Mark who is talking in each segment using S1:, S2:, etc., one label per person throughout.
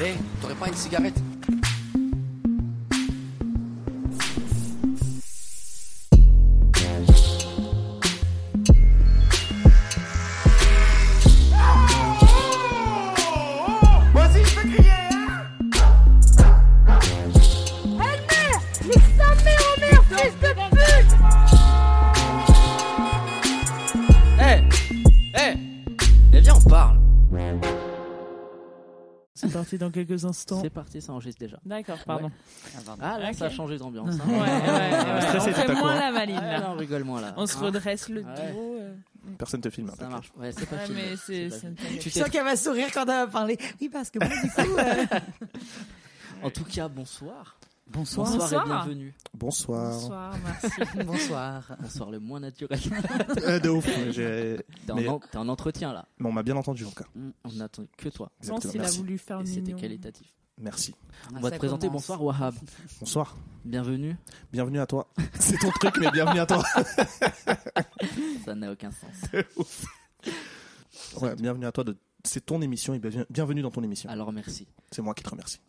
S1: Hé, Eh, t'aurais pas une cigarette
S2: Moi aussi, je peux crier, hein
S1: Hé Hé Eh viens, on parle
S3: C'est parti dans quelques instants.
S4: C'est parti, ça enregistre déjà.
S3: D'accord, pardon.
S4: Ah là,
S3: Ok.
S4: ça a changé d'ambiance. hein.
S3: Ouais, ouais, ouais.
S5: Stressé,
S3: On
S5: t'es pas
S3: fait moins
S5: con,
S3: la maline.
S4: Ah ouais, là,
S3: là.
S4: on rigole moins là.
S3: On se
S4: Hein,
S3: redresse le
S4: Ouais.
S3: dos. euh.
S5: Personne te filme. hein,
S4: Ça
S5: t'inquiète.
S4: marche. Ouais, c'est pas
S3: Ouais,
S4: filmé,
S3: mais c'est-
S4: pas
S3: c'est
S4: filmé.
S3: une-
S4: Tu
S6: Je sens
S4: t'es-
S6: qu'elle va sourire quand elle va parler. Oui, parce que moi, du coup. euh,
S4: En tout cas, bonsoir.
S6: Bonsoir.
S4: et
S3: Bonsoir.
S4: bienvenue.
S5: Bonsoir.
S3: Bonsoir, merci.
S6: Bonsoir.
S4: Bonsoir le moins naturel.
S5: Euh, de ouf. j'ai-
S4: T'es en,
S5: Mais-
S4: en- t'es en entretien là.
S5: Mais on m'a bien entendu encore.
S4: Mm, On n'attend que toi.
S3: Je pense
S5: Exactement,
S3: qu'il a
S5: merci.
S3: voulu faire
S4: Et c'était
S3: mignon.
S4: qualitatif.
S5: Merci.
S4: On va te présenter. Bonsoir Wahab.
S5: Bonsoir.
S4: Bienvenue.
S5: Bienvenue à toi. C'est ton truc, mais bienvenue à toi.
S4: Ça n'a aucun sens.
S5: Ouais, bienvenue à toi. De... C'est ton émission et bien- bienvenue dans ton émission.
S4: Alors merci.
S5: C'est moi qui te remercie.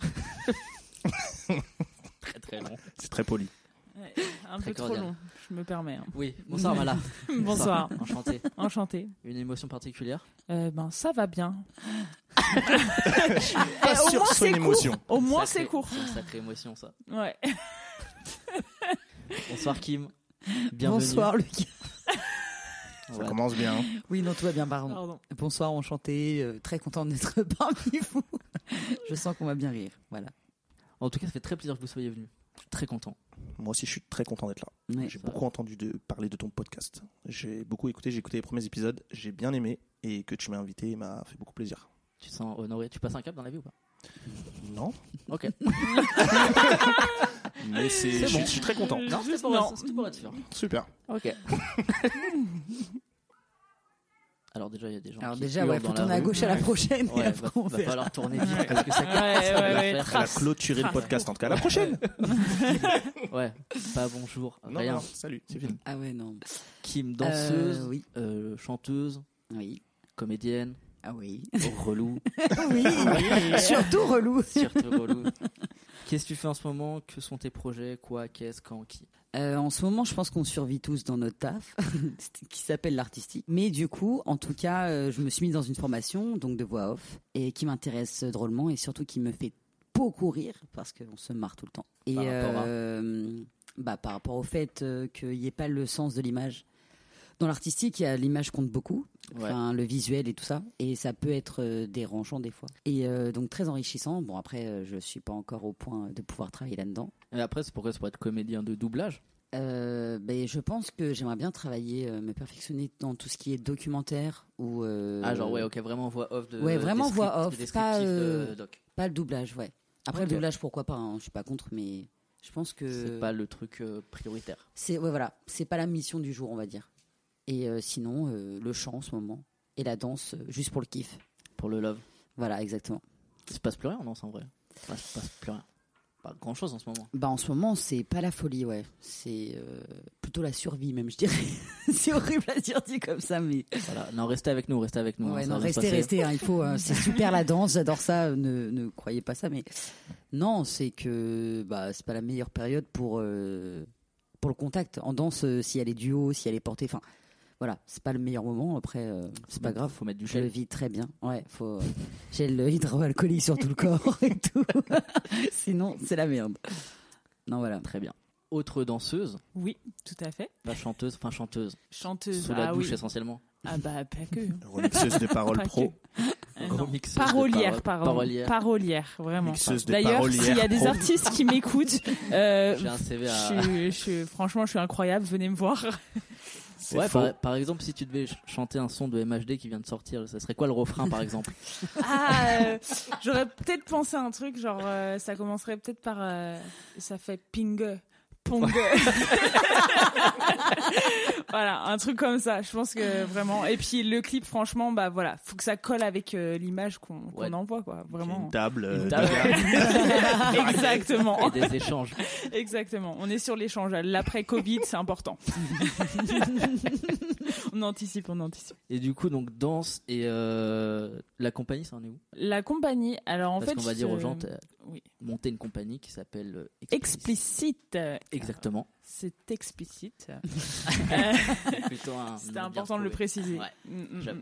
S4: Très très long.
S5: C'est très poli.
S3: Ouais, Un
S4: Très
S3: peu trop
S4: cordial.
S3: long, je me permets. hein.
S4: Oui. Bonsoir Mala.
S3: Bonsoir,
S4: Enchanté.
S3: enchanté.
S4: Une émotion particulière.
S3: Euh, ben, ça va bien. Eh,
S5: Pas
S3: au
S5: sur
S3: moins,
S5: son
S3: c'est
S5: émotion.
S3: Au
S4: C'est
S3: moins,
S4: sacré-
S3: c'est court.
S4: C'est une sacrée émotion ça.
S3: Ouais.
S4: Bonsoir Kim. Bienvenue.
S6: Bonsoir, Lucas.
S5: Ça
S4: Voilà.
S5: commence bien. hein.
S6: Oui, non, tout va bien, pardon.
S3: Pardon.
S6: Bonsoir, enchanté. euh, très contente d'être parmi vous. Je sens qu'on va bien rire. Voilà.
S4: En tout cas, ça fait très plaisir que vous soyez venus. Je suis Très content.
S5: Moi aussi, je suis très content d'être là.
S6: Ouais.
S5: J'ai
S4: Ça va.
S5: beaucoup entendu de parler de ton podcast. J'ai beaucoup écouté. J'ai écouté les premiers épisodes. J'ai bien aimé et que tu m'as invité m'a fait beaucoup plaisir.
S4: Tu te sens honoré. Tu passes un cap dans la vie ou pas
S5: Non,
S4: Ok.
S5: mais c'est.
S4: C'est
S5: je,
S4: bon.
S5: suis- je suis très content.
S4: Non, c'était pour,
S3: Non.
S4: c'était pour être sûr.
S5: Super.
S4: Ok. Alors déjà, il y a des gens
S6: Alors,
S4: qui
S6: déjà,
S4: hurlent
S6: ouais, faut
S4: dans la
S6: tourner à
S4: rue.
S6: gauche à la prochaine.
S4: Ouais,
S6: et après,
S4: va,
S6: on
S4: va
S6: verra.
S4: falloir tourner vite parce que ça
S3: Ouais,
S4: casse, ça va
S3: ouais, ouais,
S4: faire.
S5: Elle a
S3: trace.
S5: clôturé le podcast en tout cas. À la prochaine.
S4: Ouais, pas bonjour,
S5: Non,
S4: rien.
S5: non, salut. C'est fini.
S6: Ah ouais, non.
S4: Kim, danseuse,
S6: Euh, oui.
S4: euh, chanteuse,
S6: Oui.
S4: comédienne,
S6: Ah oui. Ah
S4: relou,
S6: oui. Surtout relou.
S4: surtout relou. Qu'est-ce que tu fais en ce moment Que sont tes projets Quoi Qu'est-ce Quand Qui
S6: Euh, en ce moment, je pense qu'on survit tous dans notre taf, qui s'appelle l'artistique. Mais du coup, en tout cas, euh, je me suis mise dans une formation, donc de voix off, et qui m'intéresse drôlement et surtout qui me fait beaucoup rire parce qu'on se marre tout le temps. Et
S4: Par rapport à
S6: euh, bah, par rapport au fait euh, qu'il n'y ait pas le sens de l'image. Dans l'artistique, il y a- l'image compte beaucoup,
S4: Ouais.
S6: enfin, le visuel et tout ça, et ça peut être euh, dérangeant des fois. Et euh, donc très enrichissant. Bon, après, euh, je suis pas encore au point de pouvoir travailler là-dedans.
S4: Et après, c'est pourquoi c'est pour être comédien de doublage
S6: Euh, ben, je pense que j'aimerais bien travailler, euh, me perfectionner dans tout ce qui est documentaire ou euh,
S4: Ah, genre, ouais, ok, vraiment voix off de.
S6: Ouais, vraiment
S4: des
S6: voix
S4: scripts-
S6: off,
S4: des
S6: pas,
S4: scriptifs de
S6: euh,
S4: doc.
S6: pas le doublage, ouais. Après
S4: Ok.
S6: le doublage, pourquoi pas hein, Je suis pas contre, mais je pense
S4: C'est
S6: que
S4: pas le truc euh, prioritaire.
S6: c'est ouais voilà, c'est pas la mission du jour, on va dire. Et euh, sinon, euh, le chant en ce moment et la danse, euh, juste pour le kiff.
S4: Pour le love.
S6: Voilà, exactement.
S4: Il se passe plus rien, non, c'est en vrai. Il se passe, il se passe plus rien. Pas grand chose en ce moment.
S6: Bah en ce moment, c'est pas la folie, ouais. C'est euh, plutôt la survie, même je dirais. c'est horrible à dire dit comme ça, mais
S4: Voilà. Non, restez avec nous, restez avec nous. hein,
S6: Ouais,
S4: ça
S6: non,
S4: va bien se
S6: restez,
S4: passer.
S6: restez. hein, il faut. hein, c'est super la danse, j'adore ça. euh, Ne, ne croyez pas ça, mais non, c'est que bah c'est pas la meilleure période pour euh, pour le contact en danse. euh, si elle est duo, si elle est portée, enfin voilà, c'est pas le meilleur moment. Après, euh, c'est pas grave.
S4: Faut mettre du
S6: Je le
S4: gel.
S6: vis très bien. Ouais, faut. euh, J'ai le hydroalcoolique sur tout le corps et tout. Sinon, c'est la merde. Non, voilà.
S4: Très bien. Autre danseuse,
S3: Oui, tout à fait.
S4: pas chanteuse, enfin chanteuse,
S6: Euh,
S3: Chanteuse.
S4: sous la
S3: ah
S4: douche
S3: oui.
S4: essentiellement.
S3: Ah bah, pas que. hein.
S5: Remixeuse de paroles
S3: Pas que.
S5: pro.
S3: Euh,
S4: Gros
S3: non.
S4: mixeuse de
S3: Parolière,
S4: paroles.
S3: pardon.
S4: Parolière.
S3: Parolière, vraiment.
S5: Mixeuse de
S3: D'ailleurs,
S5: paroles
S3: s'il y a des
S5: pro.
S3: artistes qui m'écoutent, euh,
S4: J'ai un CV à.
S3: je suis- je suis- franchement, je suis incroyable. Venez me voir.
S5: C'est
S4: Ouais,
S5: faux.
S4: par, par exemple, si tu devais ch- chanter un son de MHD qui vient de sortir, ça serait quoi le refrain par exemple
S3: Ah, euh, j'aurais peut-être pensé à un truc, genre, euh, ça commencerait peut-être par. euh, ça fait ping. Pong. Voilà, un truc comme ça. Je pense que vraiment. Et puis le clip, franchement, bah voilà, faut que ça colle avec euh, l'image qu'on qu'on
S4: Ouais.
S3: envoie, quoi. Vraiment.
S5: Une table. euh,
S4: Une table.
S3: Exactement,
S4: Et des échanges.
S3: exactement. On est sur l'échange. L'après Covid, c'est important. on anticipe, on anticipe.
S4: Et du coup, donc danse et euh, la compagnie, ça en est où
S3: La compagnie. Alors en
S4: Parce
S3: fait,
S4: qu'on va dire aux gens,
S3: euh,
S4: t'as
S3: oui.
S4: monté une compagnie qui s'appelle euh, Explicit.
S3: explicite.
S4: Exactement.
S3: C'est explicite.
S4: C'est plutôt un
S3: C'était
S4: nom bien
S3: important de le
S4: trouvé.
S3: préciser.
S4: Ah Ouais.
S3: Mm, mm, mm.
S4: j'avoue.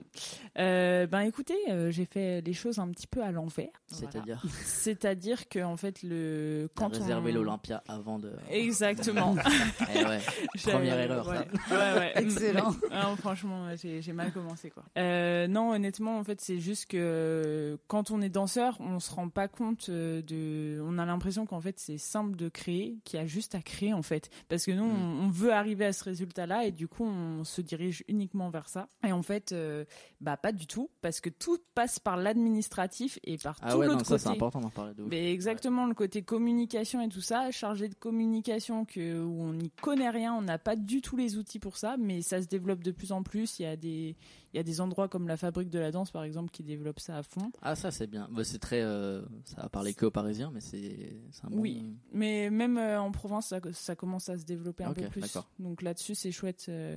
S3: Euh, ben écoutez, euh, j'ai fait les choses un petit peu à l'envers.
S4: C'est-à-dire,
S3: Voilà. C'est-à-dire que en fait le
S4: t'as
S3: quand
S4: réservé
S3: on...
S4: l'Olympia avant de.
S3: Exactement.
S4: Eh ouais.
S3: J'avais-
S4: Première erreur,
S3: ouais.
S4: ça.
S3: Ouais, ouais.
S6: Excellent.
S3: Alors, franchement, ouais, j'ai j'ai mal commencé quoi. Euh, non, honnêtement, en fait, c'est juste que euh, quand on est danseur, on se rend pas compte euh, de. On a l'impression qu'en fait, c'est simple de créer, qu'il y a juste à créer en fait, parce que nous,
S4: Mm.
S3: on, on veut arriver à ce résultat-là et du coup, on se dirige uniquement vers ça. Et en fait, euh, bah pas du tout, parce que tout passe par l'administratif et par
S4: Ah
S3: tout
S4: ouais, non,
S3: l'autre
S4: ça
S3: côté.
S4: c'est important d'en parler de ouf.
S3: Mais exactement, le côté communication et tout ça, chargé de communication, que, où on n'y connaît rien, on n'a pas du tout les outils pour ça, mais ça se développe de plus en plus. Il y, a des, il y a des endroits comme la Fabrique de la Danse, par exemple, qui développent ça à fond.
S4: Ah ça c'est bien. Bah, c'est très. euh, ça a parlé que aux Parisiens, mais c'est c'est un bon.
S3: Oui. Mais même euh, en province, ça, ça commence à se développer un
S4: Ok,
S3: peu plus.
S4: d'accord.
S3: Donc là-dessus, c'est chouette. euh,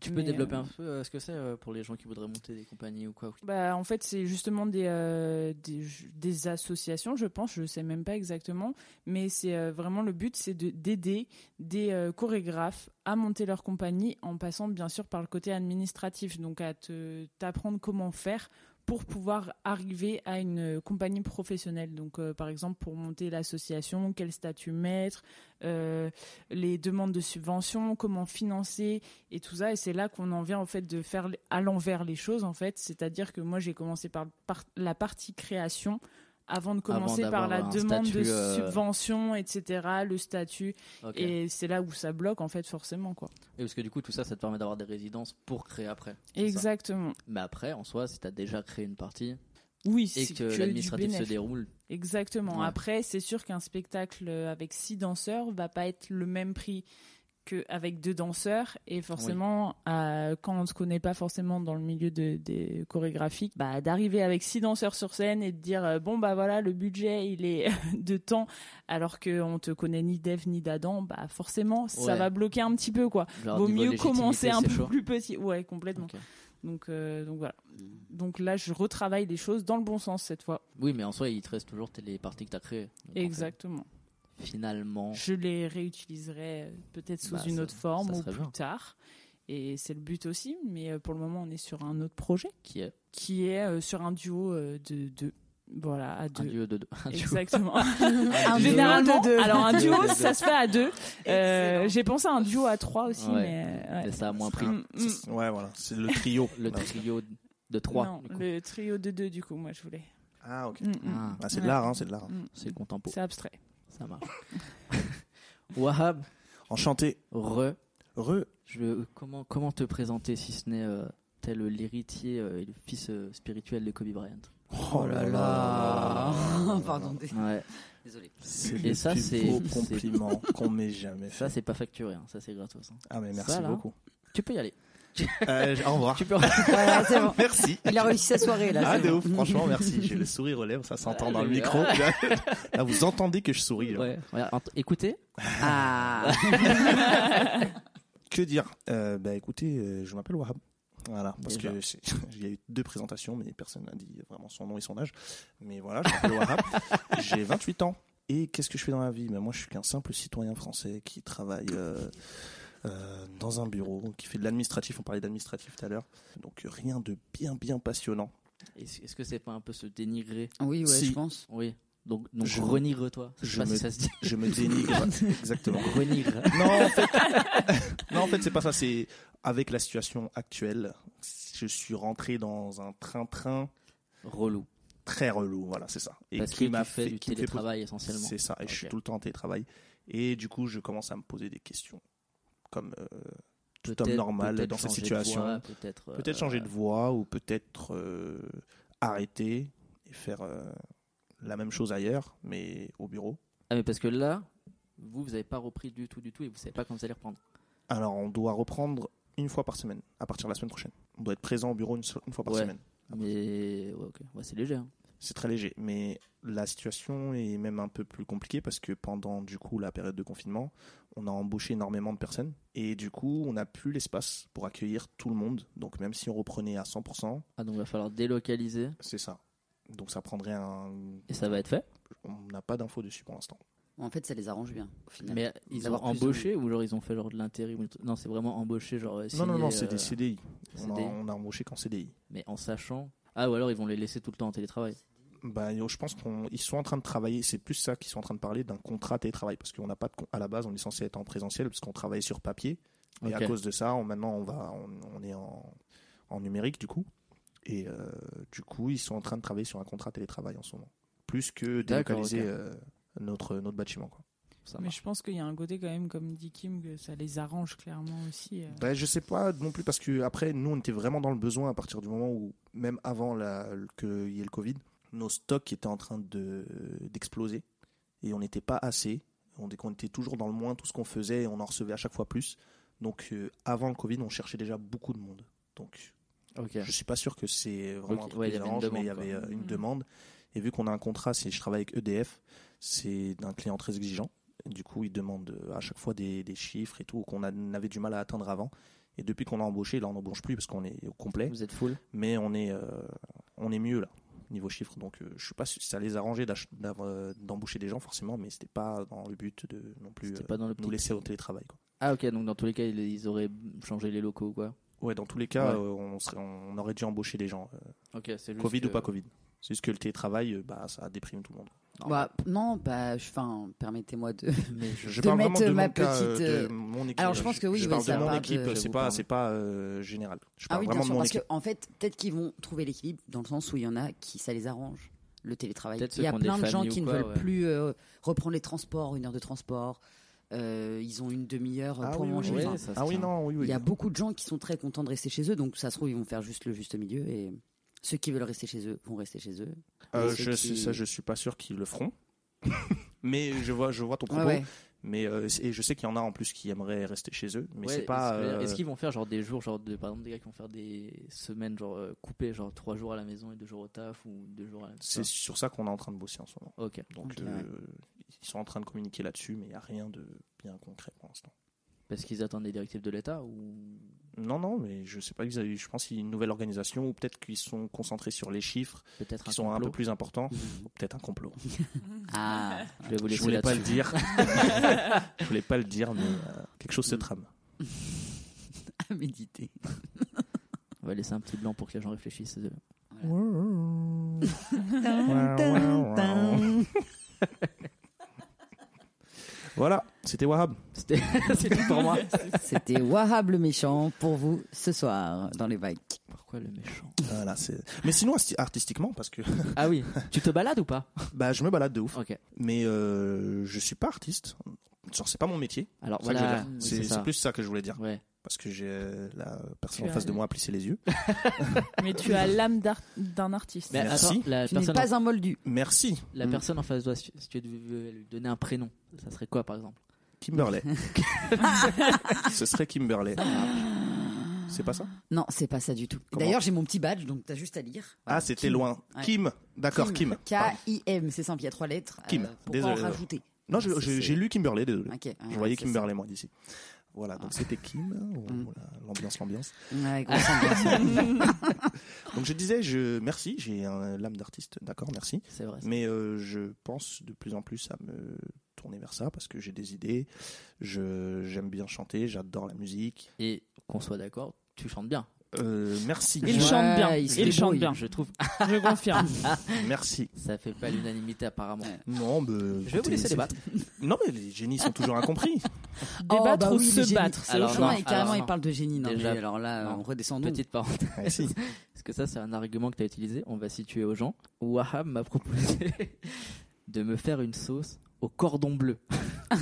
S4: Tu peux
S3: Mais,
S4: développer
S3: euh,
S4: un peu euh, ce que c'est euh, pour les gens qui voudraient monter des compagnies ou quoi ou-
S3: Bah, en fait, c'est justement des, euh, des, des associations, je pense, je sais même pas exactement, mais c'est euh, vraiment le but, c'est de- d'aider des euh, chorégraphes à monter leur compagnie en passant bien sûr par le côté administratif, donc à te- t'apprendre comment faire pour pouvoir arriver à une euh, compagnie professionnelle. Donc, euh, par exemple, pour monter l'association, quel statut mettre, euh, les demandes de subventions, comment financer, et tout ça. Et c'est là qu'on en vient en fait de faire à l'envers les choses en fait. C'est-à-dire que moi j'ai commencé par, par la partie création avant de commencer
S4: d'avoir
S3: par la
S4: un
S3: demande de
S4: statut, euh,
S3: subvention, etc., le statut.
S4: Ok.
S3: Et c'est là où ça bloque en fait forcément quoi.
S4: Et parce que du coup tout ça, ça te permet d'avoir des résidences pour créer après. c'est ça
S3: Exactement.
S4: Mais après, en soi, si t'as déjà créé une partie
S3: Oui,
S4: et
S3: c'est
S4: que,
S3: que du
S4: l'administratif se
S3: bénéf.
S4: déroule,
S3: Exactement.
S4: Ouais.
S3: Après, c'est sûr qu'un spectacle euh, avec six danseurs va pas être le même prix qu'avec deux danseurs. Et forcément, euh, quand on ne se connaît pas forcément dans le milieu de- des chorégraphiques, bah, d'arriver avec six danseurs sur scène et de dire euh, bon, bah voilà, le budget, il est de temps, alors qu'on te connaît ni d'Eve ni d'Adam, bah forcément, ça
S4: Ouais.
S3: va bloquer un petit peu, quoi.
S4: genre,
S3: Vaut
S4: niveau
S3: mieux
S4: légitimité,
S3: commencer un
S4: c'est
S3: peu
S4: chaud.
S3: plus petit. Ouais, complètement.
S4: Ok.
S3: Donc, euh, donc voilà. Donc là, je retravaille les choses dans le bon sens cette fois.
S4: Oui, mais en soi, il te reste toujours tes- les parties que t'as créées. Donc, en fait,
S3: Exactement.
S4: finalement.
S3: Je les réutiliserai euh, peut-être sous
S4: Bah,
S3: une
S4: ça-
S3: autre forme
S4: ça
S3: ou
S4: serait
S3: plus
S4: bien.
S3: tard. Et c'est le but aussi, mais euh, pour le moment, on est sur un autre projet
S4: Qui est
S3: qui est euh, sur un duo euh, de deux. Voilà, à
S4: un
S3: deux.
S4: duo de deux. Un duo-
S3: Exactement.
S4: un duo-
S3: Généralement,
S6: de deux.
S3: alors un
S4: Duo
S3: duo,
S4: de deux.
S3: ça se fait à deux. Euh, J'ai pensé à un duo à trois aussi,
S4: Ouais.
S3: mais. euh, ouais.
S4: Mais ça a moins pris.
S3: Mm, mm.
S5: c'est- Ouais, voilà. C'est le trio.
S4: Le
S5: Bah,
S4: trio de trois.
S3: Non,
S4: du coup.
S3: le trio de deux, du coup, moi, je voulais.
S5: Ah, ok.
S3: Mm, mm.
S4: Ah,
S5: Ah, c'est de
S3: Ouais.
S5: l'art, hein, c'est de l'art.
S3: Mm.
S4: c'est contempo.
S3: C'est abstrait.
S4: Ça marche. Wahab,
S5: Enchanté.
S4: re.
S5: Heureux.
S4: Je, euh, comment, comment te présenter si ce n'est euh, tel l'héritier euh, et le fils euh, spirituel de Kobe Bryant
S6: Oh là là. Pardon. dé-
S4: Ouais.
S6: Désolé.
S5: C'est
S4: Et
S5: le
S4: ça, c'est-
S5: plus beau
S4: c'est-
S5: compliment qu'on m'ait jamais
S4: Ça,
S5: fait.
S4: c'est pas facturé, hein, ça, c'est gratos. hein.
S5: Ah, mais merci
S4: Ça, là.
S5: beaucoup.
S4: Tu peux y aller.
S5: Euh, au revoir.
S4: Tu peux.
S6: Voilà, c'est bon.
S5: Merci.
S6: Il a réussi sa soirée là.
S5: Ah,
S6: c'est
S5: de
S6: bon.
S5: ouf, franchement, merci. J'ai le sourire aux lèvres, ça s'entend
S4: Ouais,
S5: dans le
S4: j'ai-
S5: micro. Là, là, vous entendez que je souris. là.
S4: Ouais. Ouais, ent- écoutez.
S6: Ah.
S5: Que dire Euh, Bah écoutez, euh, je m'appelle Wahab. Voilà, parce
S4: Déjà.
S5: que c'est- il y a eu deux présentations, mais personne n'a dit vraiment son nom et son âge. Mais voilà, je m'appelle Wahab, j'ai 28 ans. Et qu'est-ce que je fais dans la vie Ben, Moi, je suis qu'un simple citoyen français qui travaille euh, euh, dans un bureau, qui fait de l'administratif. On parlait d'administratif tout à l'heure. Donc rien de bien, bien passionnant.
S4: Est-ce est-ce que c'est pas un peu se dénigrer
S6: Oui, ouais,
S5: Si.
S6: je pense.
S4: Oui. Donc, donc
S5: Je-
S4: renigre-toi. Je
S5: je
S4: sais pas
S5: me-
S4: si ça se dit.
S5: Je me dénigre. Exactement.
S4: Renigre.
S5: Non, en fait, non, en fait c'est pas ça. C'est avec la situation actuelle, je suis rentré dans un train-train
S4: Relou.
S5: très relou. Voilà, c'est ça. Et
S4: Parce
S5: qui
S4: que
S5: m'a
S4: tu fais du
S5: qui me fait poser-
S4: télétravail essentiellement.
S5: C'est ça. Et je suis
S4: Ok.
S5: tout le temps en télétravail. Et du coup, je commence à me poser des questions. Comme euh, tout homme
S4: Peut-être-
S5: normal
S4: peut-être
S5: dans cette
S4: changer de
S5: situation.
S4: voix, Peut-être euh,
S5: peut-être changer de voie ou peut-être euh, arrêter et faire euh, la même chose ailleurs, mais au bureau.
S4: Ah, mais parce que là, vous, vous avez pas repris du tout, du tout, et vous savez pas quand vous allez reprendre.
S5: Alors, on doit reprendre une fois par semaine, à partir de la semaine prochaine. On doit être présent au bureau une, so- une fois par
S4: Ouais.
S5: semaine.
S4: Mais ouais, ok. Ouais, c'est léger. hein.
S5: C'est très léger, mais la situation est même un peu plus compliquée parce que pendant du coup la période de confinement, on a embauché énormément de personnes et du coup on n'a plus l'espace pour accueillir tout le monde. Donc même si on reprenait à 100%,
S4: Ah donc il va falloir délocaliser
S5: c'est ça. Donc ça prendrait un.
S4: et ça va être fait.
S5: On n'a pas d'infos dessus pour l'instant.
S6: En fait, ça les arrange bien, au final.
S4: Mais ils ont
S6: D'avoir plus de
S4: embauché ou genre ils ont fait genre de l'intérim ou- Non, c'est vraiment embauché genre. euh,
S5: Non, non,
S4: signé,
S5: non, c'est
S4: euh,
S5: des CDI. On a,
S4: CDI.
S5: on a embauché qu'en CDI.
S4: Mais en sachant. Ah ou alors ils vont les laisser tout le temps en télétravail.
S5: Bah, yo, je pense qu'ils sont en train de travailler, c'est plus ça qu'ils sont en train de parler d'un contrat télétravail. Parce qu'on n'a pas de. con- À la base, on est censé être en présentiel parce qu'on travaille sur papier. Et
S4: Ok.
S5: à cause de ça, on- maintenant, on, va, on, on est en, en numérique, du coup. Et euh, du coup, ils sont en train de travailler sur un contrat télétravail en ce moment. Plus que
S4: D'accord,
S5: délocaliser
S4: ok.
S5: euh, notre, notre bâtiment. Quoi.
S4: Ça
S3: Mais
S4: marche.
S3: je pense qu'il y a un côté quand même, comme dit Kim, que ça les arrange clairement aussi. euh.
S5: Ben, je sais pas non plus, parce que après, nous, on était vraiment dans le besoin à partir du moment où, même avant la- qu'il y ait le Covid, nos stocks étaient en train de- d'exploser et on n'était pas assez. On, on était toujours dans le moins, tout ce qu'on faisait, on en recevait à chaque fois plus. Donc, euh, avant le Covid, on cherchait déjà beaucoup de monde. Donc,
S4: Ok.
S5: je suis pas sûr que c'est vraiment
S4: Ok,
S5: un truc
S4: ouais, il y
S5: des
S4: avait une
S5: anges, mais il y
S4: demande,
S5: avait
S4: quoi.
S5: euh, une
S3: Mhm.
S5: demande. Et vu qu'on a un contrat, c'est je travaille avec EDF, c'est d'un client très exigeant. Et Du coup, il demande euh, à chaque fois des, des chiffres et tout qu'on a- on avait du mal à atteindre avant. Et depuis qu'on a embauché, là on n'embauche plus parce qu'on est au complet,
S4: Vous êtes full.
S5: mais on est, euh, on est mieux là niveau chiffres. Donc euh, je suis pas sûr- ça les a arrangés d'ach- d'avoir- euh, d'embaucher des gens forcément, mais c'était pas dans le but de non plus
S4: C'était
S5: euh,
S4: pas dans le
S5: nous laisser au télétravail. quoi.
S4: Ah ok donc dans tous les cas ils, ils auraient changé les locaux ou quoi.
S5: Ouais, dans tous les cas,
S4: Ouais.
S5: euh, on, serait- on aurait dû embaucher des gens, euh,
S4: Ok c'est
S5: Covid ou pas Covid. C'est juste que le télétravail, euh, bah, ça déprime tout le monde.
S6: Bah, non, bah, je- enfin, permettez-moi de.
S4: Mais je-
S5: Je
S6: de
S5: parle
S6: mettre
S5: vraiment de
S6: ma
S5: mon cas, euh,
S6: petite, euh,
S5: de mon équipe.
S6: Alors, je pense que oui,
S5: Je
S6: oui,
S5: parle
S6: ça
S5: de mon
S6: parle de-
S5: équipe,
S6: je
S5: c'est
S6: vous
S5: pas,
S6: parle.
S5: c'est pas euh, général. Je
S6: Ah
S5: parle
S6: oui, bien
S5: vraiment
S6: sûr,
S5: de mon
S6: parce
S5: équipe.
S6: qu'en fait, peut-être qu'ils vont trouver l'équilibre dans le sens où il y en a qui ça les arrange, le télétravail.
S4: Peut-être
S6: Il y
S4: ceux
S6: a
S4: qui ont des
S6: plein de gens
S4: familles
S6: qui
S4: ou
S6: ne
S4: quoi,
S6: veulent
S4: ouais.
S6: plus euh, reprendre les transports, une heure de transport. Euh, ils ont une demi-heure euh,
S5: Ah
S6: pour
S5: oui, oui,
S6: manger.
S5: oui.
S6: Enfin,
S4: ça se
S5: Ah oui,
S4: tient.
S5: non, oui, oui.
S6: Il y a beaucoup de gens qui sont très contents de rester chez eux, donc ça se trouve, ils vont faire juste le juste milieu. Et ceux qui veulent rester chez eux vont rester chez eux.
S5: Euh,
S6: Et ceux
S5: je,
S6: qui-
S5: Ça, je suis pas sûr qu'ils le feront. mais je vois, je vois ton
S6: Ah
S5: propos. Mais euh, et je sais qu'il y en a en plus qui aimeraient rester chez eux, mais
S4: Ouais,
S5: c'est pas.
S4: est-ce que-
S5: euh,
S4: Est-ce qu'ils vont faire genre des jours, genre de, par exemple des gars qui vont faire des semaines genre euh, coupées, genre trois jours à la maison et deux jours au taf ou deux jours à la
S5: C'est sur ça qu'on est en train de bosser en ce moment.
S4: Ok.
S5: Donc
S6: Ok,
S5: euh, ils sont en train de communiquer là-dessus, mais il y a rien de bien concret pour l'instant.
S4: Parce qu'ils attendent des directives de l'État ou.
S5: Non, non, mais je sais pas. ils avaient- Je pense qu'il y a une nouvelle organisation ou peut-être qu'ils sont concentrés sur les chiffres
S4: Peut-être un
S5: qui sont un peu
S4: complot
S5: plus importants. Ou Peut-être un complot.
S6: Ah,
S4: Je vais vous
S5: Je
S4: laisser
S5: voulais pas
S4: là-dessus.
S5: le dire. je voulais pas le dire, mais euh, quelque
S4: Mm.
S5: chose se trame.
S6: à méditer.
S4: On va laisser un petit blanc pour que les gens réfléchissent. euh.
S6: Oh.
S5: Voilà, c'était Wahab.
S4: C'était c'est tout pour moi.
S6: C'était Wahab le méchant pour vous ce soir dans les bikes.
S4: Pourquoi le méchant
S5: Voilà, c'est. Mais sinon, asti- artistiquement, parce que
S4: Ah oui, tu te balades ou pas
S5: bah, je me balade de ouf,
S4: Ok.
S5: mais euh, je suis pas artiste. Genre, c'est pas mon métier.
S4: Alors
S5: C'est ça que je veux
S4: voilà,
S5: dire.
S4: oui,
S5: C'est-
S4: ça.
S5: c'est plus ça que je voulais dire.
S4: Ouais.
S5: Parce que j'ai euh, la personne
S3: Tu
S5: en
S3: as-
S5: face de moi a plissé les yeux.
S3: Mais tu as l'âme d'art- d'un artiste.
S4: Mais
S5: Merci.
S4: attends, la
S6: Tu n'es
S4: personne,
S6: pas un moldu.
S5: Merci,
S4: la
S5: Mm.
S4: personne en face de toi, si si tu devais lui donner un prénom, ça serait quoi par exemple
S5: Kimberley. Ce serait Kimberley. C'est pas ça
S6: Non, c'est pas ça du tout.
S5: Comment
S6: D'ailleurs, j'ai mon petit badge, donc t'as juste à lire.
S5: Ah,
S6: Voilà.
S5: c'était
S6: Kim.
S5: loin.
S6: Ouais.
S5: Kim, d'accord, Kim. Pardon.
S6: K-I-M, c'est simple, il y a trois lettres.
S5: Kim,
S6: pourquoi
S5: désolé.
S6: en rajouter
S5: Non, je-
S6: C'est-
S5: je-
S6: c'est-
S5: j'ai lu Kimberley, désolé.
S6: Ok, ouais,
S5: Je voyais
S6: c'est
S5: Kimberley, moi, d'ici. Voilà, donc
S6: Ah.
S5: c'était Kim. Oh,
S6: Mm.
S5: voilà, L'ambiance, l'ambiance.
S6: ça. Ouais, grosse ambiance.
S5: Donc je disais, je, merci, j'ai un l'âme d'artiste, d'accord, merci.
S4: C'est vrai. ça.
S5: Mais euh, je pense de plus en plus à me tourner vers ça parce que j'ai des idées. Je- J'aime bien chanter, j'adore la musique.
S4: Et qu'on soit d'accord, tu chantes bien.
S5: Euh, merci,
S3: Il
S6: Ouais,
S3: chante bien.
S6: il
S3: Il,
S6: se
S3: chante
S6: débrouille.
S3: bien.
S4: Je trouve,
S3: Je confirme.
S5: merci.
S4: ça fait pas l'unanimité apparemment.
S5: Non, mais
S4: Je vais vous laisser débattre.
S5: Non, mais les génies sont toujours incompris.
S3: Débattre
S6: bah
S3: ou
S6: oui, les
S3: se
S6: génies.
S3: battre. c'est
S4: Alors,
S3: autre
S6: Non,
S4: non,
S3: chose.
S6: et carrément,
S4: alors,
S6: il
S4: non.
S6: parle de génie. Non,
S4: Déjà,
S6: mais alors là,
S4: non.
S6: on redescend
S4: Petite parenthèse.
S5: Ouais, Ah, si.
S4: Parce que ça, c'est un argument que tu as utilisé. On va situer aux gens. Wahab m'a proposé de me faire une sauce au cordon bleu.
S3: Ah,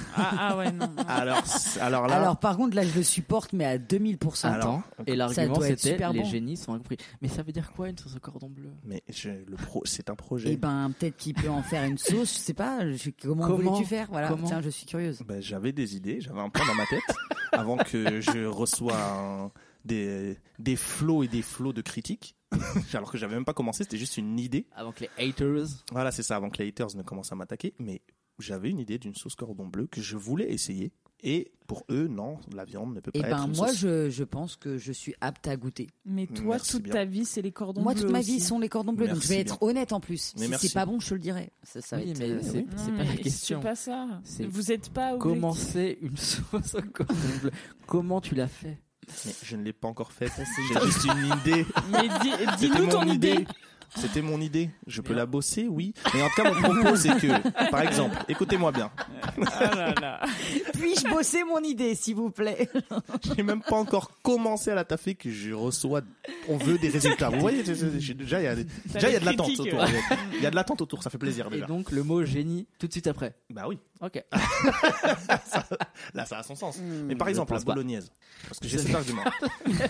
S3: ah ouais, non. non.
S5: Alors, c- alors là.
S6: Alors, par contre, là, je le supporte, mais à 2000%.
S5: Alors,
S4: Attends.
S5: ok.
S4: Et l'argument
S6: doit être
S4: c'était
S6: super
S4: les
S6: bon.
S4: génies sont incompris. Mais ça veut dire quoi une sauce au cordon bleu
S5: mais je- le pro, c'est un projet.
S6: Et ben, peut-être qu'il peut en faire une sauce, je sais pas. je- comment
S4: Comment
S6: voulais-tu faire Voilà,
S4: Comment
S6: tiens, je suis curieuse.
S5: Ben, j'avais des idées, j'avais un plan dans ma tête avant que je reçois un- des, des flots et des flots de critiques. Alors que j'avais même pas commencé, c'était juste une idée.
S4: Avant que les haters.
S5: Voilà, c'est ça, avant que les haters ne commencent à m'attaquer. Mais j'avais une idée d'une sauce cordon bleu que je voulais essayer. Et pour eux, non, la viande ne peut pas
S6: Et
S5: être
S6: ben,
S5: une
S6: moi,
S5: sauce.
S6: je, je pense que je suis apte à goûter.
S3: Mais toi,
S5: Merci
S3: toute
S5: bien.
S3: ta vie, c'est les cordons
S6: moi,
S3: bleus.
S6: toute ma vie,
S3: aussi.
S6: ils sont les cordons bleus. donc, je
S5: Merci
S6: vais être
S5: bien.
S6: honnête en plus.
S5: Mais
S6: si
S5: merci
S6: c'est pas bon, je te le dirai. Ça, ça va
S4: Oui,
S6: être,
S4: mais
S6: euh,
S4: c'est
S3: Non,
S4: c'est pas
S3: mais
S4: la question.
S3: C'est pas ça.
S4: C'est-
S3: Vous êtes pas objectif.
S4: Comment c'est une sauce au cordon bleu Comment tu l'as fait
S5: Mais je ne l'ai pas encore faite. J'ai juste une idée.
S3: Mais dis- dis-nous
S5: C'était
S3: ton
S5: mon
S3: Ah, idée.
S5: C'était mon idée. Je peux
S4: Bien.
S5: la bosser, oui. Mais en tout cas, mon propos, c'est que, par exemple, écoutez-moi bien.
S3: Ah là là.
S6: Puis-je bosser mon idée, s'il vous plaît
S5: J'ai même pas encore commencé à la taffer que je reçois. On veut des résultats. Vous voyez, j'ai- j'ai- j'ai- déjà, il y a, des- déjà, il y a de
S3: des
S5: l'attente
S3: critiques,
S5: autour. Il y a de l'attente autour, ça fait plaisir
S4: Et
S5: déjà.
S4: donc le mot génie tout de suite après.
S5: Bah oui,
S4: Ok.
S5: là, ça a son sens. Mais par exemple, la
S4: pense pas.
S5: bolognaise. Parce que j'ai cet argument.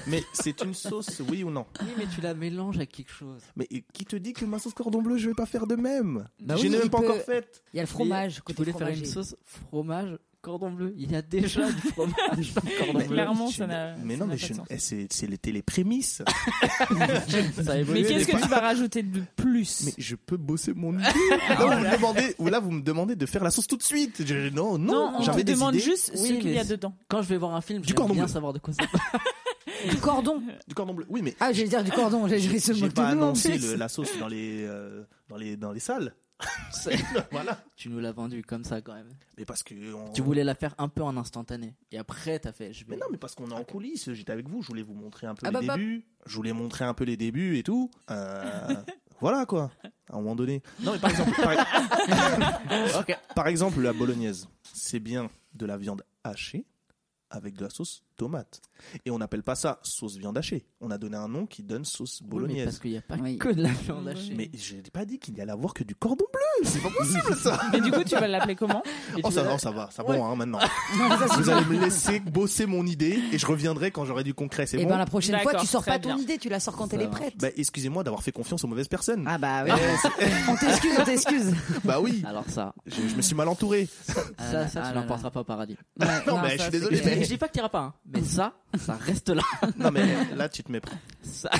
S5: Mais c'est une sauce, oui ou non
S4: Oui, mais tu la mélanges à quelque chose.
S5: Mais qui te dit que ma sauce cordon bleu, je vais pas faire de même
S6: Bah
S5: Je
S6: oui,
S5: n'ai même
S6: il
S5: pas
S6: peut-
S5: encore faite.
S6: Il y a le fromage.
S4: Tu
S6: Côté
S4: voulais faire
S6: fromager.
S4: une sauce fromage cordon bleu. Il y a déjà du fromage dans le cordon bleu.
S3: Clairement,
S5: Je-
S3: ça n'a-
S5: Mais
S3: ça
S5: non,
S3: n'a
S5: mais
S3: pas
S5: je-
S3: de sens.
S5: eh, c'est c'est les les prémices.
S4: Ça a
S3: Mais
S4: évolué,
S3: qu'est-ce
S4: des
S3: que tu vas rajouter de plus
S5: Mais je peux bosser mon idée. là, vous me demandez, ou là, vous me demandez de faire la sauce tout de suite. Je- non, non,
S3: Non, on te
S5: j'avais des
S3: demande
S5: idées.
S3: juste
S4: Oui,
S3: ce qu'il y a
S4: mais-
S3: dedans.
S4: Quand je vais voir un film,
S5: Du
S4: je
S5: cordon
S4: bien
S5: bleu.
S4: savoir de quoi ça
S6: Du cordon.
S5: Du cordon bleu. Oui, mais
S6: Ah, j'allais dire du cordon. J'ai j'ai ce mot
S5: j'ai
S6: de
S5: pas
S6: nous, en
S5: annoncé
S6: plus.
S5: le- la sauce dans les, euh, dans les, dans les salles.
S4: C'est-
S5: voilà.
S4: Tu nous l'as vendu comme ça quand même.
S5: Mais parce que. on-
S4: Tu voulais la faire un peu en instantané. Et après, t'as fait. Je vais...
S5: Mais non, mais parce qu'on est en coulisses. J'étais avec vous. Je voulais vous montrer un peu
S6: Ah
S5: les
S6: bah, bah.
S5: débuts. Je voulais montrer un peu les débuts et tout. Euh, voilà quoi. À un moment donné. Non, mais par exemple, par,
S4: Ok.
S5: par exemple, la bolognaise, c'est bien de la viande hachée avec de la sauce tomate. Et on n'appelle pas ça sauce viande hachée. On a donné un nom qui donne
S4: Oui,
S5: sauce
S4: mais parce
S5: bolognaise.
S4: qu'il n'y a pas
S6: Oui.
S4: que de la viande hachée.
S5: Mais je n'ai pas dit qu'il y allait avoir que du cordon bleu. C'est pas possible ça.
S3: Mais du coup, tu vas l'appeler comment
S4: Et
S5: Oh,
S4: tu
S5: ça,
S4: vas-
S5: va, ça va, ça
S4: Ouais.
S5: bon hein, maintenant. Vous allez me laisser bosser mon idée et je reviendrai quand j'aurai du concret, c'est
S6: Et
S4: Eh
S5: bon
S6: ben, la prochaine fois,
S3: D'accord,
S6: tu sors
S3: très
S6: pas ton
S3: bien.
S6: idée. Tu la sors quand
S4: Ça
S6: elle est
S4: marche.
S6: prête.
S5: Bah, excusez-moi d'avoir fait confiance aux mauvaises personnes.
S6: Ah bah oui.
S5: Eh,
S6: on t'excuse, on t'excuse.
S5: bah oui,
S4: Alors ça,
S5: je, je me suis mal entouré.
S4: ça, ça,
S6: Ah
S4: tu
S6: là
S4: n'en
S6: là.
S4: penseras pas au paradis.
S6: Ouais,
S5: Non, mais je
S6: ça,
S5: suis
S6: c'est
S5: désolé,
S4: Je,
S5: Oui,
S6: clair.
S5: mais-
S4: je dis pas que t'iras pas, hein. mais ça, ça reste là.
S5: Non mais là tu te méprends.
S4: Ça,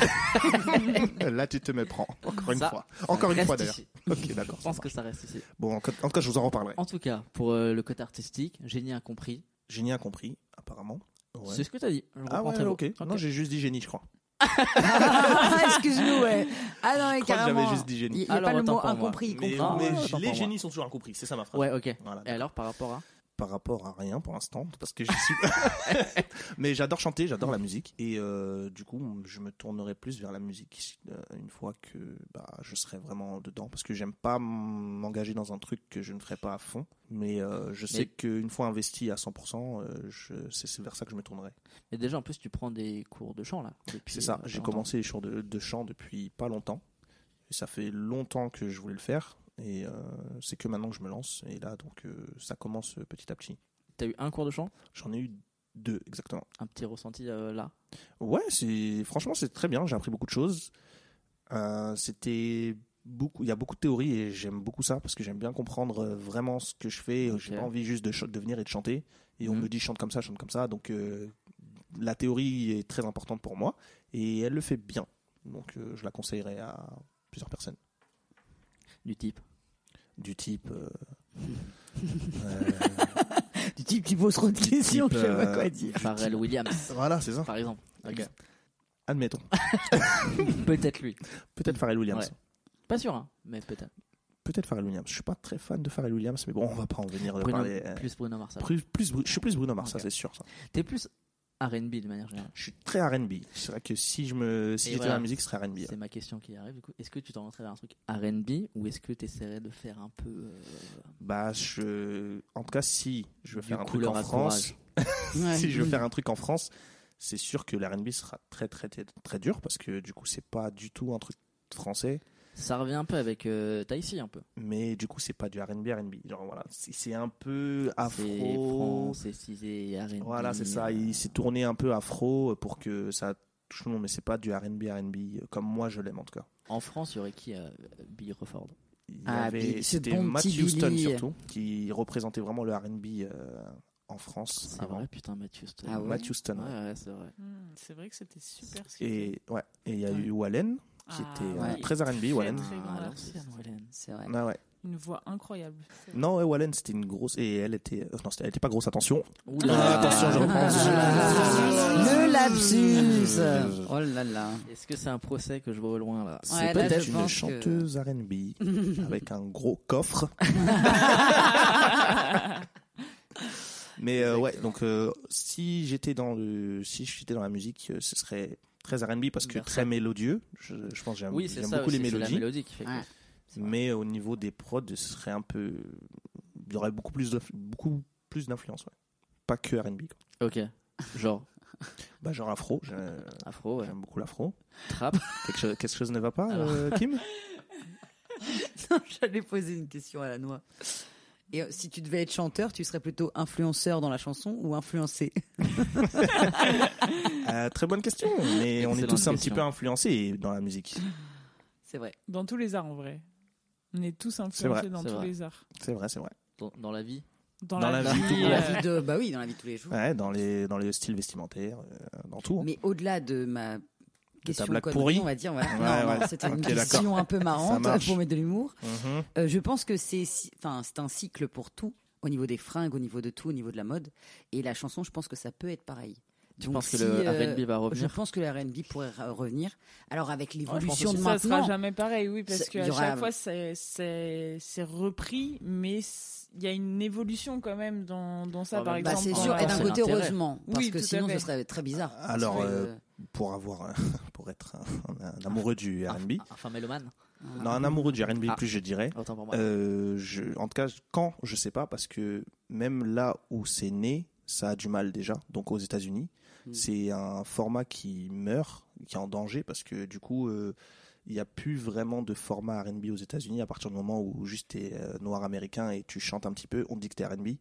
S5: Là tu te méprends. Encore une
S4: Ça,
S5: fois. Encore une
S4: reste
S5: fois d'ailleurs.
S4: ici.
S5: Ok d'accord.
S4: Je
S5: ça
S4: pense que
S5: marche.
S4: ça reste ici.
S5: Bon en, co- en tout cas je vous en reparlerai.
S4: En tout cas, pour euh, le côté artistique, génie incompris.
S5: Génie incompris apparemment. Ouais.
S4: C'est ce que t'as dit. Je
S5: Ah
S4: reprends
S5: ouais
S4: tes mots.
S5: ok. Non j'ai juste dit génie je crois.
S6: Ah, Excuse-nous, ouais. Ah non, mais
S5: Je crois que
S6: carrément.
S5: j'avais juste dit
S6: Il n'y
S5: génie.
S6: a
S4: Alors,
S6: pas le
S4: autant
S6: mot
S4: pour moi.
S6: incompris, il
S5: Mais,
S6: comprend.
S5: mais
S4: Ah, autant
S5: les
S4: pour
S5: génies sont toujours incompris, c'est ça ma phrase.
S4: Ouais, ok.
S5: Voilà.
S4: Et alors, par rapport à
S5: Euh, par rapport à rien pour l'instant parce que j'y suis mais j'adore chanter j'adore la musique et euh, du coup je me tournerai plus vers la musique euh, une fois que bah, je serai vraiment dedans parce que j'aime pas m'engager dans un truc que je ne ferai pas à fond mais euh, je sais
S4: Mais-
S5: qu'une fois investi à 100% euh, je, c'est, c'est vers ça que je me tournerai
S4: Et déjà, en plus, tu prends des cours de chant là. depuis,
S5: c'est ça
S4: euh,
S5: j'ai
S4: longtemps.
S5: commencé les cours de, de chant depuis pas longtemps et ça fait longtemps que je voulais le faire et euh, c'est que maintenant que je me lance et là donc euh, ça commence petit à petit
S4: T'as eu un cours de chant,
S5: j'en ai eu deux exactement
S4: un petit ressenti euh, là.
S5: Ouais, c'est franchement c'est très bien. J'ai appris beaucoup de choses. Euh, C'était beaucoup. Il y a beaucoup de théories et j'aime beaucoup ça parce que j'aime bien comprendre euh, vraiment ce que je fais. Euh, J'ai
S4: Ok.
S5: pas envie juste de, ch- de venir et de chanter. Et on
S4: Mhm.
S5: me dit chante comme ça, chante comme ça. Donc euh, la théorie est très importante pour moi et elle le fait bien. Donc euh, je la conseillerais à plusieurs personnes
S4: Du type.
S5: du type. euh, euh,
S6: Du type qui pose trop de
S5: Du
S6: questions,
S5: type,
S6: je sais pas
S5: euh,
S6: quoi dire.
S4: Pharrell Williams,
S5: voilà, c'est ça.
S4: par exemple.
S5: Ok. Admettons.
S4: Peut-être lui.
S5: Peut-être Pharrell Williams.
S4: Ouais. Pas sûr, hein, mais peut-être.
S5: Peut-être Pharrell Williams. Je suis pas très fan de Pharrell Williams, mais bon, on va pas en venir de
S4: Bruno-
S5: parler. euh,
S4: Plus Bruno Mars.
S5: Plus, plus, Bru- je suis plus Bruno Mars,
S4: Ok.
S5: ça c'est sûr. ça.
S4: T'es plus R&B de manière générale.
S5: Je suis très R&B. C'est vrai que si je me, si
S4: Et
S5: j'étais
S4: voilà.
S5: dans la musique, ce serait R&B. ouais.
S4: C'est ma question qui arrive. Du coup, est-ce que tu t'orienterais vers un truc R&B ou est-ce que tu essaierais de faire un peu euh,
S5: Bah, je, en tout cas, si je veux
S4: du
S5: faire un truc
S4: couleur
S5: en
S4: à
S5: France,
S4: courage
S6: Ouais.
S5: si je veux faire un truc en France, c'est sûr que l'R&B sera très, très, très, très dur parce que du coup, c'est pas du tout un truc français.
S4: Ça revient un peu avec euh, Taïsi, un peu.
S5: mais du coup c'est pas du R&B R&B genre voilà c'est c'est un peu
S4: C'est
S5: afro
S4: France, c'est Cisé, R&B.
S5: voilà c'est ça
S4: euh,
S5: il s'est tourné un peu afro pour que ça touche tout le monde mais c'est pas du R&B R&B euh, comme moi je l'aime en tout cas
S4: En France, il y aurait qui euh, Billy Crawford.
S5: il y
S6: Ah,
S5: avait
S6: Billy- ce
S5: c'était
S6: bon
S5: Matt
S6: petit
S5: Houston
S6: Billy.
S5: surtout qui représentait vraiment le R&B euh, en France
S4: C'est
S5: avant.
S4: vrai, Ah putain, Mathieu Stone.
S6: Ah ouais
S5: Matt Houston ouais.
S4: Ouais, ouais, c'est vrai.
S3: Hmm, c'est vrai que c'était super scripté.
S5: et ouais et il y a
S6: Ouais.
S5: eu Wallen qui
S3: Ah,
S5: était euh,
S6: ouais.
S5: très R&B Wallen
S3: Très grande
S4: Ah,
S3: artiste.
S4: l'ancienne Wallen.
S6: C'est vrai.
S5: Ah ouais.
S3: Une voix incroyable.
S5: Non, ouais, Wallen, c'était une grosse. Et elle était. euh, non, c'était- elle était pas grosse, attention.
S4: Oula.
S5: Ah,
S4: Ah,
S5: attention, je reprends.
S6: Le lapsus. Oh là là.
S4: Est-ce que c'est un procès que je vois au loin là
S6: Ouais,
S5: C'est
S6: là,
S5: peut-être
S6: je
S5: une
S6: pense que-
S5: chanteuse RB avec un gros coffre. Mais euh, ouais, donc euh, si j'étais dans le, si j'étais dans la musique, euh, ce serait très RB parce que
S4: Bertrand.
S5: très mélodieux. Je, je pense que j'aime
S4: Oui, c'est
S5: j'aime
S4: ça.
S5: beaucoup
S4: aussi,
S5: les
S4: c'est la
S5: mélodies.
S4: mélodie qui fait. que-
S6: Ouais.
S4: vrai.
S5: Mais au niveau des prods, ce serait un peu. Il y aurait beaucoup plus d'inf- beaucoup plus d'influence, ouais. Pas que RB. quoi.
S4: Ok. Genre
S5: Bah, genre afro, j'ai-
S4: afro, ouais.
S5: j'aime beaucoup l'afro.
S4: trap.
S5: Quelque chose, quelque chose ne va pas,
S4: Alors.
S5: euh, Kim
S6: J'allais poser une question à la noix. Et euh, si tu devais être chanteur, tu serais plutôt influenceur dans la chanson ou influencé
S5: Euh, Très bonne question. Mais on est
S4: Excellente
S5: tous un petit
S4: question.
S5: peu influencés dans la musique.
S6: C'est vrai.
S3: Dans tous les arts, en vrai. On est tous
S5: C'est vrai,
S3: influencés dans
S4: c'est
S3: tous
S4: vrai.
S3: les arts.
S5: C'est vrai, c'est vrai.
S4: Dans, dans la vie.
S3: Dans,
S5: Dans
S3: la,
S5: la
S3: vie.
S5: vie, tout
S6: Dans
S5: court.
S6: la
S3: euh,
S6: vie de, bah oui, dans la vie de tous les jours.
S5: Ouais, dans les dans les styles vestimentaires, euh, dans tout. hein.
S6: Mais au-delà de ma question
S5: blague
S6: connerie,
S5: pourrie
S6: on va dire, voilà.
S5: Ouais,
S6: Non, non,
S5: ouais.
S6: c'était une
S5: Ok,
S6: question un peu marrante
S5: marche.
S6: pour mettre de l'humour.
S5: Mhm.
S6: Euh, je pense que c'est si- enfin c'est un cycle pour tout au niveau des fringues, au niveau de tout, au niveau de la mode et la chanson, je pense que ça peut être pareil.
S4: Tu
S6: Donc,
S4: penses que
S6: si,
S4: le
S6: euh,
S4: R&B va
S6: Je
S4: revenir
S6: pense que le R&B pourrait re- revenir. Alors avec
S3: Ouais, je pense
S6: l'évolution
S3: aussi
S6: de
S3: que ça sera
S6: maintenant,
S3: jamais pareil, oui,
S6: Ça- il
S3: parce
S6: y
S3: qu'à
S6: aura-
S3: chaque fois, c'est- c'est c'est repris, mais c'est- il y a une évolution quand même dans, dans ça,
S4: Ouais,
S3: par
S4: mais
S6: bah,
S3: exemple.
S6: c'est
S4: en
S6: sûr.
S4: même
S6: Et
S4: temps,
S6: d'un
S4: c'est
S6: côté,
S4: l'intérêt.
S6: heureusement, parce
S3: Oui,
S6: que
S3: tout à
S6: sinon
S3: fait.
S6: ce serait très bizarre.
S5: Alors,
S6: Parce que,
S5: euh, Pour avoir, un- pour être un, un- un amoureux du R&B,
S6: Ah,
S4: Enfin, méloman.
S6: un-
S5: non, un amoureux du R&B
S4: Ah.
S5: plus, je dirais.
S4: Autant pour moi.
S5: Euh, je, en tout cas, quand je sais pas, parce que même là où c'est né, ça a du mal déjà. Donc aux États-Unis,
S6: Mm.
S5: c'est un format qui meurt, qui est en danger, parce que du coup, euh, il n'y a plus vraiment de format R&B aux États-Unis à partir du moment où juste t'es euh, noir américain et tu chantes un petit peu, on te dit que t'es R&B.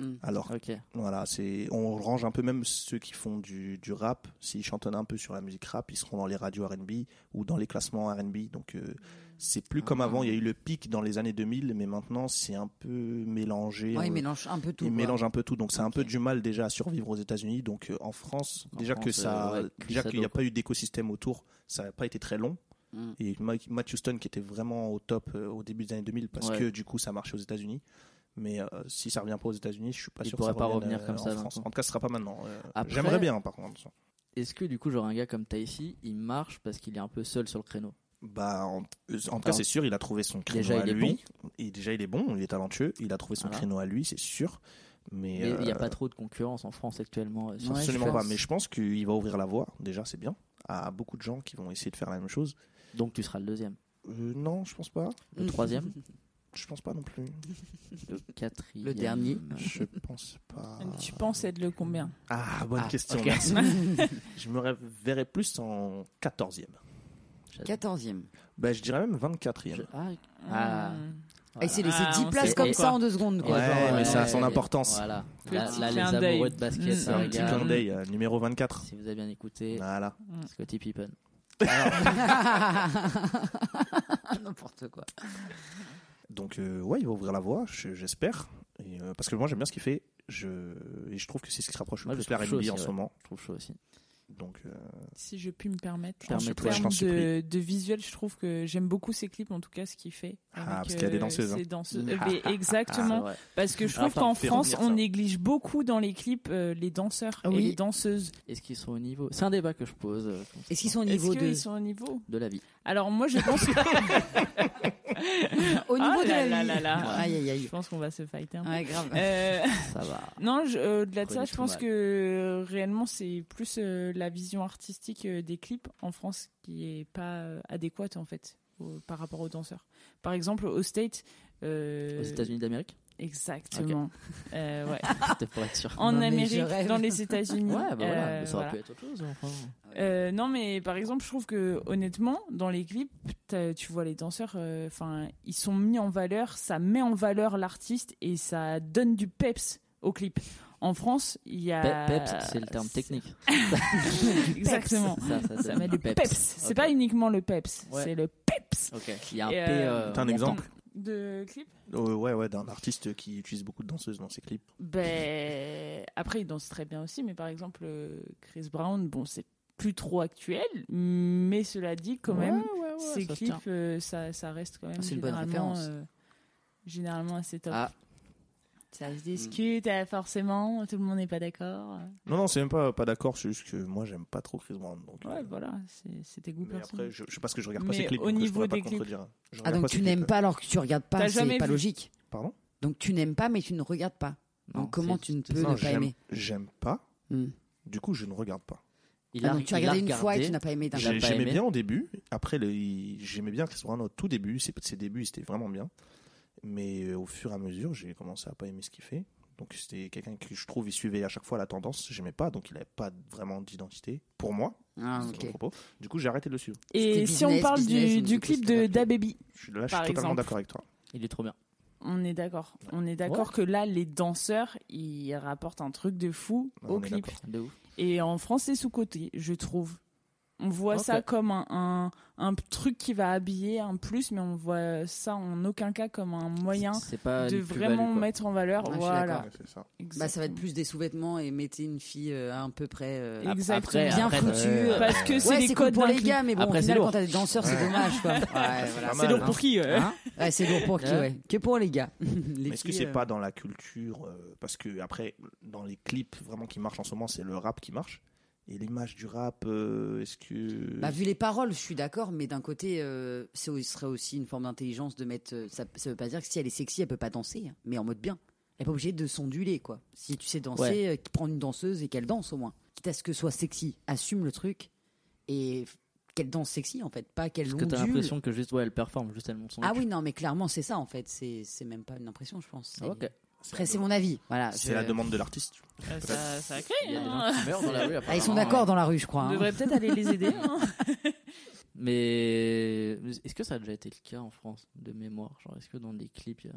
S6: Mm.
S5: Alors
S4: Ok.
S5: voilà, c'est on range un peu même ceux qui font du, du rap, s'ils chantonnent un peu sur la musique rap, ils seront dans les radios R&B ou dans les classements R&B. Donc euh, c'est plus comme
S4: Ah.
S5: avant, il y a eu le pic dans les années 2000 mais maintenant c'est un peu mélangé.
S6: ouais,
S5: euh,
S6: il mélange un peu tout.
S5: ils
S6: quoi.
S5: mélangent un peu tout, donc c'est un
S6: Ok.
S5: peu du mal déjà à survivre aux États-Unis. Donc euh, en France,
S4: En
S5: déjà que
S4: France,
S5: ça,
S4: euh, ouais, cuisse
S5: déjà
S4: à
S5: qu'il n'y a
S4: dos, quoi.
S5: pas eu d'écosystème autour, ça n'a pas été très long.
S6: Mm.
S5: Et Mike- Matt Houston qui était vraiment au top euh, au début des années 2000 parce
S4: Ouais.
S5: que du coup ça marchait aux États-Unis. Mais euh, si ça revient pas aux États-Unis, je suis pas
S4: Il
S5: sûr que
S4: pourrait
S5: ça
S4: pas
S5: revienne,
S4: revenir
S5: euh,
S4: comme ça
S5: en
S4: d'un
S5: France.
S4: coup.
S5: En tout cas, ce sera pas maintenant. euh,
S4: Après-
S5: J'aimerais bien par contre.
S4: Est-ce que du coup, genre un gars comme Taïsi, il marche parce qu'il est un peu seul sur le créneau
S5: Bah, en, en tout cas,
S4: Enfin,
S5: c'est sûr, il a trouvé son créneau
S4: déjà,
S5: à
S4: il est
S5: lui. Et déjà, il est bon, il est talentueux, il a trouvé son
S4: Voilà.
S5: créneau à lui, c'est sûr. Mais,
S4: Mais il n'y a
S5: euh,
S4: pas trop de concurrence en France actuellement. euh, sur-
S6: Ouais,
S5: Absolument
S6: je
S5: pas,
S6: pense.
S5: mais je pense qu'il va ouvrir la voie, déjà c'est bien, à beaucoup de gens qui vont essayer de faire la même chose.
S4: Donc tu seras le deuxième,
S5: Euh, non, je pense pas.
S4: le troisième,
S5: Je pense pas non plus.
S4: le quatrième.
S6: Le dernier.
S5: Je pense pas.
S3: Tu penses être le combien
S5: Ah, bonne
S4: Ah,
S5: question.
S4: ok.
S5: merci. je me rêve- verrais plus en 14e.
S6: Quatorzième.
S5: Bah, je dirais même 24e.
S4: Je- Ah, Ah.
S3: Hmm.
S4: voilà.
S6: Et c'est les
S3: Ah,
S6: 10
S3: on
S6: places
S4: sait
S6: comme
S4: pas.
S6: ça en deux secondes. Quoi,
S5: Ouais,
S6: Genre,
S5: mais
S6: euh,
S5: ça a
S4: ouais,
S5: son
S4: ouais.
S5: importance.
S4: Voilà.
S3: Petit
S4: Là, là, les
S3: clin d'œil.
S4: amoureux de basket,
S3: Mm,
S4: ça
S5: Un petit
S4: regarde.
S5: clin d'œil, euh, numéro 24.
S4: Si vous avez bien écouté,
S5: Voilà.
S4: Scotty Pippen.
S6: N'importe quoi.
S5: Donc, euh, ouais, il va ouvrir la voie, je- j'espère. Et, euh, parce que moi, j'aime bien ce qu'il fait. Je... Et je trouve que c'est ce qui se rapproche le
S4: Moi, je
S5: plus de la
S4: trouve chaud
S5: R&B en
S4: aussi,
S5: ce
S4: ouais.
S5: moment.
S4: Je trouve chaud aussi.
S5: Donc, euh,
S3: Si je puis me permettre.
S4: Je t'en
S3: en
S4: supplie, je
S3: termes
S5: t'en
S3: de, de visuel, je trouve que j'aime beaucoup ces clips, en tout cas ce qu'il fait.
S5: Ah,
S3: avec,
S5: parce qu'il y a des
S3: euh,
S5: danseuses, hein. Ah,
S3: ces danseuses.
S4: Mm.
S3: Eh ben, exactement.
S4: vrai.
S3: Parce que je trouve
S5: Attends,
S3: qu'en
S5: fais
S3: France,
S5: revenir
S3: on
S5: ça.
S3: néglige beaucoup dans les clips euh, les danseurs
S6: Ah oui.
S3: et les danseuses.
S4: Est-ce qu'ils sont au niveau C'est un débat que je pose. euh, comme ça,
S6: Est-ce qu'ils sont au
S3: Est-ce
S6: niveau de
S3: qu'ils sont au niveau
S4: De la vie.
S3: Alors moi, je pense que...
S6: au niveau
S3: Ah
S6: de
S3: là
S6: la
S3: là
S6: vie
S3: là là.
S6: Aïe aïe
S3: je
S6: aïe.
S3: pense qu'on va se fighter un peu.
S6: Ouais, grave.
S3: Euh,
S4: Ça va.
S3: Non, je- euh, au-delà de ça,
S4: Prenez
S3: je
S4: tout
S3: pense
S4: mal.
S3: que euh, réellement, c'est plus euh, la vision artistique euh, des clips en France qui est pas euh, adéquate, en fait, au- par rapport aux danseurs. Par exemple, au State. euh,
S4: Aux États-Unis d'Amérique
S3: Exactement. Euh, ouais.
S4: Peut-être pour être sûr.
S3: En
S6: Non, mais je
S3: Amérique,
S6: rêve.
S3: dans les États-Unis.
S4: Ouais, bah voilà,
S3: euh,
S4: mais ça aurait
S3: voilà.
S4: pu être autre chose. Enfin.
S3: Euh, non, mais par exemple, je trouve que honnêtement, dans les clips, t'as- tu vois les danseurs, euh, enfin, ils sont mis en valeur, ça met en valeur l'artiste et ça donne du peps au clip. En France, il y a
S4: Pe- Peps, c'est le terme technique.
S3: exactement.
S4: Ça, ça,
S3: Ça
S4: donne
S3: met du peps. C'est
S4: Ok.
S3: pas uniquement le peps,
S4: Ouais.
S3: c'est le peps
S4: Ok, il y a un
S3: Et,
S4: P.
S3: euh,
S4: euh,
S5: T'as un exemple
S3: de clip.
S5: Euh, Ouais, ouais, d'un artiste qui utilise beaucoup de danseuses dans ses clips.
S3: Ben après, ils dansent très bien aussi, mais par exemple, euh, Chris Brown, bon, c'est plus trop actuel, mais cela dit, quand même, ces
S4: ça se
S3: clips,
S4: tient.
S3: euh, ça, ça reste quand même
S6: Ah, c'est une bonne
S3: généralement,
S6: référence.
S3: euh, généralement assez top.
S4: Ah,
S3: Ça se discute, euh, forcément, tout le monde n'est pas d'accord.
S5: Non, non, c'est même pas, pas d'accord, c'est juste que moi, j'aime pas trop Chris Brown. Donc,
S3: Ouais,
S5: euh,
S3: voilà, c'est- c'était goût
S5: mais après,
S3: personnel.
S5: je, je sais pas ce que je regarde pas
S3: Mais
S5: ses clips,
S3: au
S5: donc je
S3: niveau
S5: pourrais pas
S3: des clips.
S5: contredire. Je
S6: Ah
S5: regarde
S6: donc
S5: pas
S6: tu
S5: ses
S6: n'aimes
S5: clips.
S6: pas alors que tu regardes
S3: T'as
S6: pas,
S3: jamais
S6: c'est pas
S3: vu.
S6: logique.
S5: Pardon
S6: Donc tu n'aimes pas mais tu ne regardes pas.
S4: non,
S6: donc comment
S4: c'est-
S6: tu ne peux
S5: Non,
S6: ne pas
S5: j'aime-
S6: aimer
S5: J'aime pas.
S6: Hmm.
S5: Du coup, je ne regarde pas.
S4: il
S6: Ah,
S4: a-
S6: donc tu
S4: il
S6: as
S4: a
S6: regardé une fois et
S4: regardé.
S6: tu n'as pas aimé d'un
S4: J'ai-
S6: seul.
S5: J'ai-
S4: pas
S5: J'aimais
S4: aimé.
S5: bien au début. Après, le- il- j'aimais bien Chris Brown au tout début. Ses, ses débuts, c'était vraiment bien. Mais euh, au fur et à mesure, j'ai commencé à pas aimer ce qu'il fait. Donc c'était quelqu'un qui, je trouve, il suivait à chaque fois la tendance. J'aimais pas, donc il avait pas vraiment d'identité pour moi.
S6: Ah,
S5: c'est
S6: ok.
S5: mon propos. Du coup, j'ai arrêté de le suivre.
S3: Et
S6: C'était
S3: si on
S6: business,
S3: parle
S6: business,
S3: du,
S6: donc
S3: du
S6: du coup,
S3: clip
S6: c'était
S3: de
S6: pas cool.
S3: DaBaby,
S5: Je suis, là, je
S3: Par
S5: suis totalement
S3: exemple.
S5: d'accord avec toi.
S4: Il est trop bien.
S3: on est d'accord. On est d'accord que là, les danseurs, ils rapportent un truc de fou
S5: Ouais,
S3: au
S5: on est
S3: clip.
S5: d'accord.
S4: De ouf.
S3: Et en France, c'est sous-côté, je trouve. On voit
S4: Ok.
S3: ça comme un, un, un truc qui va habiller un plus, mais on voit ça en aucun cas comme un moyen
S4: C'est pas
S3: de
S4: une plus-value,
S3: vraiment
S4: quoi.
S3: mettre en valeur.
S6: Ouais, Ah, je suis
S3: voilà.
S6: d'accord.
S5: Ouais, c'est ça.
S6: Bah ça va être plus des sous-vêtements et mettez une fille euh, à un peu près euh,
S3: Et- Exactement.
S4: Après,
S6: bien
S4: après,
S6: foutue.
S5: euh,
S6: euh,
S3: Parce que c'est
S6: ouais,
S3: les
S6: c'est cool
S3: codes
S6: pour
S3: d'un
S6: les
S3: clip.
S6: gars, mais bon,
S4: Après,
S6: au
S4: c'est
S6: final,
S4: lourd.
S6: quand t'as des danseurs, c'est
S5: Ouais.
S6: dommage, quoi. Ouais, voilà.
S5: pas
S3: C'est
S5: mal,
S3: lourd
S5: hein.
S3: pour qui euh
S6: Hein Ouais, c'est lourd pour qui,
S4: Ouais.
S6: ouais. Que pour les euh. gars.
S5: Mais est-ce que c'est pas dans la culture euh, Parce que après, dans les clips vraiment qui marchent en ce moment, c'est le rap qui marche. Et l'image du rap, euh, est-ce
S4: Mm.
S5: que
S6: Bah, vu les paroles, je suis d'accord, mais d'un côté, euh, c'est- ce serait aussi une forme d'intelligence de mettre. euh, Ça, ça veut pas dire que si elle est sexy, elle peut pas danser, hein, mais en mode bien. Elle est pas obligée de s'onduler, quoi. Si tu sais danser,
S4: Ouais.
S6: euh, prends une danseuse et qu'elle danse au moins. Quitte à ce que ce soit sexy, assume le truc et f- qu'elle danse sexy, en fait, pas qu'elle
S4: Parce que
S6: ondule.
S4: t'as l'impression que juste, ouais, elle performe, juste elle monte son
S6: Ah
S4: cul.
S6: oui, non, mais clairement, c'est ça, en fait. C'est c'est même pas une impression, je pense. C'est-
S4: Ah, Ok.
S6: Après, c'est mon avis. Voilà.
S5: C'est
S6: je-
S5: la demande de l'artiste.
S3: Euh, ça, ça crée.
S4: Il y a des
S3: hein.
S4: gens qui meurent dans la rue.
S6: Ah, ils sont
S4: apparemment.
S6: d'accord dans la rue, je crois.
S3: On
S6: hein.
S3: devrait peut-être aller les aider. hein.
S4: Mais est-ce que ça a déjà été le cas en France de mémoire Genre, est-ce que dans des clips, il y a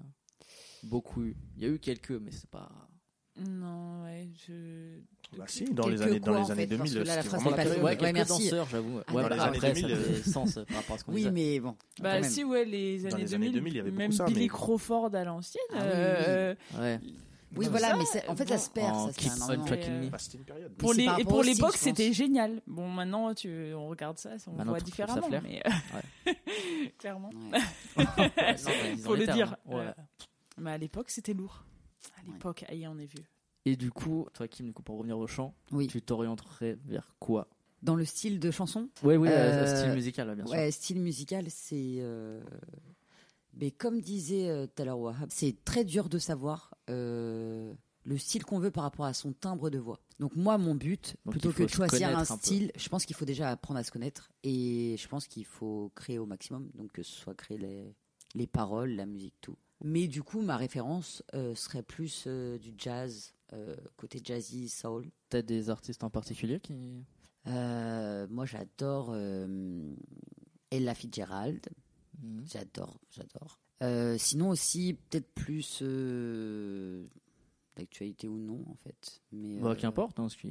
S4: beaucoup eu Il y a eu quelques, mais c'est pas.
S3: Non, ouais, je.
S5: Bah si, dans
S6: Quelques
S5: les années, dans
S6: quoi,
S5: les
S6: en fait,
S5: années
S6: parce
S5: 2000,
S6: que là, la
S5: c'était
S6: phrase
S5: vraiment
S6: n'est pas
S4: Ouais,
S6: Ouais,
S5: la période.
S6: ouais,
S4: quelques
S6: merci.
S4: danseurs, j'avoue. Ouais,
S6: Ah,
S4: voilà,
S5: dans les années
S4: après,
S5: 2000,
S4: ça fait sens euh, par rapport à ce qu'on
S6: Oui,
S4: disait.
S6: mais bon.
S3: Bah,
S6: quand même.
S3: si, ouais, les
S5: Dans
S3: années,
S5: les années 2000, il y avait
S3: même
S5: beaucoup ça,
S3: Billy
S5: mais-
S3: Crawford à l'ancienne.
S6: Ah oui, oui, oui.
S3: euh,
S4: Ouais.
S6: Oui,
S3: Tout
S6: voilà,
S3: ça,
S6: mais c'est- en fait, ça
S3: bon.
S6: se perd.
S4: En
S6: ça, c'est
S4: Keep
S6: un
S4: on
S6: moment.
S4: Tracking Me.
S5: Bah, c'était une période.
S3: Pour
S6: c'est
S3: les
S6: par
S3: et
S6: rapport
S3: pour
S6: au style,
S3: l'époque,
S6: je pense.
S3: c'était génial. Bon, maintenant, tu, on regarde ça, on
S4: Maintenant,
S3: voit
S4: tu trouves ça
S3: différemment,
S4: flair.
S3: mais euh, clairement.
S6: Ouais.
S4: Ouais, non, mais ils ont
S3: Faut
S4: les
S3: le
S4: termes.
S3: dire.
S4: Ouais.
S3: Euh, Mais à l'époque, c'était lourd. À l'époque, aïe, on est vieux.
S4: Et du coup, toi, Kim, du coup, pour revenir au chant,
S6: Oui.
S4: tu t'orienterais vers quoi
S6: Dans le style de chanson
S4: Oui, oui,
S6: Euh,
S4: euh, style musical, bien sûr.
S6: Ouais, style musical, c'est. euh, Mais comme disait euh, tout à l'heure Wahab, c'est très dur de savoir euh, le style qu'on veut par rapport à son timbre de voix. Donc, moi, mon but,
S4: Donc,
S6: plutôt
S4: il
S6: que
S4: faut
S6: de
S4: se
S6: choisir un
S4: connaître un peu.
S6: style, je pense qu'il faut déjà apprendre à se connaître et je pense qu'il faut créer au maximum, donc que ce soit créer les, les paroles, la musique, tout. Mais du coup, ma référence euh, serait plus euh, du jazz, euh, côté jazzy, soul.
S4: T'as des artistes en particulier qui.
S6: Euh, moi, j'adore euh, Ella Fitzgerald. Hmm.
S4: Mhm.
S6: J'adore, j'adore. Euh, sinon aussi, peut-être plus euh, d'actualité ou non, en fait. Mais,
S4: Bah,
S6: euh,
S4: qu'importe, hein, parce que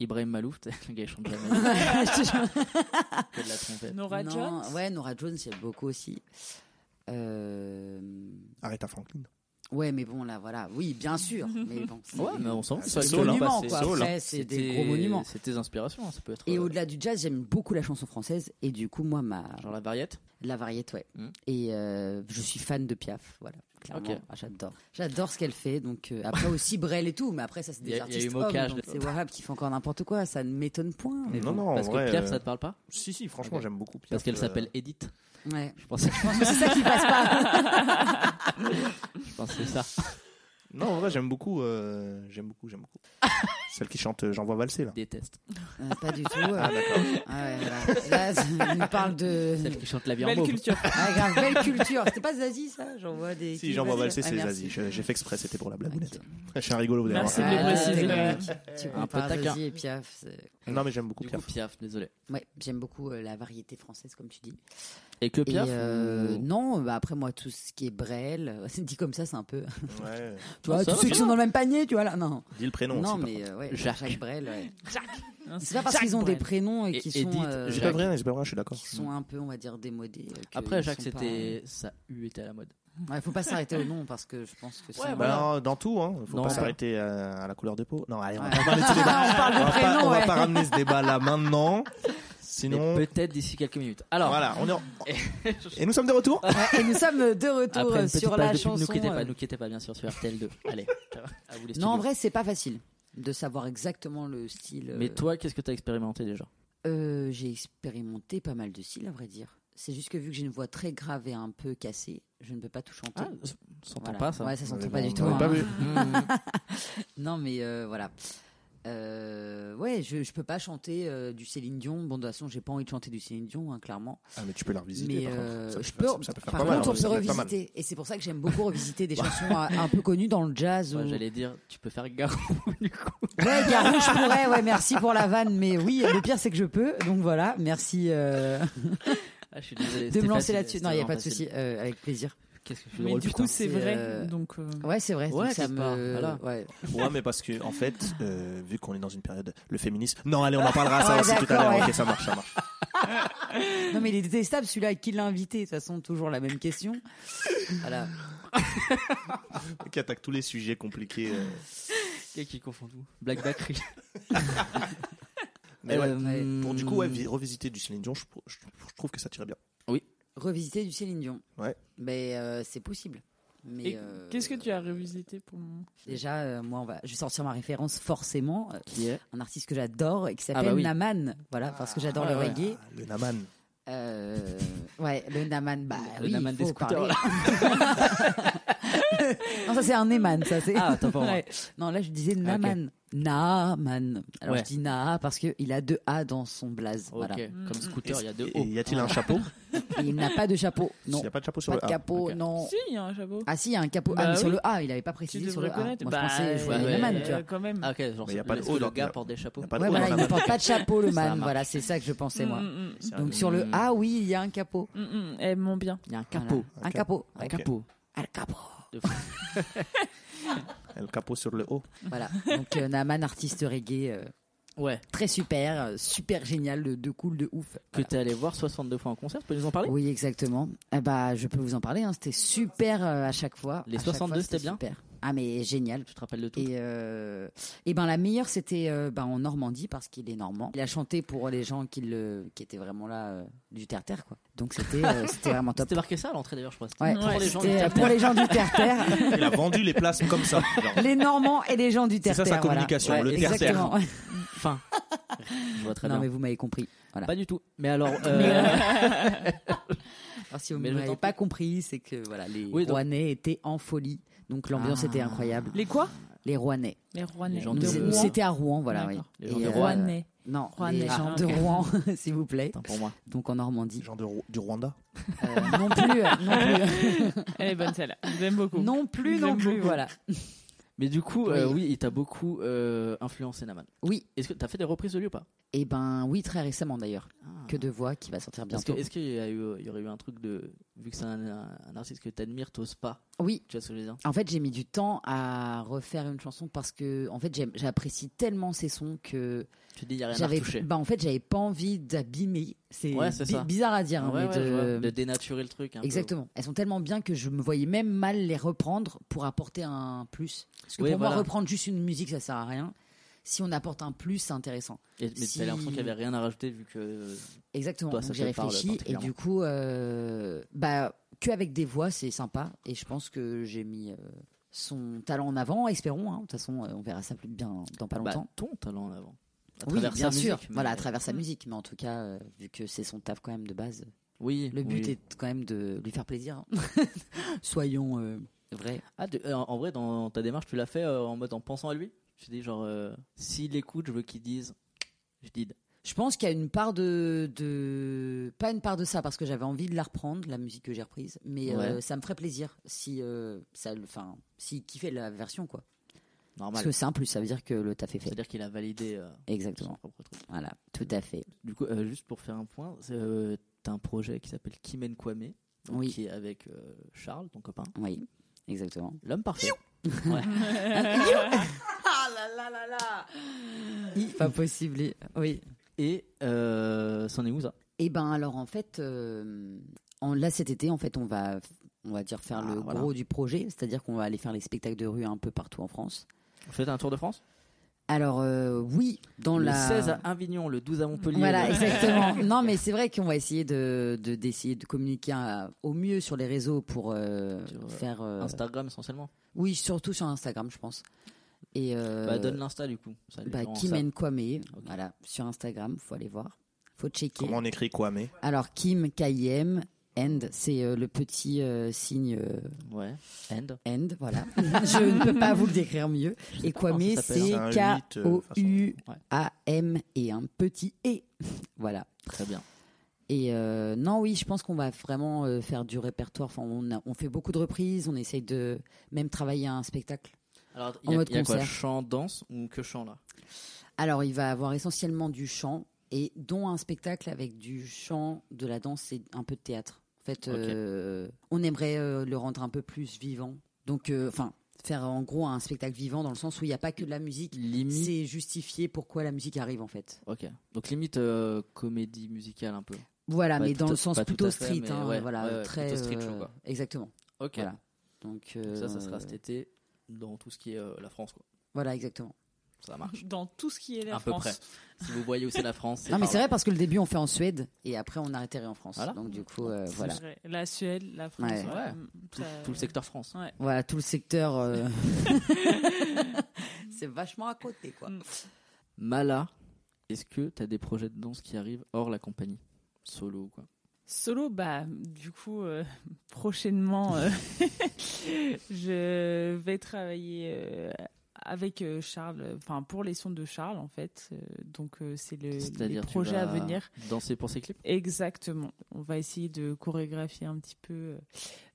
S4: Ibrahim Malouf, t'es- le gars, il chante jamais. Que de la trompette.
S3: Nora
S6: Euh, non,
S3: Jones
S6: Ouais, Nora Jones, j'aime beaucoup aussi. Euh,
S5: Arrête à Franklin.
S6: ouais, mais bon, là, voilà. Oui, bien sûr. mais bon, c'est-
S4: Ouais, mais on s'en fout.
S5: Ah,
S4: ça,
S5: c'est
S4: le
S6: des
S5: Soul, hein.
S4: temps
S6: monuments,
S4: passé.
S6: quoi.
S5: Soul, hein.
S6: Après, c'est des
S4: C'était-
S6: gros monuments.
S4: C'est tes inspirations, hein, ça peut être.
S6: Et
S4: euh,
S6: au-delà du jazz, j'aime beaucoup la chanson française. Et du coup, moi, ma,
S4: Genre la variette
S6: La variété, ouais.
S4: Hmm.
S6: Et euh, je suis fan de Piaf, voilà. Clairement,
S4: Ok.
S6: Ah, j'adore. J'adore ce qu'elle fait. Donc euh, après aussi Brel et tout, mais après ça
S4: Y
S6: c'est
S4: a-
S6: des
S4: y a
S6: artistes
S4: eu
S6: hommes.
S4: moquage,
S6: donc
S4: là.
S6: C'est Wahab qui fait encore n'importe quoi, ça ne m'étonne point. mais
S5: Non,
S6: bon.
S5: non, en
S4: Parce
S5: vrai,
S4: que Piaf,
S5: euh,
S4: ça te parle pas
S5: Si, si, franchement,
S4: Ok.
S5: j'aime beaucoup. Piaf,
S4: Parce qu'elle
S5: euh,
S4: s'appelle Edith.
S6: Ouais.
S4: Je pensais,
S6: Je pense que c'est ça qui passe pas.
S4: je pensais ça.
S5: Non, en vrai, j'aime beaucoup. euh, J'aime beaucoup, j'aime beaucoup. Celle qui chante euh, J'envoie valser, là.
S4: Déteste.
S6: Euh, pas du tout. euh. Ah ouais, voilà. Là, ça nous parle de.
S4: Celle qui chante la vie en
S3: Belle
S4: mauve.
S3: culture.
S6: Ah, grave, belle culture. C'était pas Zazie, ça J'en vois des. Ah,
S5: Si, J'envoie valser,
S6: valser
S5: c'est les Asie. Je- J'ai fait exprès, c'était pour la blagounette. Je suis un rigolo, vous allez
S3: Merci
S5: voir.
S3: de le
S6: Ah,
S3: préciser.
S6: d'accord. Tu
S4: Un peu
S6: compares
S4: taquin.
S6: Zazie et Piaf. c'est-
S5: Non, mais j'aime beaucoup
S4: Du coup,
S5: Piaf.
S4: Piaf, désolé.
S6: Ouais, j'aime beaucoup euh, la variété française, comme tu dis.
S4: Et que
S6: Et
S4: Piaf
S6: euh,
S4: ou-
S6: non, bah après moi tout ce qui est Brel, euh, dit comme ça c'est un peu.
S5: Ouais.
S6: Tu vois,
S4: ça
S6: tous
S4: va
S6: ceux qui
S4: bien.
S6: sont dans le même panier, tu vois là, non.
S5: Dis le prénom
S6: non
S5: aussi.
S6: mais euh, ouais,
S4: Jacques.
S6: Jacques. Brel. ouais.
S3: Hein,
S6: C'est pas parce
S3: Jacques
S6: qu'ils ont
S3: Brel.
S6: des prénoms et
S4: Et-
S6: qui
S4: et
S6: sont
S4: dites,
S6: euh,
S5: C'est
S4: Jacques.
S5: pas vrai, c'est pas vrai, je suis d'accord.
S6: qui sont un peu on va dire démodés. euh, que
S4: Après,
S6: ils
S4: Jacques,
S6: sont euh,
S4: c'était. Ça U était à la mode.
S6: pas- Ouais, faut pas s'arrêter au nom parce que je pense que c'est.
S4: Ouais,
S5: Bah,
S4: voilà.
S5: non, dans tout, hein. Faut
S4: Non.
S5: pas s'arrêter euh, à la couleur de peau. Non, allez, on va
S6: Ouais.
S5: pas parler de ce débat.
S6: on parle
S5: On
S6: de
S5: va pas-
S6: prénom.
S5: on va
S6: ouais.
S5: pas ramener ce débat là maintenant. Sinon,
S4: Mais Peut-être d'ici quelques minutes. Alors,
S5: voilà, on est en- Et nous sommes de retour.
S6: Ouais, Et nous sommes de retour
S4: après
S6: euh,
S4: une petite
S6: sur
S4: page
S6: la
S4: de pub,
S6: chanson.
S4: nous quittez pas,
S6: euh,
S4: nous quittez pas, bien sûr, sur RTL2. Allez, ça va, à vous les
S6: Non, en
S4: studios.
S6: vrai, c'est pas facile de savoir exactement le style. euh,
S4: Mais toi, qu'est-ce que t'as expérimenté déjà
S6: Euh, j'ai expérimenté pas mal de styles, à vrai dire. C'est juste que vu que j'ai une voix très grave et un peu cassée, je ne peux pas tout chanter.
S4: Ah, ça s'entend
S6: Voilà.
S4: pas ça.
S6: Ouais, ça s'entend
S5: Mais
S6: pas
S5: bon,
S6: du
S5: on
S6: tout.
S5: l'avait
S6: hein.
S5: pas vu.
S6: Non, mais euh, voilà. Euh, ouais, je, je peux pas chanter euh, du Céline Dion. Bon, de toute façon, j'ai pas envie de chanter du Céline Dion, hein, clairement.
S5: Ah, mais tu peux la revisiter.
S6: Mais
S5: par contre.
S6: euh,
S5: Ça peut
S6: je peux.
S5: faire- ça peut faire
S6: par
S5: pas mal,
S6: contre,
S5: hein, ça
S6: on peut
S5: peut faire pas mal.
S6: revisiter, et c'est pour ça que j'aime beaucoup revisiter des chansons euh, un, un peu connues dans le jazz.
S4: Ouais,
S6: ou-
S4: J'allais dire, tu peux faire Garou du coup.
S6: Ouais, Garou, je pourrais. Ouais, merci pour la vanne, mais oui, le pire c'est que je peux. Donc voilà, merci euh,
S4: Ah, je suis désolé.
S6: de
S4: c'était
S6: me lancer
S4: facile,
S6: là-dessus.
S4: c'était
S6: Non, il y a
S4: vraiment
S6: pas de
S4: facile.
S6: souci, euh, avec plaisir.
S4: Qu'est-ce que je suis
S3: Mais
S4: drôle,
S3: du
S4: putain.
S3: coup, c'est
S6: C'est,
S3: vrai.
S6: euh,
S3: Donc, euh,
S6: Ouais, c'est vrai.
S4: Ouais,
S6: donc ça
S4: quelque part,
S6: me.
S4: voilà.
S6: Ouais.
S5: Ouais, mais parce que en fait, euh, vu qu'on est dans une période le féminisme. Non, allez, on en parlera ça
S6: Ouais,
S5: aussi tout à
S6: Ah, d'accord,
S5: l'heure.
S6: ouais.
S5: Ok, ça marche, ça marche.
S6: Non, mais il est détestable celui-là. Qui l'a invité De toute façon, toujours la même question. Voilà.
S5: Qui attaque tous les sujets compliqués. euh.
S4: Quelqu'un qui confond tout. Black Bakery.
S5: Mais ouais.
S6: Euh,
S5: Pour du coup, ouais, vi- revisiter du Céline Dion, je, je- je trouve que ça tirait bien.
S6: Revisiter du Céline Dion.
S5: Ouais.
S6: Mais euh, c'est possible. Mais
S3: et
S6: euh,
S3: qu'est-ce que tu as revisité pour moi
S6: Déjà, euh, moi, on va... je vais sortir ma référence forcément. euh,
S4: Qui est
S6: Un artiste que j'adore et qui s'appelle
S4: bah oui.
S6: Naman. Voilà, parce que j'adore le
S4: ouais.
S6: reggae.
S5: Ah, Le Naman.
S6: Euh, ouais, le Naman, bah
S4: Le
S6: oui,
S4: Naman
S6: il faut
S4: des scooters,
S6: parler. non, ça c'est un Eman, ça c'est.
S4: Ah, attends, pas moi. Ah,
S6: Ouais. Non, là je disais Naman. Naman. Alors
S4: Ouais.
S6: je dis Na parce qu'il a deux A dans son blaze.
S4: Ok,
S6: Voilà.
S4: comme scooter, il y a deux
S5: Et- et
S4: O.
S5: y a-t-il un chapeau
S6: Et il n'a pas de chapeau. Ah. Non.
S5: Il n'y a pas de chapeau sur
S6: Pas
S5: le
S6: de
S5: A.
S6: capot,
S4: ok.
S6: non.
S3: Si, il y a un chapeau.
S6: Ah si, il y a un capot. ah,
S3: Bah
S6: mais sur
S3: oui.
S6: le A, il n'avait pas
S3: Tu
S6: précisé sur
S3: devrais
S6: le A. Moi,
S3: connaître. Bah
S6: je pensais jouer à
S4: ouais,
S6: Naman,
S4: ouais,
S6: tu vois.
S3: euh, quand même.
S4: Ah, ok, genre,
S5: Mais y a pas de
S4: le-
S5: O
S4: le
S5: dans-
S4: gars porte des chapeaux.
S5: Il y a pas de
S6: Ouais,
S5: O dans
S6: voilà, il ne
S5: Naman.
S6: porte pas de chapeau, le
S4: Ça
S6: man.
S4: marche.
S6: Voilà, c'est ça que je pensais, moi.
S3: Mm, mm,
S5: C'est un-
S6: Donc sur le
S4: Mm.
S6: A, oui, il y a un capot.
S3: mm, mm, mm. Elles m'ont bien.
S4: Il y a un
S6: Voilà.
S4: capot.
S6: Un capot.
S4: Un
S6: ouais.
S4: capot.
S6: Un capot.
S5: Le capot sur le O.
S6: Voilà. Donc euh, Naman, artiste reggae, euh,
S4: Ouais.
S6: très super, euh, super génial, de, de cool, de ouf.
S4: Que t'es allé voir 62 fois en concert, tu peux nous en parler
S6: Oui, exactement. Eh bah, je peux vous en parler. hein. C'était super euh, à chaque fois.
S4: Les
S6: À chaque
S4: 62,
S6: fois,
S4: c'était bien
S6: super. Ah, mais génial.
S4: Tu te rappelles de tout
S6: Et, euh, et ben la meilleure, c'était euh, ben, en Normandie parce qu'il est normand. Il a chanté pour les gens qui, le, qui étaient vraiment là euh, du terre-terre. quoi. Donc c'était euh, c'était vraiment top.
S4: C'était marqué ça à l'entrée d'ailleurs, je crois. C'était
S6: Ouais,
S4: pour les gens.
S6: c'était, euh, pour les gens du terre-terre.
S5: Il a vendu les places comme ça. genre.
S6: les Normands et les gens du
S5: C'est
S6: terre-terre.
S5: ça sa
S6: voilà.
S5: communication,
S6: Ouais,
S5: le terre-terre.
S6: exactement.
S4: Enfin, je vois très
S6: non,
S4: bien.
S6: mais vous m'avez compris. Voilà.
S4: Pas du tout. Mais alors, euh,
S6: Alors, si vous
S4: Mais
S6: ne
S4: je t'en
S6: m'avez
S4: prie.
S6: pas compris, c'est que voilà, les
S4: Oui, donc-
S6: Rouennais étaient en folie. Donc l'ambiance
S4: Ah.
S6: était incroyable.
S3: Les quoi
S6: Les Rouennais.
S3: Les Rouennais.
S4: Les gens
S6: Nous-
S4: de
S6: nous,
S4: Rouen.
S6: C'était à Rouen, voilà. oui.
S3: D'accord.
S4: Les gens
S6: Et,
S4: de
S6: euh,
S3: Rouennais.
S6: Non,
S3: Rouennais.
S6: les gens
S3: Ah,
S6: de
S3: ok.
S6: Rouen, s'il vous plaît.
S4: attends, pour moi.
S6: Donc en Normandie.
S5: Genre de Rou- du Rwanda.
S6: Euh, non plus, euh, non plus,
S3: Elle est bonne celle-là. J'aime beaucoup.
S6: non plus, non
S3: J'aime
S6: plus,
S3: beaucoup.
S6: voilà.
S4: Mais du coup, euh,
S6: Oui.
S4: oui, il t'a beaucoup euh, influencé, Naman.
S6: Oui,
S4: Est-ce que t'as fait des reprises de lui ou pas
S6: et ben oui, très récemment d'ailleurs.
S4: Ah.
S6: Que de voix qui va sortir
S4: Parce
S6: bientôt.
S4: que Est-ce qu'il y, a eu- il y aurait eu un truc de. Vu que c'est un, un- un artiste que t'admires, t'oses pas
S6: Oui,
S4: Tu vois ce que je veux dire
S6: en fait j'ai mis du temps à refaire une chanson parce que en fait j'aime- j'apprécie tellement ces sons que
S4: Tu te dis, il n'y a rien à
S6: j'avais,
S4: retoucher.
S6: bah en fait j'avais pas envie d'abîmer. C'est
S4: Ouais, c'est
S6: bi-
S4: ça.
S6: bizarre à dire, hein,
S4: Ouais,
S6: mais
S4: ouais, je vois.
S6: de,
S4: de dénaturer le truc. un peu.
S6: Exactement. Elles sont tellement bien que je me voyais même mal les reprendre pour apporter un plus. Parce que
S4: Oui,
S6: pour
S4: voilà.
S6: moi, reprendre juste une musique, ça sert à rien. Si on apporte un plus, c'est intéressant.
S4: Et- mais
S6: Si-
S4: t'as l'impression qu'il n'y avait rien à rajouter vu que.
S6: Exactement.
S4: Toi,
S6: Donc,
S4: ça
S6: j'ai
S4: te parle
S6: réfléchi et
S4: particulièrement.
S6: du coup, euh, bah, que avec des voix, c'est sympa. Et je pense que j'ai mis euh, son talent en avant. Espérons. hein. De toute façon, euh, on verra ça plus bien dans pas
S4: Bah,
S6: longtemps.
S4: ton talent en avant. À
S6: oui,
S4: travers
S6: bien
S4: sa
S6: sûr.
S4: musique, mais- Mm.
S6: Voilà, à travers sa musique. Mais en tout cas, euh, vu que c'est son taf quand même de base,
S4: Oui.
S6: le but
S4: oui.
S6: est quand même de lui faire plaisir. Soyons euh, vrais.
S4: Ah, tu- euh, en en vrai, dans ta démarche, tu l'as fait euh, en mode en pensant à lui Je dis genre, euh, s'il écoute, je veux qu'il dise, je dis,
S6: Je pense qu'il y a une part de, de- Pas une part de ça, parce que j'avais envie de la reprendre, la musique que j'ai reprise, mais euh,
S4: Ouais.
S6: ça me ferait plaisir si. euh, ça, le- enfin, si kiffait la version, quoi. Parce
S4: normal.
S6: que c'est un plus, ça veut dire que le taf est fait.
S4: C'est-à-dire qu'il a validé euh, son
S6: Exactement.
S4: propre truc.
S6: Voilà, tout à fait.
S4: Du coup, euh, juste pour faire un point, c'est, euh, t'as un projet qui s'appelle Kimen Kwame, donc
S6: Oui.
S4: qui est avec euh, Charles, ton copain,
S6: Oui, exactement.
S4: l'homme parfait. Ouais.
S6: Ah là là là là Pas possible. Oui.
S4: Et euh, c'en est où ça
S6: Eh ben alors en fait, euh, en, là cet été en fait on va on va dire faire
S4: Ah,
S6: le
S4: voilà.
S6: gros du projet, c'est-à-dire qu'on va aller faire les spectacles de rue un peu partout en France.
S4: Vous faites un tour de France
S6: Alors euh, oui, dans
S4: Le
S6: la
S4: 16 à Avignon, le 12 à Montpellier. Euh,
S6: Voilà,
S4: le-
S6: exactement. Non, mais c'est vrai qu'on va essayer de de- d'essayer de communiquer à- au mieux sur les réseaux pour euh,
S4: Sur, euh,
S6: faire. euh,
S4: Instagram essentiellement.
S6: Oui, surtout sur Instagram, je pense. Et euh,
S4: Bah, donne l'insta du coup. Ça, les
S6: bah,
S4: gens
S6: Kim
S4: savent.
S6: and Kwame, voilà, sur Instagram, faut aller voir, faut checker.
S5: Comment on écrit quoi, mais
S6: Alors Kim K-I-M, end, c'est euh, le petit euh, signe euh,
S4: Ouais. End.
S6: end, voilà. Je ne peux pas vous le décrire mieux. Et
S4: pas comment
S6: Kwame,
S4: ça
S6: c'est
S5: s'appelle. C'est un huit, euh, de toute façon.
S6: K-O-U-A-M et un petit E. Voilà.
S4: Très bien.
S6: Et euh, non, oui, je pense qu'on va vraiment euh, faire du répertoire. Enfin, on, a- on fait beaucoup de reprises, on essaye de même travailler un spectacle.
S4: Alors, il
S6: En
S4: y a,
S6: mode
S4: il y a quoi
S6: concert.
S4: Chant, danse ou que chant là
S6: Alors, il va avoir essentiellement du chant et dont un spectacle avec du chant, de la danse et un peu de théâtre. En fait,
S4: Ok.
S6: euh, on aimerait euh, le rendre un peu plus vivant. Donc, euh, enfin, faire en gros un spectacle vivant dans le sens où il n'y a pas que de la musique.
S4: Limite.
S6: C'est justifié pourquoi la musique arrive en fait.
S4: Ok. Donc limite euh, comédie musicale un peu.
S6: Voilà,
S4: Pas
S6: mais
S4: tout
S6: dans
S4: à-
S6: le sens
S4: pas tout à
S6: plutôt
S4: fait,
S6: street,
S4: mais
S6: hein,
S4: ouais,
S6: voilà,
S4: ouais, ouais,
S6: très euh,
S4: plutôt street show, quoi.
S6: exactement.
S4: Ok.
S6: Voilà. Donc,
S4: Donc ça,
S6: euh,
S4: ça sera cet été dans tout ce qui est euh, la France quoi.
S6: Voilà, exactement.
S4: Ça marche.
S3: Dans tout ce qui est la
S4: À peu
S3: France.
S4: près. Si vous voyez où c'est la France.
S6: Non, mais
S4: par
S6: c'est
S4: là.
S6: vrai parce que le début on fait en Suède et après on arrêterait en France.
S4: Voilà.
S6: Donc du coup, euh,
S3: C'est
S6: voilà,
S3: vrai. La Suède, la France.
S6: Ouais.
S4: Ouais. Tout,
S3: ça-
S4: tout le secteur France.
S6: voilà tout le secteur. euh, c'est vachement à côté, quoi.
S4: Mala, est-ce que t'as des projets de danse qui arrivent hors la compagnie Solo ou quoi
S3: Solo, bah, du coup, euh, prochainement, euh, je vais travailler euh, avec euh, Charles, enfin, pour les sons de Charles, en fait. Euh, donc, euh, c'est le les
S4: C'est-à-dire tu
S3: projets à
S4: vas
S3: venir.
S4: Danser pour ses clips
S3: Exactement. On va essayer de chorégraphier un petit peu euh,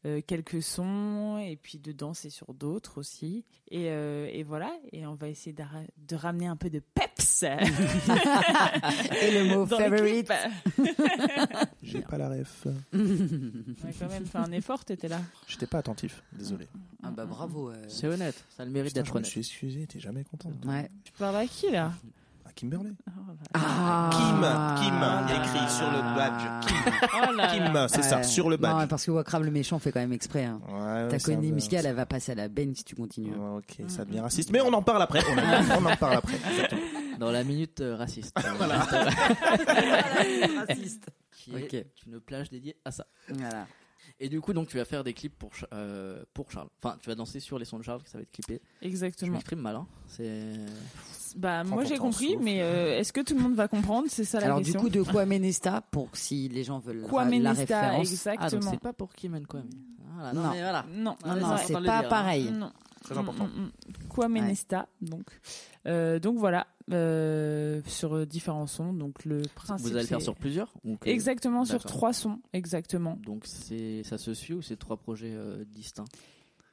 S3: euh, quelques sons et puis de danser sur d'autres aussi. Et, euh, et voilà. Et on va essayer d'ara- de ramener un peu de peps
S6: Et le mot
S3: dans les
S6: favorite.
S3: clips.
S5: J'ai pas la ref.
S3: On a quand même fait un effort, t'étais là.
S5: J'étais pas attentif, désolé.
S6: ah bah bravo. euh.
S4: C'est honnête. Ça a le mérite
S5: Putain,
S4: d'être
S5: je me
S4: honnête.
S5: suis excusé, t'es jamais content.
S6: Ouais.
S3: Tu parles à qui là
S5: À Kimberley.
S3: Oh là
S6: Ah.
S5: Kim, Kim, écrit sur le badge, Kim.
S3: là. Oh là là.
S5: Kim, c'est ça,
S6: Ah. Ouais.
S5: sur le
S6: Non, mais
S5: badge.
S6: parce que Wakrab le méchant fait quand même exprès. hein.
S5: Ouais,
S6: Ta
S5: ouais, c'est un
S6: connue
S5: peu-
S6: musicale, elle va passer à la benne si tu continues.
S5: Ouais, ok, ça devient raciste. Mais on en parle après. On, en- on en parle après. exactement.
S4: Dans la minute euh, raciste.
S6: Raciste.
S4: Qui est une plage dédiée à ça.
S6: Voilà.
S4: Et du coup, donc, tu vas faire des clips pour, Cha- euh, pour Charles. Enfin, tu vas danser sur les sons de Charles, que ça va être clippé. Je
S3: Exactement.
S4: m'exprime mal, hein. C'est.
S3: Bah,
S5: Prends
S3: moi
S5: ton
S3: j'ai
S5: temps,
S3: compris,
S5: souffle.
S3: mais euh, est-ce que tout le monde va comprendre C'est ça la
S6: Alors du
S3: question.
S6: coup, de Kwame Nesta pour si les gens veulent
S3: Kwame
S6: la, la
S3: Nesta,
S6: référence.
S4: Ah, donc
S3: exactement.
S4: c'est pas pour Kim and Kwame. Voilà, non,
S6: Non.
S4: mais voilà.
S3: Non,
S6: Non,
S4: Ah,
S6: non,
S4: ça,
S6: c'est
S4: on va
S6: pas
S4: le dire, hein.
S6: pareil.
S3: Non.
S5: Très important.
S3: Mm, mm, mm. Kwame
S6: Ouais.
S3: Nesta, donc. Euh, donc voilà, euh, sur euh, différents sons. Donc le principe.
S4: Vous allez le faire
S3: c'est-
S4: sur plusieurs ou que-
S3: Exactement, sur
S4: D'accord.
S3: trois sons, exactement.
S4: Donc, c'est- ça se suit ou c'est trois projets euh, distincts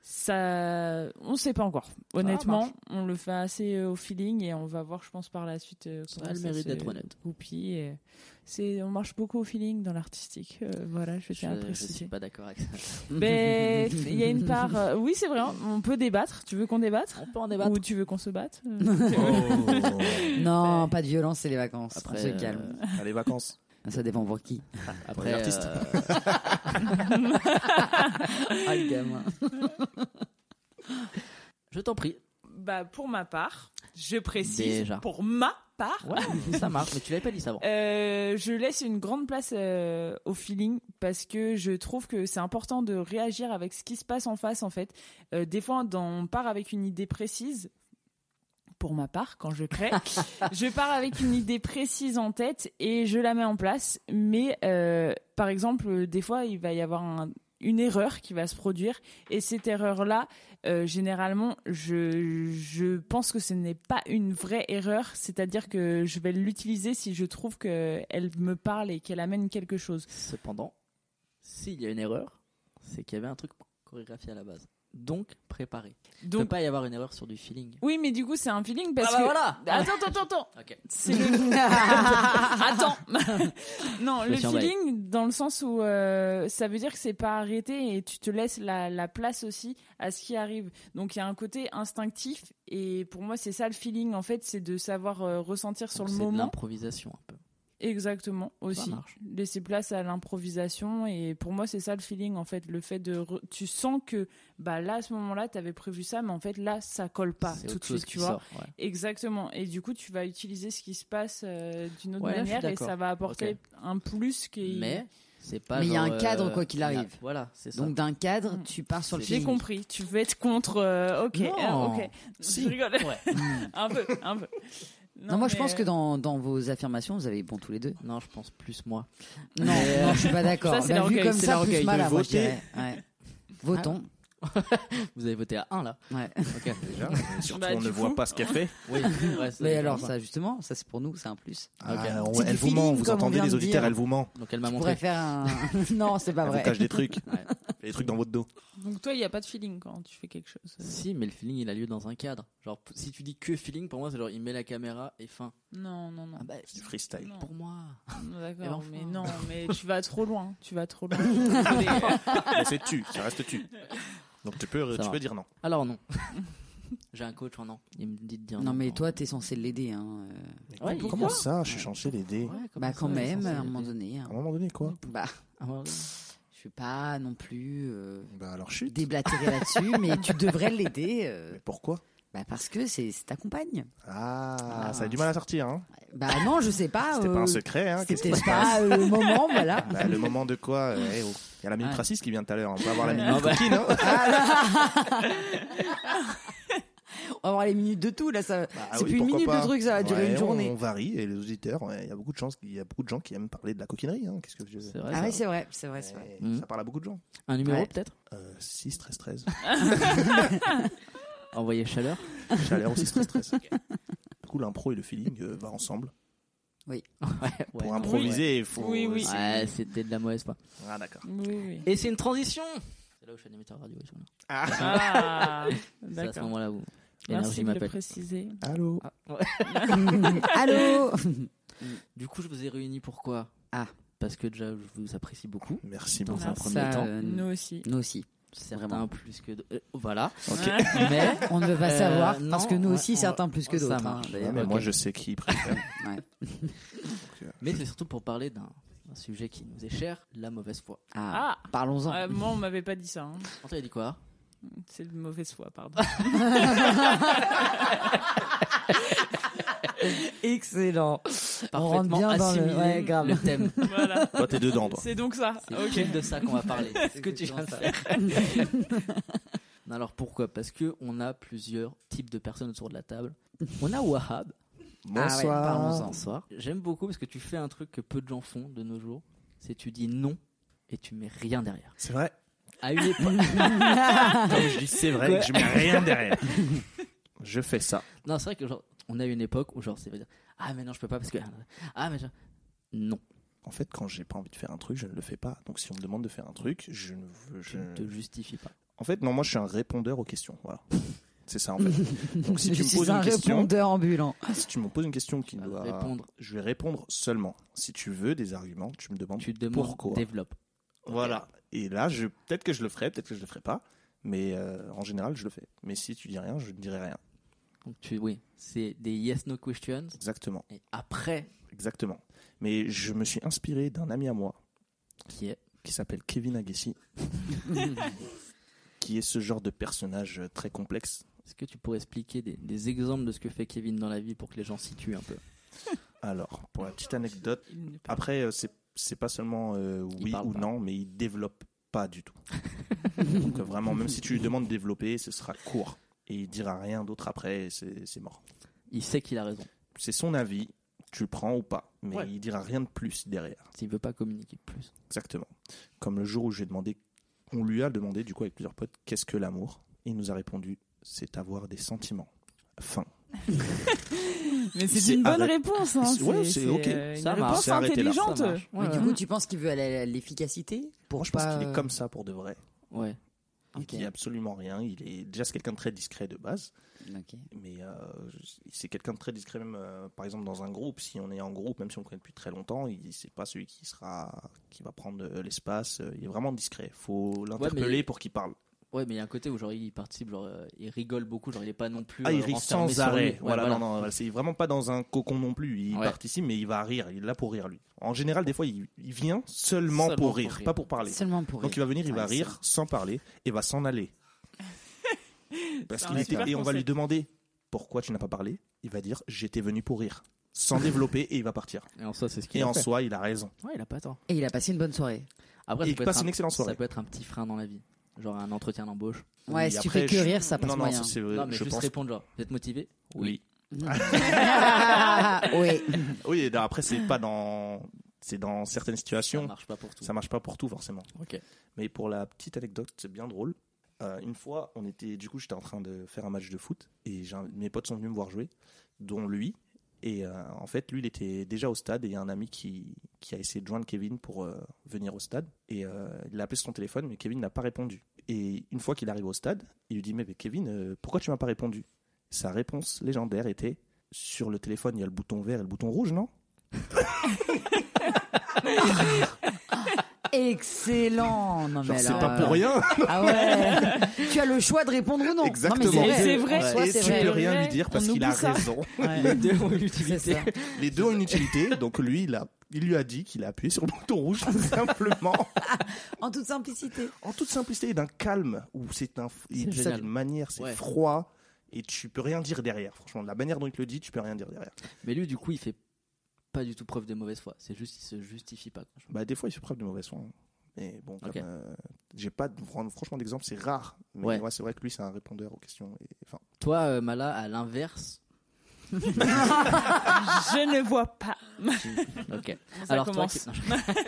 S3: Ça, on sait pas encore. Honnêtement,
S4: marche.
S3: on le fait assez euh, au feeling et on va voir, je pense, par la suite. euh,
S4: Ça
S3: comment
S4: a le mérite
S3: se
S4: d'être honnête.
S3: goupille et c'est, on marche beaucoup au feeling dans l'artistique. Euh, voilà, je tiens à
S4: je, je suis
S3: préciser.
S4: pas d'accord avec ça.
S3: Mais il y a une part. euh, oui, c'est vrai. On peut débattre. Tu veux qu'on débattre
S4: On peut en débattre.
S3: Ou tu veux qu'on se batte Euh,
S5: Oh.
S6: Non, pas de violence, c'est les vacances.
S4: Mm. Après,
S6: On se calme.
S4: euh,
S5: Ah, les vacances.
S6: Ça dépend pour qui.
S4: Après,
S5: l'artiste.
S4: euh,
S6: Ah, le gamin.
S4: je t'en prie.
S3: Bah, pour ma part, je précise,
S4: Déjà.
S3: pour ma part,
S4: Ouais, ça marche. Mais tu l'avais pas dit ça avant.
S3: euh, je laisse une grande place euh, au feeling parce que je trouve que c'est important de réagir avec ce qui se passe en face, en fait. Euh, des fois, dans- on part avec une idée précise. Pour ma part, quand je crée, je pars avec une idée précise en tête et je la mets en place. Mais euh, par exemple, des fois, il va y avoir un, une erreur qui va se produire. Et cette erreur-là, euh, généralement, je, je pense que ce n'est pas une vraie erreur, c'est-à-dire que je vais l'utiliser si je trouve qu'elle me parle et qu'elle amène quelque chose.
S4: Cependant, s'il y a une erreur, c'est qu'il y avait un truc chorégraphié à la base. Donc, préparé. Il ne peut
S3: Donc,
S4: pas y avoir une erreur sur du feeling.
S3: oui, mais du coup, c'est un feeling parce
S4: ah bah
S3: que. Ah,
S4: voilà
S3: Attends, attends, attends, attends.
S4: Ok.
S3: C'est le- Attends. non,
S4: Je me
S3: le
S4: suis emballé.
S3: feeling dans le sens où euh, ça veut dire que c'est pas arrêté et tu te laisses la, la place aussi à ce qui arrive. Donc il y a un côté instinctif et pour moi c'est ça le feeling en fait, c'est de savoir euh, ressentir sur
S4: Donc,
S3: le
S4: C'est de
S3: moment.
S4: l'improvisation hein, un peu.
S3: Exactement aussi.
S4: marche.
S3: Laisser place à l'improvisation et pour moi c'est ça le feeling en fait, le fait de re- tu sens que bah là à ce moment-là t'avais prévu ça mais en fait là ça colle pas
S4: C'est
S3: tout de
S4: autre chose
S3: suite
S4: qui
S3: tu vois.
S4: sort, ouais.
S3: Exactement. Et du coup, tu vas utiliser ce qui se passe euh, d'une autre
S4: Ouais, je suis
S3: manière et
S4: d'accord.
S3: ça va apporter
S4: Ok.
S3: un plus qui.
S4: Mais c'est pas.
S6: Mais il y a
S4: genre,
S6: un cadre,
S4: euh,
S6: quoi qu'il
S4: il y a-
S6: arrive.
S4: Voilà, c'est ça.
S6: Donc d'un cadre,
S3: Mm.
S6: tu pars sur le
S4: C'est-
S3: J'ai
S6: feeling.
S3: compris. Tu veux être contre. euh, ok.
S4: Non.
S3: ah, ok.
S4: Si.
S3: Je rigole.
S4: Ouais.
S3: un peu. Un peu.
S6: Non, moi je
S3: mais,
S6: pense que
S3: euh,
S6: dans, dans vos affirmations, vous avez bon tous les deux.
S4: Non, je pense plus moi.
S6: Non,
S4: Mais-
S6: non je suis pas
S3: Ça,
S6: d'accord.
S3: c'est
S6: Bah, vu
S3: l'orgueil,
S6: comme
S4: c'est
S6: ça,
S4: l'orgueil
S6: plus
S4: de
S6: mal à moi, je
S5: voter.
S6: dirais. Ouais. Votons.
S4: Vous avez voté à 1 là.
S6: Ouais.
S4: Ok.
S5: Déjà, et surtout,
S3: Bah,
S5: on
S3: du
S5: ne voit
S3: coup.
S5: pas ce qu'elle fait.
S4: Oui. ouais, c'est-
S6: Mais alors ça, justement, ça c'est pour nous, c'est un plus.
S5: Ah, on-
S6: C'est du
S5: elle vous
S6: feeling,
S5: ment, vous
S6: comme on
S5: entendez
S6: vient
S5: les
S6: de
S5: auditeurs,
S6: dire.
S5: elle vous ment.
S4: Donc elle m'a
S6: On
S4: montré.
S6: pourrait faire un. non, c'est pas
S5: Elle vous
S6: vrai.
S5: cache des trucs.
S4: Ouais.
S5: Les trucs dans votre dos.
S3: euh, Donc toi, il n'y a pas de feeling quand tu fais quelque chose. euh,
S4: Si, mais le feeling il a lieu dans un cadre. Genre, p- si tu dis que feeling, pour moi c'est genre il met la caméra et fin.
S3: Non, non, non.
S4: Ah bah,
S5: C'est du freestyle.
S3: Non.
S4: pour moi.
S3: Non,
S4: Mais
S3: D'accord.
S4: enfin.
S3: Mais non. Mais tu vas trop loin. Tu vas trop loin.
S5: Mais c'est tu, ça reste tu. Donc tu peux,
S4: Ça
S5: tu
S4: va.
S5: peux dire non.
S4: Alors non. J'ai un coach en an. Il me dit de dire
S6: Non, mais toi, t'es censé l'aider. Hein. euh.
S4: Ouais,
S5: comment,
S4: pourquoi
S5: ça J'ai changé les dés.
S6: Bah, quand même, à un moment donné. hein.
S5: À un moment donné, quoi.
S6: Bah, je suis pas non plus euh,
S5: Bah alors chute.
S6: déblatéré là-dessus, mais tu devrais l'aider. euh,
S5: Mais pourquoi
S6: bah, parce que c'est c'est ta compagne.
S5: ah,
S6: Ah.
S5: ça a du mal à sortir. Hein.
S6: Bah, non, je sais pas.
S5: C'était
S6: euh,
S5: pas un secret. Hein. Qu'est-ce
S6: C'était
S5: qui se passe
S6: pas euh, le moment, voilà.
S5: Bah, Le moment de quoi euh, eh, oh. Il y a la minute
S6: Ouais.
S5: raciste qui vient tout à l'heure. On peut avoir la
S6: Ouais.
S5: minute coquine. hein.
S6: On va voir les minutes de tout, là. Ça...
S5: Bah
S6: c'est
S5: oui,
S6: plus une
S5: pourquoi
S6: minute
S5: pas.
S6: le truc, ça va durer
S5: Ouais,
S6: une journée.
S5: On varie et les auditeurs, ouais, il y a beaucoup de chances, il y a beaucoup de gens qui aiment parler de la coquinerie. Hein. Qu'est-ce que je
S4: C'est vrai.
S6: Ah,
S4: ça.
S6: ouais, c'est vrai, c'est vrai, c'est vrai. Mmh.
S5: Ouais,
S4: Mhm.
S5: Ça parle à beaucoup de gens.
S4: Un numéro
S6: Ouais.
S4: peut-être.
S5: Euh, 6, 13, 13.
S4: Envoyer chaleur.
S5: Chaleur aussi, stress, stress. Du coup, l'impro et le feeling euh, va ensemble.
S4: Ouais.
S5: Pour
S4: ouais.
S5: improviser, il faut.
S3: Oui, oui.
S4: Ouais, c'était de la mauvaise part.
S5: Ah, d'accord.
S3: Oui, oui.
S4: Et c'est une transition. C'est là où je suis animateur radio. oui, je vois.
S3: Ah.
S4: C'est à ce
S3: D'accord.
S4: moment-là où l'énergie
S3: Merci de le
S4: m'appelle.
S3: préciser.
S5: Allô
S4: Ah, ouais.
S6: Allô
S4: Du coup, je vous ai réunis pourquoi
S6: Ah.
S4: Parce que déjà, je vous apprécie beaucoup.
S5: Merci
S4: Dans
S5: beaucoup.
S4: un
S3: Merci.
S4: premier temps.
S6: euh,
S3: Nous aussi.
S6: nous aussi.
S4: Certains
S6: Vraiment.
S4: plus que. d- euh, voilà.
S3: Ah.
S4: Mais.
S6: On ne veut pas
S4: Euh,
S6: savoir,
S4: non,
S6: parce que nous
S4: ouais,
S6: aussi,
S4: on va-
S6: certains plus que
S4: ça
S6: d'autres. hein,
S4: marche.
S5: Ouais,
S6: d'ailleurs.
S5: Ah, mais
S4: Ok.
S5: moi, je sais qui préfère.
S6: Ouais.
S4: Mais c'est surtout pour parler d'un d'un sujet qui nous est cher, la mauvaise foi.
S6: Ah,
S3: Ah.
S6: Parlons-en.
S3: Euh, moi, on m'avait pas dit ça. hein.
S4: On t'avait dit quoi
S3: C'est de mauvaise foi, pardon.
S6: Excellent. On rentre
S4: Parfaitement
S6: bien dans le-
S4: assimilé
S6: ouais, grave.
S4: le thème.
S3: voilà.
S5: Toi, t'es dedans, toi.
S3: C'est donc ça.
S4: C'est
S3: Ok.
S4: pile de ça qu'on va parler. C'est ce que tu viens de
S6: Exactement
S4: faire. Non, alors pourquoi Parce que on a plusieurs types de personnes autour de la table. On a Wahab.
S6: Ah ouais, parlons-en.
S4: Bonsoir. J'aime beaucoup parce que tu fais un truc que peu de gens font de nos jours. C'est tu dis non et tu mets rien derrière.
S5: C'est vrai.
S4: À une époque.
S5: Comme je dis, c'est vrai,
S4: Quoi
S5: je mets rien derrière. Je fais ça.
S4: non, c'est vrai que genre, on a eu une époque où genre c'est dire ah mais non je peux pas parce que ah mais je... non.
S5: En fait, quand j'ai pas envie de faire un truc, je ne le fais pas. Donc, si on me demande de faire un truc, je ne veux.
S4: Tu
S5: Je...
S4: ne te justifies pas.
S5: En fait, non, moi, je suis un répondeur aux questions. Voilà. C'est ça, en fait. Donc, si tu
S6: Je
S5: me
S6: suis
S5: poses
S6: un
S5: une question,
S6: répondeur ambulant.
S5: si tu me poses une question qui
S4: Tu vas
S5: doit
S4: répondre.
S5: je vais répondre seulement. Si tu veux des arguments, tu me demandes.
S4: Tu demandes
S5: Pourquoi
S4: développe.
S5: Voilà. Et là, je... peut-être que je le ferai, peut-être que je le ferai pas. Mais euh, en général, je le fais. Mais si tu dis rien, je ne dirai rien.
S4: Donc tu oui, c'est des yes no questions
S5: Exactement.
S4: et après
S5: Exactement. Mais je me suis inspiré d'un ami à moi
S4: qui est
S5: qui s'appelle Kevin Agassi, qui est ce genre de personnage très complexe.
S4: Est-ce que tu pourrais expliquer des, des exemples de ce que fait Kevin dans la vie pour que les gens situent un peu
S5: Alors, pour la petite anecdote,
S3: Il ne parle
S5: après, euh, c'est, c'est pas seulement euh,
S4: Il
S5: oui
S4: parle
S5: ou
S4: pas.
S5: non, mais il développe pas du tout. Donc euh, vraiment, même si tu lui demandes de développer, ce sera court. Et il dira rien d'autre après, et c'est, c'est mort.
S4: Il sait qu'il a raison.
S5: C'est son avis, tu le prends ou pas, mais
S4: Ouais.
S5: il dira rien de plus derrière.
S4: S'il veut pas communiquer plus.
S5: Exactement. Comme le jour où j'ai demandé On lui a demandé, du coup, avec plusieurs potes, qu'est-ce que l'amour Il nous a répondu, c'est avoir des sentiments. Fin.
S3: Mais c'est
S5: C'est
S3: une bonne
S5: arrêt-
S3: réponse. Hein.
S5: C'est- ouais, c'est ok.
S3: euh,
S4: Ça
S3: une
S4: marche,
S3: réponse
S5: c'est arrêté là.
S3: intelligente.
S4: Ça marche.
S6: Mais du coup, tu penses qu'il veut aller à l'efficacité
S5: Moi,
S6: Pour
S5: je pense
S6: pas,
S5: qu'il
S6: euh,
S5: est comme ça pour de vrai.
S4: Ouais.
S5: Il
S6: Ok.
S5: dit absolument rien. Il est déjà c'est quelqu'un de très discret de base,
S6: Ok.
S5: mais euh, je- c'est quelqu'un de très discret même. euh, par exemple, dans un groupe, si on est en groupe, même si on le connaît depuis très longtemps, il c'est pas celui qui sera qui va prendre euh, l'espace. euh, Il est vraiment discret. Faut l'interpeller
S4: mais-
S5: pour qu'il parle.
S4: Ouais, mais il y a un côté où genre il participe, genre euh, il rigole beaucoup, genre il est pas non plus.
S5: Ah, il
S4: euh,
S5: rit
S4: renfermé
S5: sans
S4: sur lui.
S5: arrêt.
S4: Ouais,
S5: voilà, non, non, voilà, c'est vraiment pas dans un cocon non plus. Il
S4: Ouais.
S5: participe, mais il va rire. Il est là pour rire lui. En général, des fois, il, il vient seulement,
S4: Seulement
S5: pour,
S4: pour
S5: rire,
S4: rire.
S5: pas pour parler.
S6: Seulement pour
S5: Donc il
S6: rire.
S5: va venir, il
S6: Ah,
S5: va
S6: c'est-
S5: rire sans parler et va s'en aller. Parce
S3: C'est
S5: qu'il
S3: un
S5: était-
S3: super
S5: et on va
S3: concept.
S5: lui demander pourquoi tu n'as pas parlé. Il va dire j'étais venu pour rire, sans développer et il va partir.
S4: Et en soi, c'est ce qu'il
S5: Et
S4: a
S5: en
S4: fait.
S5: soi, il a raison.
S4: Ouais, il a pas tort.
S6: Et il a passé une bonne soirée.
S4: Après,
S5: Et
S4: ça
S5: il
S4: peut,
S5: passe
S4: être
S5: une
S4: un,
S5: excellente soirée.
S4: ça peut être un petit frein dans la vie. Genre un entretien d'embauche.
S6: Ouais,
S5: Oui,
S6: si tu
S5: après,
S6: fais que
S5: je-
S6: rire, ça passe
S5: Non, non,
S6: moyen.
S5: ça, c'est
S4: non,
S5: vrai.
S4: mais
S5: Je
S4: juste
S5: pense.
S4: répondre genre, vous êtes motivé
S5: Oui.
S6: oui.
S5: Oui. Et après, c'est pas dans. C'est dans certaines
S4: Ça
S5: situations.
S4: marche pas pour tout.
S5: Ça marche pas pour tout forcément.
S4: Ok.
S5: Mais pour la petite anecdote, c'est bien drôle. Euh, une fois, on était, du coup, j'étais en train de faire un match de foot et j'ai un- mes potes sont venus me voir jouer, dont lui. Et euh, en fait, lui, il était déjà au stade et il y a un ami qui, qui a essayé de joindre Kevin pour euh, venir au stade. Et euh, il a appelé sur son téléphone, mais Kevin n'a pas répondu. Et une fois qu'il arrive au stade, il lui dit Mais, mais Kevin, euh, pourquoi tu m'as pas répondu Sa réponse légendaire était Sur le téléphone, il y a le bouton vert et le bouton rouge, non
S6: Excellent. Non, mais
S5: Genre, c'est
S6: alors,
S5: pas
S6: euh,
S5: pour rien
S6: Ah ouais. tu as le choix de répondre ou non.
S5: Exactement.
S6: Non, mais
S3: Et
S6: c'est
S3: c'est
S6: vrai.
S3: vrai.
S6: En soi,
S5: Et
S6: c'est
S5: tu
S6: vrai.
S5: peux rien lui dire
S3: On
S5: parce qu'il a
S3: oublie ça.
S5: raison.
S6: Ouais.
S4: deux ont une
S6: C'est
S4: utilité.
S6: ça.
S5: Les deux ont une utilité, donc lui, il, a, il lui a dit qu'il a appuyé sur le bouton rouge, tout simplement,
S6: En toute simplicité.
S5: en toute simplicité et d'un calme, où c'est un, il
S4: C'est
S5: dit ça
S4: génial.
S5: d'une manière, c'est
S4: Ouais.
S5: froid, et tu peux rien dire derrière, franchement, de la manière dont il te le dit, tu peux rien dire derrière.
S4: Mais lui, du coup, il fait pas du tout preuve de mauvaise foi. C'est juste, il se justifie pas. quoi.
S5: Bah, des fois, il fait preuve de mauvaise foi, hein. mais bon, comme,
S4: Ok.
S5: euh, j'ai pas, de- fran- franchement, d'exemple, c'est rare, mais ouais.
S4: Ouais.
S5: c'est vrai que lui, c'est un répondeur aux questions, et, enfin,
S4: Toi, euh, Mala, à l'inverse.
S3: Je ne vois pas.
S4: ok.
S3: Ça
S4: Alors
S3: commence.
S4: toi,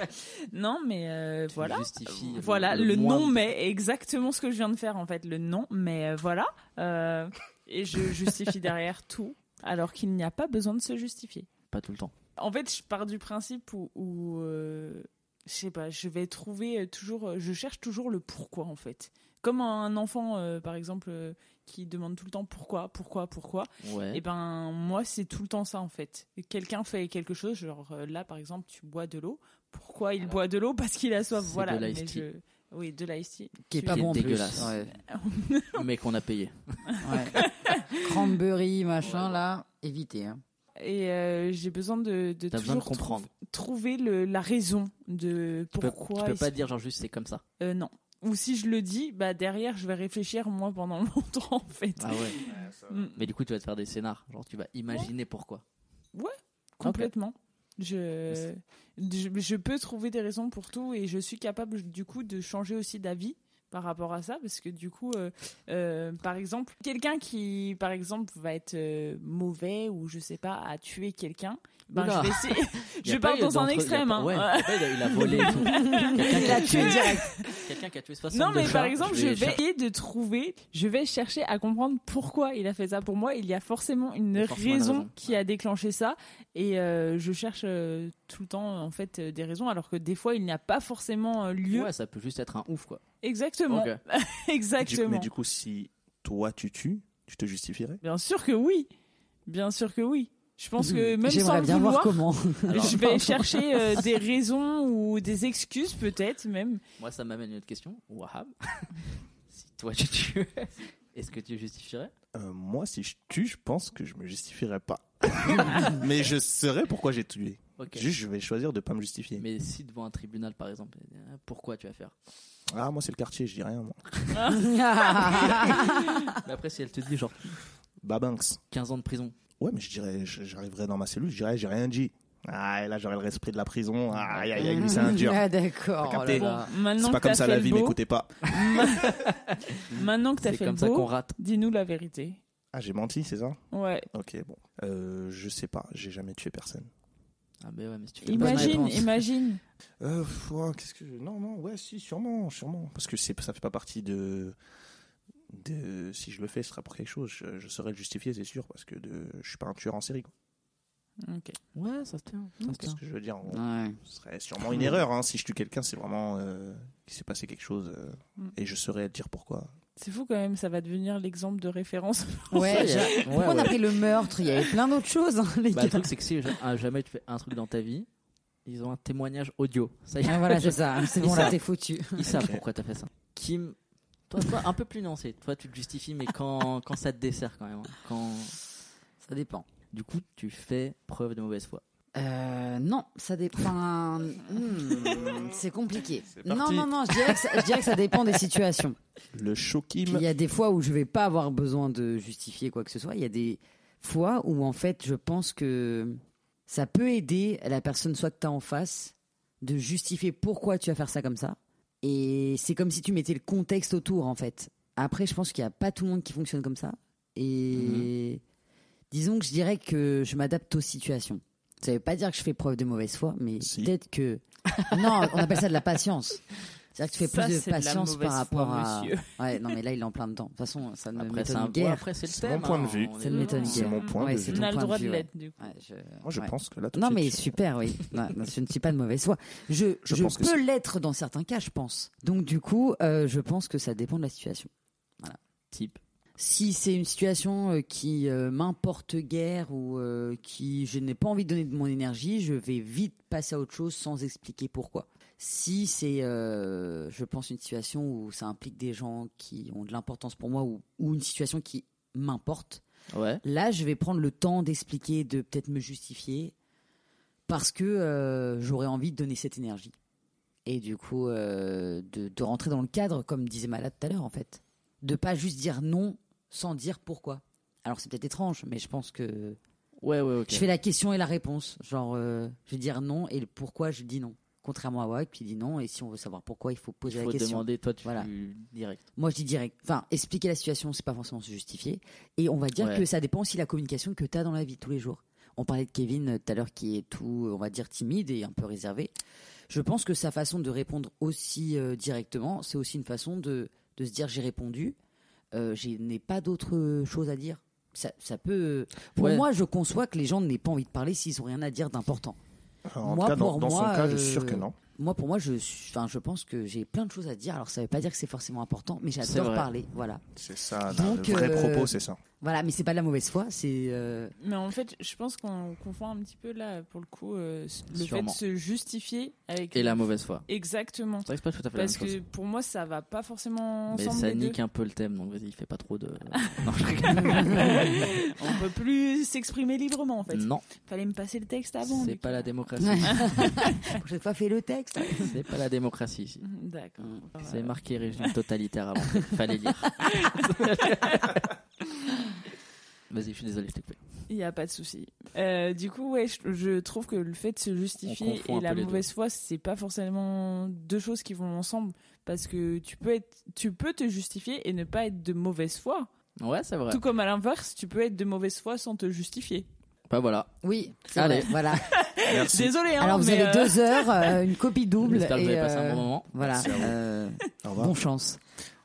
S4: qui-
S3: Non, mais euh,
S4: tu
S3: voilà.
S4: justifies
S3: Voilà, le,
S4: moins-
S3: non mais, exactement ce que je viens de faire en fait, le non mais euh, voilà. Euh, et je justifie derrière tout, alors qu'il n'y a pas besoin de se justifier.
S4: Pas tout le temps.
S3: En fait, je pars du principe où, où, euh, je sais pas, je vais trouver euh, toujours, euh, je cherche toujours le pourquoi en fait. Comme un enfant, euh, par exemple, euh, qui demande tout le temps pourquoi, pourquoi, pourquoi.
S4: Ouais.
S3: Et ben moi c'est tout le temps ça en fait. Quelqu'un fait quelque chose, genre euh, là par exemple tu bois de l'eau. Pourquoi il boit de l'eau Parce qu'il a soif.
S4: C'est
S3: Voilà.
S4: de l'ice
S3: mais
S4: tea.
S3: je- Oui, de l'ice tea.
S6: Qui est
S3: Tu-
S6: pas
S4: Qui est
S6: bon en plus.
S4: dégueulasse.
S6: Ouais.
S4: Mais qu'on a payé.
S6: Ouais. Cranberry, machin, là, évitez. hein.
S3: Et euh, j'ai besoin de, de
S4: T'as besoin de
S3: toujours
S4: comprendre.
S3: trou- trouver le, la raison de
S4: Tu peux-
S3: pourquoi.
S4: tu peux
S3: est-ce-
S4: pas dire genre juste c'est comme ça.
S3: Euh, non. Ou si je le dis, bah derrière je vais réfléchir moi pendant longtemps en fait.
S4: Ah ouais.
S3: Mm.
S4: Mais du coup, tu vas te faire des scénars. Genre, tu vas imaginer pourquoi.
S3: Complètement. Je, je, je peux trouver des raisons pour tout et je suis capable du coup de changer aussi d'avis par rapport à ça parce que du coup euh, euh, par exemple quelqu'un qui par exemple va être euh, mauvais ou je sais pas à tuer quelqu'un ben
S4: Oula.
S3: je vais essayer
S4: Y a
S3: je
S4: pas
S3: parle
S4: eu
S3: dans un
S4: d'entre-
S3: extrême
S4: y a pas-
S3: hein.
S4: ouais, après, il a- il a volé. et tout. Quelqu'un qui a tué Quelqu'un qui a tué 60
S3: non mais
S4: chats,
S3: par exemple je vais
S4: chercher-
S3: essayer de trouver je vais chercher à comprendre pourquoi il a fait ça pour moi il y a forcément une
S4: Il y a
S3: raison,
S4: forcément une raison.
S3: qui a déclenché ça et euh, je cherche euh, tout le temps en fait euh, des raisons alors que des fois il n'y a pas forcément euh, lieu
S4: Ouais, ça peut juste être un ouf quoi.
S3: exactement
S4: Ok.
S5: Du- mais
S3: exactement
S5: du coup, si toi, tu tues, tu te justifierais
S3: bien sûr que oui bien sûr que oui je pense que même sans
S6: J'aimerais
S3: le
S6: bien voir
S3: vouloir
S6: comment.
S4: Alors,
S3: je vais chercher euh, des raisons ou des excuses peut-être même
S4: Moi, ça m'amène à une autre question. Wahab, si toi tu tues, est-ce que tu justifierais
S5: Euh, Moi, si je tue, je pense que je me justifierais pas. mais je saurais pourquoi j'ai tué.
S4: Ok.
S5: Juste, je vais choisir de pas me justifier.
S4: Mais si devant un tribunal, par exemple, euh, pourquoi tu vas faire
S5: Ah, moi, c'est le quartier, je dis rien, moi.
S4: Mais après, si elle te dit genre
S5: Babanks.
S4: 15 ans de prison,
S5: Ouais, mais je dirais, je- j'arriverais dans ma cellule, je dirais, j'ai rien dit. Ah, et là, j'aurais le respect de la prison. Ah, aïe, aïe, aïe, lui, c'est un dur.
S6: Ah, d'accord. oh là
S5: T'as capté.
S6: là.
S3: maintenant
S5: C'est
S3: que
S5: pas comme
S3: t'as
S5: ça
S3: fait
S5: la
S3: le
S5: vie,
S3: beau-
S5: m'écoutez pas.
S3: maintenant que t'as
S4: c'est
S3: fait le
S4: comme ça qu'on
S3: beau
S4: rate.
S3: dis-nous la vérité
S5: Ah, j'ai menti, c'est ça
S3: ouais
S5: Ok, bon. Euh, je sais pas, j'ai jamais tué personne.
S4: Ah, mais ouais, mais si tu fais pas
S3: Imagine,
S6: réponse.
S3: imagine.
S5: Euh, pff, ouah, qu'est-ce que je- Non, non, ouais, si, sûrement, sûrement. Parce que c'est, ça fait pas partie de. de... Si je le fais, ce sera pour quelque chose. Je, je saurais le justifier, c'est sûr, parce que de... je suis pas un tueur en série. Quoi.
S3: Ok.
S4: Ouais, ça se tient. Ça se
S5: C'est ce
S4: tient.
S5: que je veux dire. On-
S6: Ouais.
S5: Ce serait sûrement une erreur. hein. Si je tue quelqu'un, c'est vraiment euh, qu'il s'est passé quelque chose. euh,
S3: Mm.
S5: Et je saurais dire pourquoi.
S3: C'est fou quand même, ça va devenir l'exemple de référence.
S6: Ouais,
S4: Ça,
S6: j'a-
S4: ouais,
S6: Pourquoi on a
S4: ouais.
S6: pris le meurtre Il y avait plein d'autres choses, hein, les
S4: Bah,
S6: gars.
S4: le truc, c'est que si ja- à jamais tu fais un truc dans ta vie, ils ont un témoignage audio. Ça y est,
S6: Ah, voilà, c'est ça. C'est bon, là, t'es foutu.
S4: ils savent
S5: Ok.
S4: pourquoi t'as fait ça. Kim, toi, toi, un peu plus nuancé. Toi, tu te justifies, mais quand, quand ça te dessert quand même. hein. Quand,
S6: Ça dépend.
S4: du coup, tu fais preuve de mauvaise foi.
S6: Euh, non, ça dépend. Hmm, c'est compliqué. Non,
S5: parti.
S6: non, non, je dirais, que ça, je dirais que ça dépend des situations.
S5: Le
S6: Il
S5: showkim.
S6: y a des fois où je vais pas avoir besoin de justifier quoi que ce soit. Il y a des fois où, en fait, je pense que ça peut aider la personne, soit que tu as en face, de justifier pourquoi tu vas faire ça comme ça. Et c'est comme si tu mettais le contexte autour, en fait. Après, je pense qu'il n'y a pas tout le monde qui fonctionne comme ça.
S3: Mhm.
S6: Et disons que je dirais que je m'adapte aux situations. Ça ne veut pas dire que je fais preuve de mauvaise foi, mais
S5: Si.
S6: peut-être que. Non, on appelle ça de la patience. C'est-à-dire que tu fais
S3: Ça,
S6: plus de
S3: c'est de la
S6: patience
S3: mauvaise
S6: par rapport
S3: foi,
S6: à.
S3: monsieur.
S6: Ouais, non, mais là, il est en plein dedans. De toute façon, ça ne
S4: Après, c'est un
S6: m'étonne
S4: bon,
S6: guère.
S4: après, c'est le
S5: C'est
S4: thème.
S5: mon point de
S4: hein.
S5: vue.
S4: On est-
S6: Ça ne m'étonne
S5: C'est
S6: guère.
S5: mon point
S6: Ouais,
S5: de
S6: c'est
S5: vue.
S3: On
S6: ton
S3: a le
S6: point
S3: droit
S6: de
S3: de
S6: vue, ouais.
S3: l'être, du coup.
S6: Ouais, je-
S5: Moi, je
S6: ouais.
S5: pense que là, tout de
S6: Non,
S5: suite, euh,
S6: mais
S5: je-
S6: super, oui. Non, non, je ne suis pas de mauvaise foi. Je,
S5: Je
S6: je,
S5: pense que
S6: peux
S5: c'est-
S6: l'être dans certains cas, je pense. Donc, du coup, euh, je pense que ça dépend de la situation.
S4: Type.
S6: Si c'est une situation euh, qui euh, m'importe guère ou euh, qui je n'ai pas envie de donner de mon énergie, je vais vite passer à autre chose sans expliquer pourquoi. Si c'est, euh, je pense, une situation où ça implique des gens qui ont de l'importance pour moi ou, ou une situation qui m'importe,
S4: Ouais.
S6: Là, je vais prendre le temps d'expliquer, de peut-être me justifier, parce que euh, j'aurais envie de donner cette énergie. Et du coup, euh, de, de rentrer dans le cadre, comme disait Malade tout à l'heure, en fait. De pas juste dire non sans dire pourquoi. Alors, c'est peut-être étrange, mais je pense que
S4: Ouais, ouais, ok.
S6: je fais la question et la réponse. Genre, euh, je vais dire non et le pourquoi je dis non. Contrairement à Wack qui dit non, et si on veut savoir pourquoi, il faut poser
S4: Il
S6: la
S4: faut
S6: question.
S4: demander, toi, tu
S6: Voilà.
S4: direct.
S6: Moi, je dis direct. Enfin, expliquer la situation, c'est pas forcément se justifier. Et on va dire
S4: Ouais.
S6: que ça dépend aussi de la communication que tu as dans la vie de tous les jours. On parlait de Kevin euh, tout à l'heure qui est tout, on va dire, timide et un peu réservé. Je pense que sa façon de répondre aussi euh, directement, c'est aussi une façon de, de se dire j'ai répondu, euh, je n'ai pas d'autre chose à dire. Ça, ça peut. Pour
S4: Ouais.
S6: moi, je conçois que les gens n'aient pas envie de parler s'ils ont rien à dire d'important.
S5: Alors, en
S6: Moi,
S5: tout cas, dans,
S6: pour
S5: dans son
S6: moi,
S5: cas, je suis sûr
S6: euh,
S5: que non.
S6: Moi, pour moi, je, suis- enfin, je pense que j'ai plein de choses à dire. Alors, ça ne veut pas dire que c'est forcément important, mais
S4: C'est
S6: j'adore
S4: vrai.
S6: parler. Voilà.
S5: C'est ça,
S6: donc,
S5: le vrai
S6: euh,
S5: propos, c'est ça.
S6: Voilà, mais c'est pas de la mauvaise foi, c'est. euh,
S3: Mais en fait, je pense qu'on confond un petit peu là, pour le coup, euh, le fait de
S4: Sûrement.
S3: se justifier avec.
S4: Et la mauvaise foi.
S3: Exactement.
S4: C'est vrai que c'est pas tout à fait la
S3: Parce
S4: même chose.
S3: que pour moi, ça va pas forcément
S4: Mais
S3: ensemble.
S4: ça
S3: les deux.
S4: nique un peu le thème, donc vas-y, fais pas trop de.
S6: Ah,
S4: Non, je rigole.
S3: On peut plus s'exprimer librement
S6: bah,
S3: en fait.
S4: Non,
S3: Fallait me passer le texte avant.
S4: Mm. c'est
S3: Lucas.
S4: pas la démocratie.
S6: La prochaine fois, fais le texte.
S4: C'est pas la démocratie ici.
S3: D'accord.
S4: Mm, C'est marqué régime totalitaire avant. Fallait lire. Vas-y, je suis désolé, je t'ai coupé.
S3: Il n'y a pas de souci. Euh, du coup, ouais, je, je trouve que le fait de se
S4: On
S3: justifier
S4: confond un
S3: et
S4: peu
S3: la
S4: les deux.
S3: mauvaise foi, c'est pas forcément deux choses qui vont ensemble. Parce que tu peux, être, tu peux te justifier et ne pas être de mauvaise foi.
S4: Ouais, c'est vrai.
S3: Tout comme à l'inverse, tu peux être de mauvaise foi sans te justifier.
S4: Bah voilà.
S6: Oui, c'est
S4: Allez.
S6: vrai, voilà.
S5: Merci.
S3: Désolé, hein,
S6: Alors, vous
S3: mais,
S6: avez
S3: euh,
S6: deux heures, euh, une copie double.
S4: J'espère que vous
S6: et,
S4: avez passé
S6: euh,
S4: un bon moment.
S6: Voilà.
S5: Merci à vous.
S6: euh,
S5: Au revoir.
S6: bon chance.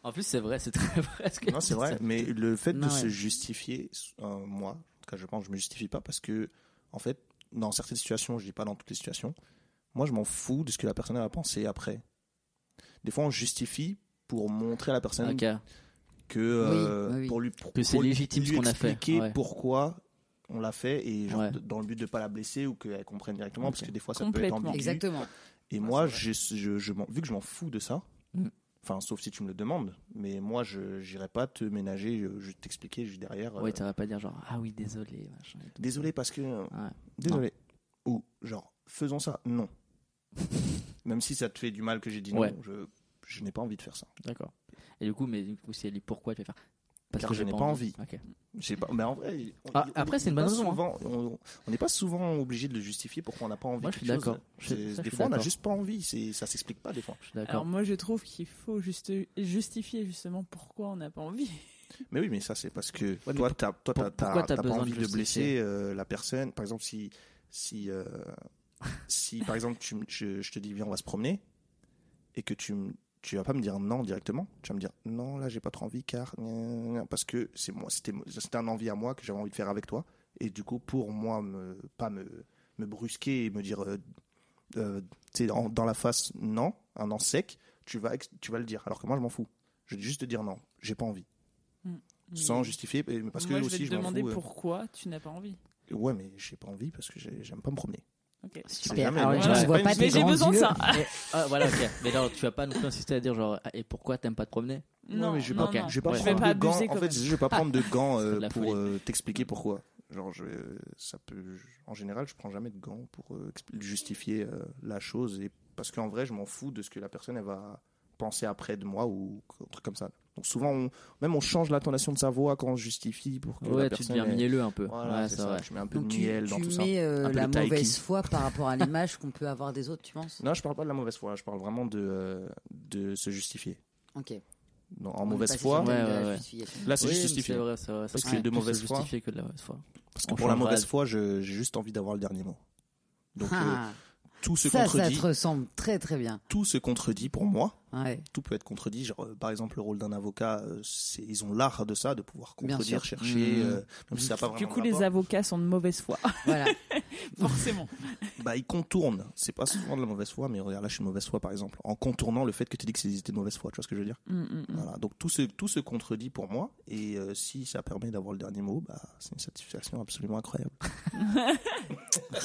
S4: En plus, c'est vrai, c'est très vrai. ce que
S5: Non, c'est vrai, mais le fait de
S6: Non,
S5: se
S6: ouais.
S5: justifier, euh, moi, en tout cas, je pense que je me justifie pas parce que, en fait, dans certaines situations, je dis pas dans toutes les situations, moi, je m'en fous de ce que la personne va penser après. Des fois, on justifie pour montrer à la personne
S4: Ok.
S5: que, euh,
S6: Oui, oui, oui.
S5: pour lui, pour,
S4: Que c'est
S5: pour lui-
S4: légitime ce
S5: lui
S4: qu'on a fait,
S5: expliquer
S4: ouais.
S5: pourquoi on l'a fait et genre,
S4: Ouais.
S5: de- dans le but de pas la blesser ou qu'elle comprenne directement parce
S4: Ok.
S5: que des fois, ça peut être
S3: Complètement.
S5: ambigu.
S6: Exactement.
S5: Et moi, je, je, je m'en- vu que je m'en fous de ça,
S4: Mm.
S5: enfin, sauf si tu me le demandes, mais moi, je n'irai pas te ménager, je, je vais t'expliquer juste derrière. euh,
S4: Ouais, tu vas pas dire genre, ah oui, désolé. machin.
S5: désolé parce que. euh,
S4: Ouais.
S5: Désolé. Ou genre, faisons ça. Non. Même si ça te fait du mal que j'ai dit
S4: Ouais.
S5: non, je, je n'ai pas envie de faire ça.
S4: D'accord. Et du coup, mais du coup, si elle dit pourquoi tu vas faire Parce
S5: Car
S4: que
S5: je
S4: j'ai
S5: n'ai
S4: pas
S5: pas
S4: envie. Ok.
S5: J'ai pas, mais en vrai, on-
S4: Ah,
S5: on-
S4: après, c'est une bonne
S5: on est pas
S4: raison, hein.
S5: souvent- on- On n'est pas souvent obligé de le justifier pourquoi on n'a pas envie
S4: Moi,
S5: de
S4: je
S5: quelque
S4: suis d'accord.
S5: chose.
S4: Je suis-
S5: C'est-
S4: ça, je
S5: Des
S4: suis
S5: fois, on n'a
S4: d'accord.
S5: juste pas envie. c'est- Ça s'explique pas des fois.
S4: Je suis d'accord.
S3: Alors moi, je trouve qu'il faut juste justifier justement pourquoi on n'a pas envie.
S5: Mais oui, mais ça, c'est parce que
S4: mais
S5: toi, t'as, toi,
S4: pour-
S5: t'as- t'as-
S4: pourquoi t'as
S5: t'as pas
S4: besoin de
S5: envie de,
S4: justifier
S5: blesser euh, la personne. Par exemple, si, si euh, si par exemple tu, me- je, je te dis viens on va se promener et que tu me- tu vas pas me dire non directement, tu vas me dire non là j'ai pas trop envie car gna, gna, gna, parce que c'est moi c'était c'était un envie à moi que j'avais envie de faire avec toi et du coup pour moi me pas me me brusquer et me dire euh, euh, tu sais, en- dans la face non un non sec tu vas ex- tu vas le dire alors que moi je m'en fous je vais juste te dire non j'ai pas envie sans justifier et- mais parce
S3: Moi,
S5: que
S3: je vais
S5: aussi
S3: te
S5: je m'en
S3: demander
S5: fous, euh,
S3: pourquoi tu n'as pas envie.
S5: ouais mais j'ai pas envie parce que j'ai- j'aime pas me promener
S3: Ok.
S5: C'est
S6: Super.
S5: jamais-
S6: Alors les gens
S4: Ouais.
S6: ne voient pas
S5: Mais
S6: tes
S3: j'ai
S6: grands
S3: besoin de
S6: yeux.
S3: ça.
S4: Ah, voilà, ok. Mais alors, tu vas pas non plus insister à dire, genre, ah, et pourquoi t'aimes pas te promener
S3: Non,
S5: mais je vais
S3: non,
S4: pas-
S3: non.
S5: Je vais pas
S4: Ouais.
S3: Je vais
S5: prendre
S3: pas
S5: de gants.
S3: abuser
S5: En
S3: quand
S5: fait,
S3: même.
S5: je vais pas prendre de gants euh,
S4: De la
S5: pour
S4: folie.
S5: euh, t'expliquer pourquoi. Genre, je, vais- ça peut. je- En général, je prends jamais de gants pour euh, expli- justifier euh, la chose et parce qu'en vrai, je m'en fous de ce que la personne elle va penser après de moi ou un truc comme ça. Donc souvent, on- même on change l'intonation de sa voix quand on justifie pour que la
S4: Ouais, tu
S5: personne.
S4: deviens
S5: elle-
S4: mielleux un peu.
S5: Voilà,
S4: ouais,
S5: c'est
S4: c'est
S5: ça.
S4: vrai.
S5: Je mets un peu
S6: Donc
S5: de
S6: tu,
S5: miel dans
S6: tu
S5: tout ça.
S6: mets euh,
S5: Un peu
S6: la
S5: de taiki.
S6: mauvaise foi par rapport à l'image qu'on peut avoir des autres, tu penses
S5: Non, je parle pas de la mauvaise foi. Je parle vraiment de euh, de se justifier.
S6: Ok.
S5: Non,
S6: On
S5: en
S6: est
S5: mauvaise
S6: passé
S5: foi.
S6: sur le thème
S4: Ouais,
S6: de la
S4: ouais, ouais.
S6: justification.
S5: Là, c'est
S4: Oui, mais
S5: justifié.
S4: C'est vrai, c'est vrai.
S5: Parce
S4: C'est
S5: que
S4: vrai,
S5: de
S4: plus
S5: mauvaise
S4: se
S5: foi-
S4: justifier que de la mauvaise foi.
S5: Parce que
S4: On
S5: pour la
S4: changera-
S5: mauvaise foi, je- j'ai juste envie d'avoir le dernier mot. Donc euh,
S6: Ah,
S5: tout se
S6: ça, ça
S5: contredit.
S6: te ressemble très très bien.
S5: tout se contredit pour moi.
S6: Ouais.
S5: Tout peut être contredit. Genre, euh, par exemple, le rôle d'un avocat, euh, c'est- ils ont l'art de ça, de pouvoir
S6: Bien
S5: contredire,
S6: sûr.
S5: chercher.
S4: Mmh.
S5: euh, même si ça n'a pas
S3: Du
S5: vraiment
S3: coup, les
S5: rapport.
S3: avocats sont de mauvaise foi,
S6: Voilà.
S3: forcément.
S5: bah, ils contournent. C'est pas souvent de la mauvaise foi, mais regarde, là, je suis de mauvaise foi, par exemple, en contournant le fait que tu dis que c'était de mauvaise foi. Tu vois ce que je veux dire
S3: Mm,
S6: Mmh.
S3: mm, mm.
S5: Voilà. Donc tout se tout se contredit pour moi. Et euh, si ça permet d'avoir le dernier mot, bah, c'est une satisfaction absolument incroyable.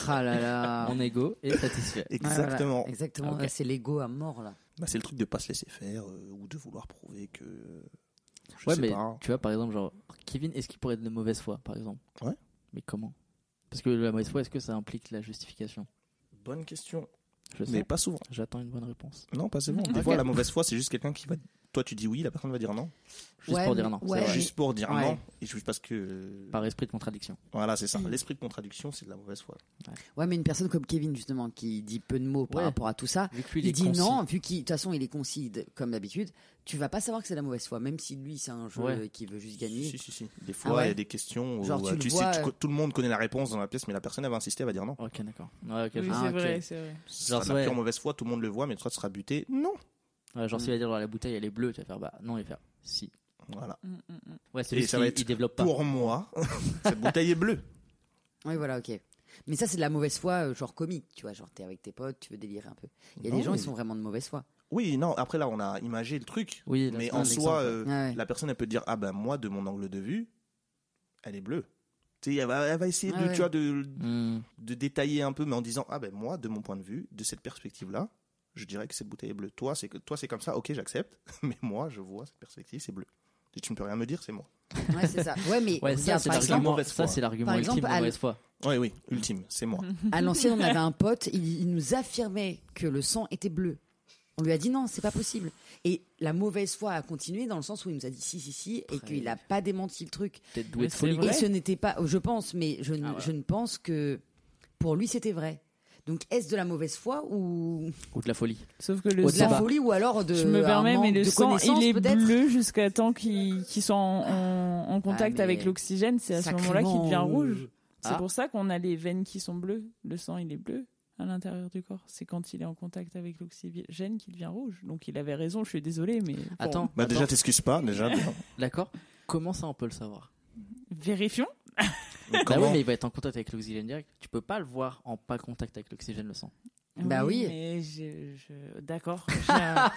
S6: Ah là là.
S4: Mon ego est satisfait.
S6: Ah, voilà.
S5: Exactement.
S6: Exactement.
S4: Ah, ok.
S6: là, C'est l'ego à mort là.
S5: Bah, c'est le truc de pas se laisser faire euh, ou de vouloir prouver que. euh, Je
S4: ouais,
S5: sais
S4: mais
S5: pas. hein.
S4: tu vois, par exemple, genre, Kevin, est-ce qu'il pourrait être de mauvaise foi, par exemple
S5: Ouais.
S4: Mais comment Parce que la mauvaise foi, est-ce que ça implique la justification
S5: Bonne question.
S4: Je sais.
S5: Mais pas souvent.
S4: J'attends une bonne réponse.
S5: Non, pas souvent.
S6: Mmh.
S5: Des
S4: Ok.
S5: fois, la mauvaise foi, c'est juste quelqu'un qui va. Toi, tu dis oui, la personne va dire non.
S4: Juste
S6: Ouais,
S4: pour dire
S6: mais-
S4: non. c'est
S6: ouais,
S4: vrai.
S5: Juste pour dire
S6: Ouais.
S5: non. Et juste parce que. euh,
S4: Par esprit de contradiction.
S5: Voilà, c'est ça.
S6: Mmh.
S5: L'esprit de contradiction, c'est de la mauvaise foi.
S6: Ouais, mais une personne comme Kevin justement qui dit peu de mots par
S4: Ouais.
S6: rapport à tout ça,
S4: Vu que lui,
S6: il,
S4: il, est
S6: dit
S4: concis.
S6: non. Vu qu'il de toute façon il est concis de- comme d'habitude, tu vas pas savoir que c'est la mauvaise foi, même si lui c'est un jeu
S4: Ouais.
S6: qui veut juste gagner.
S5: Si, si, si. Des fois, il
S6: Ah ouais.
S5: y a des questions
S6: Genre,
S5: où
S6: tu
S5: euh,
S6: le
S5: tu sais,
S6: vois,
S5: tu
S6: euh,
S5: co- tout le monde connaît la réponse dans la pièce, mais la personne, elle va insister, elle va dire non.
S4: Ok, d'accord. Ouais, ok,
S3: Oui,
S4: je-
S6: Ah,
S3: c'est
S6: ok.
S3: vrai, c'est vrai.
S5: Ce
S4: Genre,
S5: sera de la
S4: ouais.
S5: pure mauvaise foi, tout le monde le voit, mais toi, tu seras buté. Non. Ah.
S4: ouais, genre, s'il va dire, genre, la bouteille, elle est bleue, tu vas faire, bah non, il va faire, si.
S5: Voilà.
S3: Mm, mm, mm.
S4: Ouais,
S5: Et
S4: c'est
S5: ça
S4: ça
S5: va
S4: va
S5: être
S4: il développe pas.
S5: Pour moi, cette bouteille est bleue.
S6: Oui, voilà, ok. Mais ça, c'est de la mauvaise foi, euh, genre comique, tu vois. Genre, t'es avec tes potes, tu veux délirer un peu. Il y a
S5: Non,
S6: des gens,
S5: mais-
S6: ils sont vraiment de mauvaise foi.
S5: Oui, non. Après, là, on a imagé le truc.
S4: Oui, là,
S5: Mais
S4: c'est
S5: en
S4: un
S5: soi,
S4: exemple.
S5: euh,
S6: Ouais.
S5: la personne, elle peut dire Ah ben, moi, de mon angle de vue, elle est bleue. Tu sais, elle va, elle va essayer de,
S6: Ah ouais.
S5: tu vois, de,
S4: Hmm.
S5: de détailler un peu, mais en disant ah ben moi de mon point de vue, de cette perspective-là, je dirais que cette bouteille est bleue. Toi c'est que toi c'est comme ça, ok j'accepte, mais moi je vois cette perspective c'est bleu. Et tu ne peux rien me dire, c'est moi.
S6: Ouais, c'est ça. Ouais, mais
S4: Ouais, ça,
S6: regarde,
S4: c'est
S6: par exemple,
S4: l'argument,
S5: mauvaise
S4: ça,
S5: foi.
S4: c'est l'argument
S6: Par
S4: ultime de
S6: exemple, à-
S4: mauvaise foi.
S5: Oui oui, ultime, c'est moi.
S6: à l'ancienne, on avait un pote, il, il nous affirmait que le sang était bleu. On lui a dit non, c'est pas possible. Et la mauvaise foi a continué dans le sens où il nous a dit si, si, si, et
S4: Très
S6: qu'il a pas démenti le truc.
S4: Peut-être
S3: Mais
S4: doué de
S3: c'est
S4: folie.
S3: vrai.
S6: Et ce n'était pas, je pense, mais je, ne-
S4: Ah, voilà.
S6: je ne pense que pour lui, c'était vrai. Donc, est-ce de la mauvaise foi ou
S4: Ou de la folie.
S3: Sauf que le
S6: de la
S3: sang,
S6: folie ou alors de.
S3: je me
S6: un
S3: permets, mais
S6: manque
S3: le
S6: de
S3: sang,
S6: connaissance,
S3: il est
S6: peut-être
S3: bleu jusqu'à temps qu'il qu'il soit en, en-
S5: Ah,
S3: en contact
S6: mais-
S3: avec l'oxygène. C'est à ce moment-là qu'il devient
S6: Sacrément,
S3: rouge. C'est
S6: Ah.
S3: pour ça qu'on a les veines qui sont bleues. Le sang, il est bleu à l'intérieur du corps. C'est quand il est en contact avec l'oxygène qu'il devient rouge. Donc il avait raison, je suis désolée, mais bon.
S4: Attends,
S5: Bah déjà
S4: attends,
S5: t'excuses pas déjà. déjà.
S4: d'accord. Comment ça, on peut le savoir
S3: Vérifions.
S5: Mais
S4: Bah
S5: comment
S4: oui, mais il va être en contact avec l'oxygène direct. Tu peux pas le voir en pas contact avec l'oxygène, le sang.
S6: Bah oui.
S3: mais je- je- D'accord. j'ai un-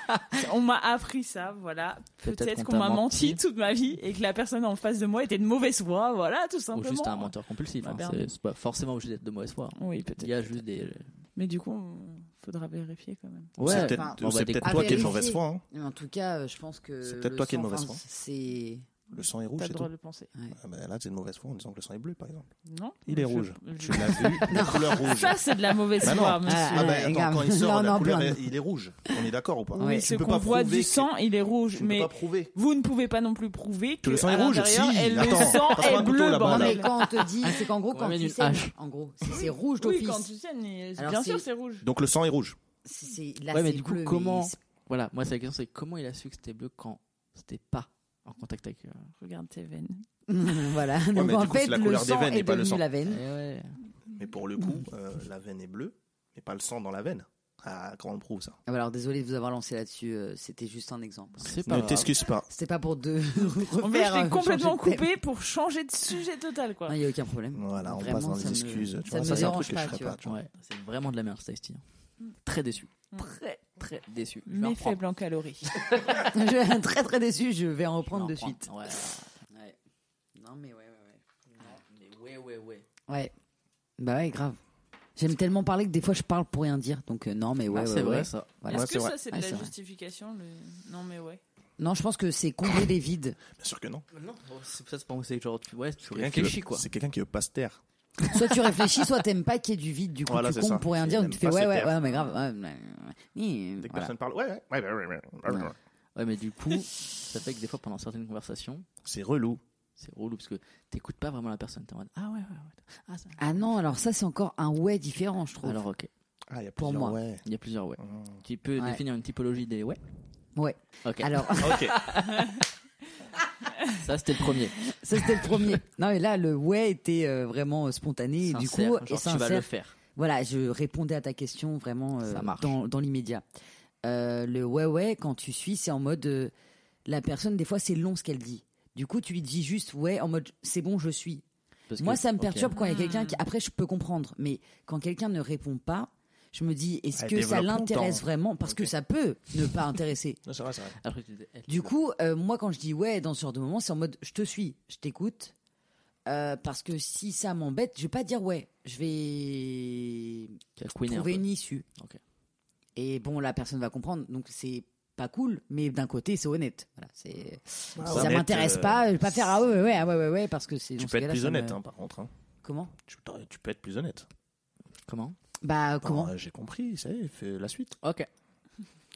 S3: On m'a appris ça, voilà.
S4: Peut-être
S3: Peut-être
S4: qu'on
S3: qu'on
S4: t'a
S3: m'a menti
S4: menti.
S3: toute ma vie et que la personne en face de moi était de mauvaise foi, voilà, tout
S4: Ou
S3: simplement.
S4: juste un menteur compulsif.
S3: Bah,
S4: hein.
S3: merde.
S4: C'est c'est pas forcément obligé d'être de mauvaise foi. hein.
S3: Oui,
S4: Il
S3: peut-être.
S4: y a juste des.
S3: Mais du coup, on- faudra vérifier quand même.
S5: C'est
S4: Ouais,
S5: peut-être
S6: enfin,
S4: bon, bah,
S5: c'est
S4: des-
S5: peut-être
S6: à
S5: toi qui es de
S6: vérifier.
S5: mauvaise foi. hein.
S6: Mais en tout cas, euh, je pense que.
S5: C'est peut-être
S6: le
S5: toi qui es de
S6: sang,
S5: mauvaise
S6: enfin,
S5: foi.
S6: C'est.
S5: Le sang est rouge
S3: T'as
S5: c'est
S3: le
S5: tout.
S3: droit de le penser.
S5: Ah, bah, là t'es de mauvaise foi en disant que le sang est bleu par exemple.
S3: Non
S5: Il est
S3: Je-
S5: rouge.
S3: je-
S5: Tu l'as vu, la couleur rouge.
S3: Ça, c'est de la mauvaise
S5: Bah non.
S3: foi,
S6: Ah,
S3: monsieur.
S5: ah bah
S6: Ouais,
S5: attends,
S6: grave.
S5: quand il sort,
S6: Là, on est
S5: la
S6: en
S5: couleur,
S6: plein.
S5: est- il est rouge. On est d'accord ou pas
S3: Oui,
S5: Tu
S3: ce
S5: peux
S3: qu'on
S5: pas
S3: voit
S5: prouver
S3: du
S5: que-
S3: sang, il est rouge.
S5: Tu ne peux
S3: Mais
S5: pas prouver.
S3: vous ne pouvez pas non plus prouver que,
S5: le sang est
S3: à
S5: rouge,
S3: l'intérieur,
S5: si,
S3: et le
S5: attends,
S3: sang
S5: passe-moi
S3: est
S5: un couteau,
S3: bleu,
S5: là-bas,
S6: Non,
S5: là.
S6: mais
S3: bordel.
S6: quand on te dit, c'est qu'en gros,
S4: On
S6: quand
S4: amène
S6: tu
S4: une
S6: saignes,
S4: hache.
S6: en gros, c'est c'est rouge
S3: Oui,
S6: d'office.
S3: quand tu saignes, il-
S6: Alors,
S3: bien
S6: c'est-
S3: sûr, c'est rouge.
S5: Donc le sang est rouge.
S6: C'est- c'est- là,
S4: Ouais, mais
S6: c'est
S4: du coup,
S6: bleu,
S4: comment-
S6: c'est-
S4: Voilà, moi, c'est la question c'est comment il a su que c'était bleu quand c'était pas en contact avec. euh,
S3: Regarde tes veines.
S6: voilà.
S5: mais
S6: Donc
S5: du
S6: en
S5: coup, c'est
S6: fait,
S5: la
S6: le
S5: couleur des
S6: sang
S5: veines et
S6: est
S5: pas le
S6: devenu
S5: sang.
S6: la veine.
S4: eh ouais.
S5: Mais pour le coup, euh, la veine est bleue, mais pas le sang dans la veine. Ah, quand on le prouve, ça.
S6: Ah bah alors désolé de vous avoir lancé là-dessus, euh, c'était juste un exemple.
S4: C'est pas hein.
S5: Ne
S4: grave.
S5: t'excuse pas.
S6: C'était pas pour de
S3: En fait,
S6: refaire.
S3: je
S6: euh,
S3: l'ai complètement
S6: changer de thème.
S3: coupé pour changer de sujet total, quoi.
S6: Non, il n'y a aucun problème.
S5: Voilà, on
S6: Vraiment,
S5: passe dans
S6: ça
S5: les
S6: me-
S5: excuses. tu
S6: ça
S5: vois,
S6: me
S5: ça, c'est un
S6: dérange
S5: truc que je
S6: pas,
S5: ferais
S6: tu
S5: pas.
S6: vois.
S5: tu vois.
S4: Ouais, c'est vraiment de la merde, Ice-T. Très déçu. Très, très déçu. Je vais en
S3: Mais
S4: reprendre.
S3: faible en calories.
S6: je suis très très déçu, je vais en
S4: Je vais en
S6: reprendre de suite.
S4: Ouais,
S6: Ouais. Non mais ouais ouais ouais.
S4: mais ouais, ouais, ouais.
S6: Ouais. Bah ouais, grave. J'aime tellement parler que des fois je parle pour rien dire. Donc euh, non mais ouais.
S4: Ah,
S6: ouais,
S4: c'est
S6: ouais.
S4: vrai, ça.
S6: Voilà.
S3: Est-ce
S5: Ouais, Bah, c'est
S3: que ça,
S5: vrai.
S3: c'est de
S6: Ouais,
S3: la
S6: c'est vrai.
S3: justification le- Non, mais ouais.
S6: Non, je pense que c'est combler des vides.
S5: Bien sûr que non.
S4: Non, c'est ça, c'est pas c'est genre, tu, ouais, tu
S5: Quelqu'un qui
S4: réfléchis,
S5: veut-
S4: quoi.
S5: C'est quelqu'un qui veut pas se taire.
S6: Soit tu réfléchis, soit t'aimes pas qu'il y ait du vide. Du coup,
S5: Voilà,
S6: tu
S5: c'est
S6: comptes
S5: ça.
S6: pour rien
S5: Il
S6: dire.
S5: aime
S6: Donc tu fais
S5: pas se
S6: ouais ouais
S5: taire.
S6: ouais mais grave. ouais, ouais, ouais. Hi,
S5: Dès que
S6: voilà.
S5: personne parle, ouais, ouais, ouais, ouais, ouais, ouais, ouais, ouais.
S6: Ouais.
S4: Ouais, mais du coup, ça fait que des fois, pendant certaines conversations,
S5: C'est relou.
S4: c'est relou parce que t'écoutes pas vraiment la personne. T'es en mode, ah ouais, ouais, ouais. Ah, ça.
S6: Ah non, alors ça c'est encore un ouais différent, je trouve.
S4: Alors, ok.
S5: Ah, il y a
S6: Pour
S5: plusieurs
S6: moi.
S5: ouais.
S4: Il y a plusieurs ouais.
S5: Mmh.
S4: Tu peux
S6: Ah. Ouais.
S4: définir une typologie des ouais
S6: Ouais.
S4: Ok.
S6: Alors,
S5: Ok.
S4: Ça, c'était le premier.
S6: ça c'était le premier. Non mais là le ouais était euh, vraiment euh, spontané et du coup
S4: Sincère, genre,
S6: et
S4: tu vas le
S6: sincère.
S4: faire.
S6: Voilà, je répondais à ta question vraiment euh,
S4: Ça marche.
S6: dans, dans l'immédiat. Euh, le ouais ouais quand tu suis, c'est en mode euh, la personne des fois c'est long ce qu'elle dit. Du coup, tu lui dis juste ouais en mode c'est bon, je suis.
S4: Parce
S6: Moi,
S4: que-
S6: ça me
S4: ok.
S6: perturbe quand il y a quelqu'un qui après je peux comprendre, mais quand quelqu'un ne répond pas, je me dis est-ce
S5: Ouais,
S6: que ça
S5: développe
S6: l'intéresse
S5: longtemps.
S6: vraiment parce que
S5: Ok.
S6: ça peut ne pas intéresser.
S5: Non, c'est vrai, c'est vrai.
S4: Après, tu dis, eh, tu
S6: Du
S4: vas-
S6: coup, euh, moi, quand je dis ouais dans ce genre de moment, c'est en mode je te suis, je t'écoute. Euh, parce que si ça m'embête, je vais pas dire ouais. Je vais
S4: tu vas couiner un
S6: trouver
S4: peu.
S6: une issue.
S4: Ok.
S6: Et bon, la personne va comprendre, donc c'est pas cool, mais d'un côté, c'est honnête. Voilà, c'est.
S5: Ah,
S6: si ça
S5: honnête,
S6: m'intéresse
S5: euh,
S6: pas, je vais pas faire ah ouais, ouais, ouais, ah ouais, ouais, ouais, parce que c'est.
S5: Tu
S6: dans ce
S5: peux être
S6: cas-là,
S5: plus
S6: ça me-
S5: honnête, hein, par contre. hein.
S6: Comment
S5: Tu tu peux être plus honnête.
S4: Comment
S6: Bah comment
S5: Bon, euh, J'ai compris, ça y est, fais la suite.
S4: Ok.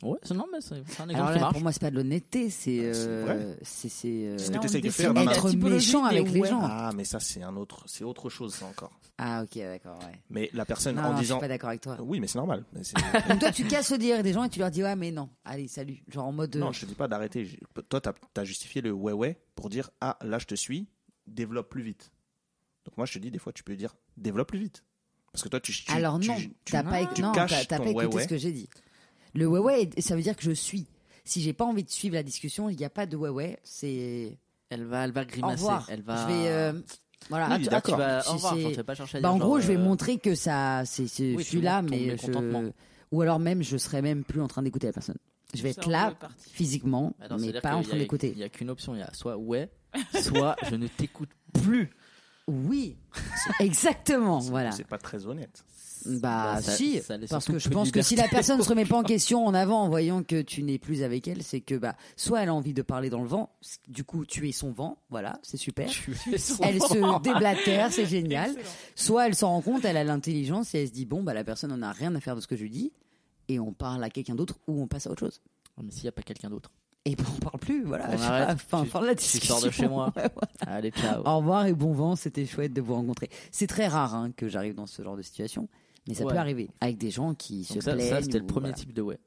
S4: Ouais, c'est- non, mais c'est c'est un exemple
S6: Alors
S4: qui
S6: là,
S4: marche.
S6: pour moi, c'est pas de l'honnêteté, c'est.
S5: Ah, c'est
S6: euh,
S5: vrai.
S6: c'est c'est. euh,
S5: C'est que
S3: Là, on
S5: t'essayes de
S3: définit
S5: faire dans
S3: la
S5: la-
S6: Être
S3: typologie
S6: méchant
S3: des
S6: avec les
S3: ouais.
S6: gens.
S5: Ah, mais ça, c'est un autre, c'est autre chose, ça encore.
S6: Ah ok, d'accord, ouais.
S5: Mais la personne
S6: Non,
S5: en
S6: non, je
S5: disant,
S6: suis pas d'accord avec toi.
S5: oui, mais c'est normal. Mais c'est-
S6: Donc toi, tu casses le délire des gens et tu leur dis ouais, mais non, allez, salut, genre en mode. euh,
S5: non, je te dis pas d'arrêter. J'ai- Toi, t'as as justifié le ouais ouais pour dire ah là je te suis, développe plus vite. Donc moi, je te dis des fois, tu peux dire développe plus vite parce que toi, tu, tu
S6: Alors
S5: tu-
S6: non,
S5: tu- Ah.
S6: t'as pas, éc-
S5: tu
S6: non,
S5: caches
S6: t'as- t'as
S5: ton
S6: pas écouté
S5: ouais, ouais.
S6: ce que j'ai dit. Le ouais ouais, ça veut dire que je suis. Si j'ai pas envie de suivre la discussion, il n'y a pas de ouais ouais. C'est
S4: Elle va, elle va
S6: au
S4: grimacer.
S6: revoir.
S4: Elle va.
S6: Je vais, euh, voilà.
S5: Oui,
S4: Ah, tu- ah, tu
S5: d'accord.
S4: vas
S6: Si
S4: au revoir.
S6: c'est-
S4: genre, tu vas pas chercher à
S6: Bah,
S4: dire
S6: en gros,
S4: genre,
S6: je vais
S4: euh,
S6: montrer que ça, c'est, c'est-
S4: oui,
S6: je
S4: tu
S6: suis là,
S4: montres ton
S6: mais
S4: mécontentement.
S6: je, ou alors même je serais même plus en train d'écouter la personne. Je vais
S3: Ça,
S6: être
S3: on
S6: là
S3: est parti.
S6: physiquement,
S4: Bah non,
S6: mais
S4: c'est-à-dire
S6: pas en
S4: qu'il
S6: train
S4: y a-
S6: d'écouter.
S4: Il n'y a qu'une option. Il y a soit ouais, soit je ne t'écoute plus.
S6: Oui, exactement.
S5: C'est-
S6: Voilà.
S5: C'est pas très honnête.
S6: Bah,
S4: Bah, ça-
S6: si,
S4: ça laisse
S6: parce
S4: surtout
S6: que je
S4: peu de
S6: pense que si la
S4: liberté
S6: personne
S4: aux
S6: se remet pas en question en avant en voyant que tu n'es plus avec elle, c'est que bah soit elle a envie de parler dans le vent, c- du coup tu es son vent, voilà, c'est super.
S4: Tu es son
S6: Elle se
S4: vent.
S6: déblatère, c'est génial.
S3: Excellent.
S6: Soit elle s'en rend compte, elle a l'intelligence et elle se dit bon bah la personne en a rien à faire de ce que je lui dis et on parle à quelqu'un d'autre ou on passe à autre chose.
S4: Non, Mais s'il n'y a pas quelqu'un d'autre.
S6: Et ben on parle plus, voilà.
S4: On
S6: je sais
S4: arrête,
S6: pas, fin,
S4: tu-
S6: fin de la
S4: tu
S6: discussion.
S4: sors de chez moi.
S6: Ouais, voilà. Oh,
S4: Allez, ciao.
S6: Au revoir et bon vent, c'était chouette de vous rencontrer. C'est très rare hein, que j'arrive dans ce genre de situation, mais ça
S4: Ouais.
S6: peut arriver avec des gens qui se
S4: Donc ça,
S6: plaignent.
S4: ça, c'était le
S6: ou-
S4: premier
S6: voilà.
S4: type de ouais.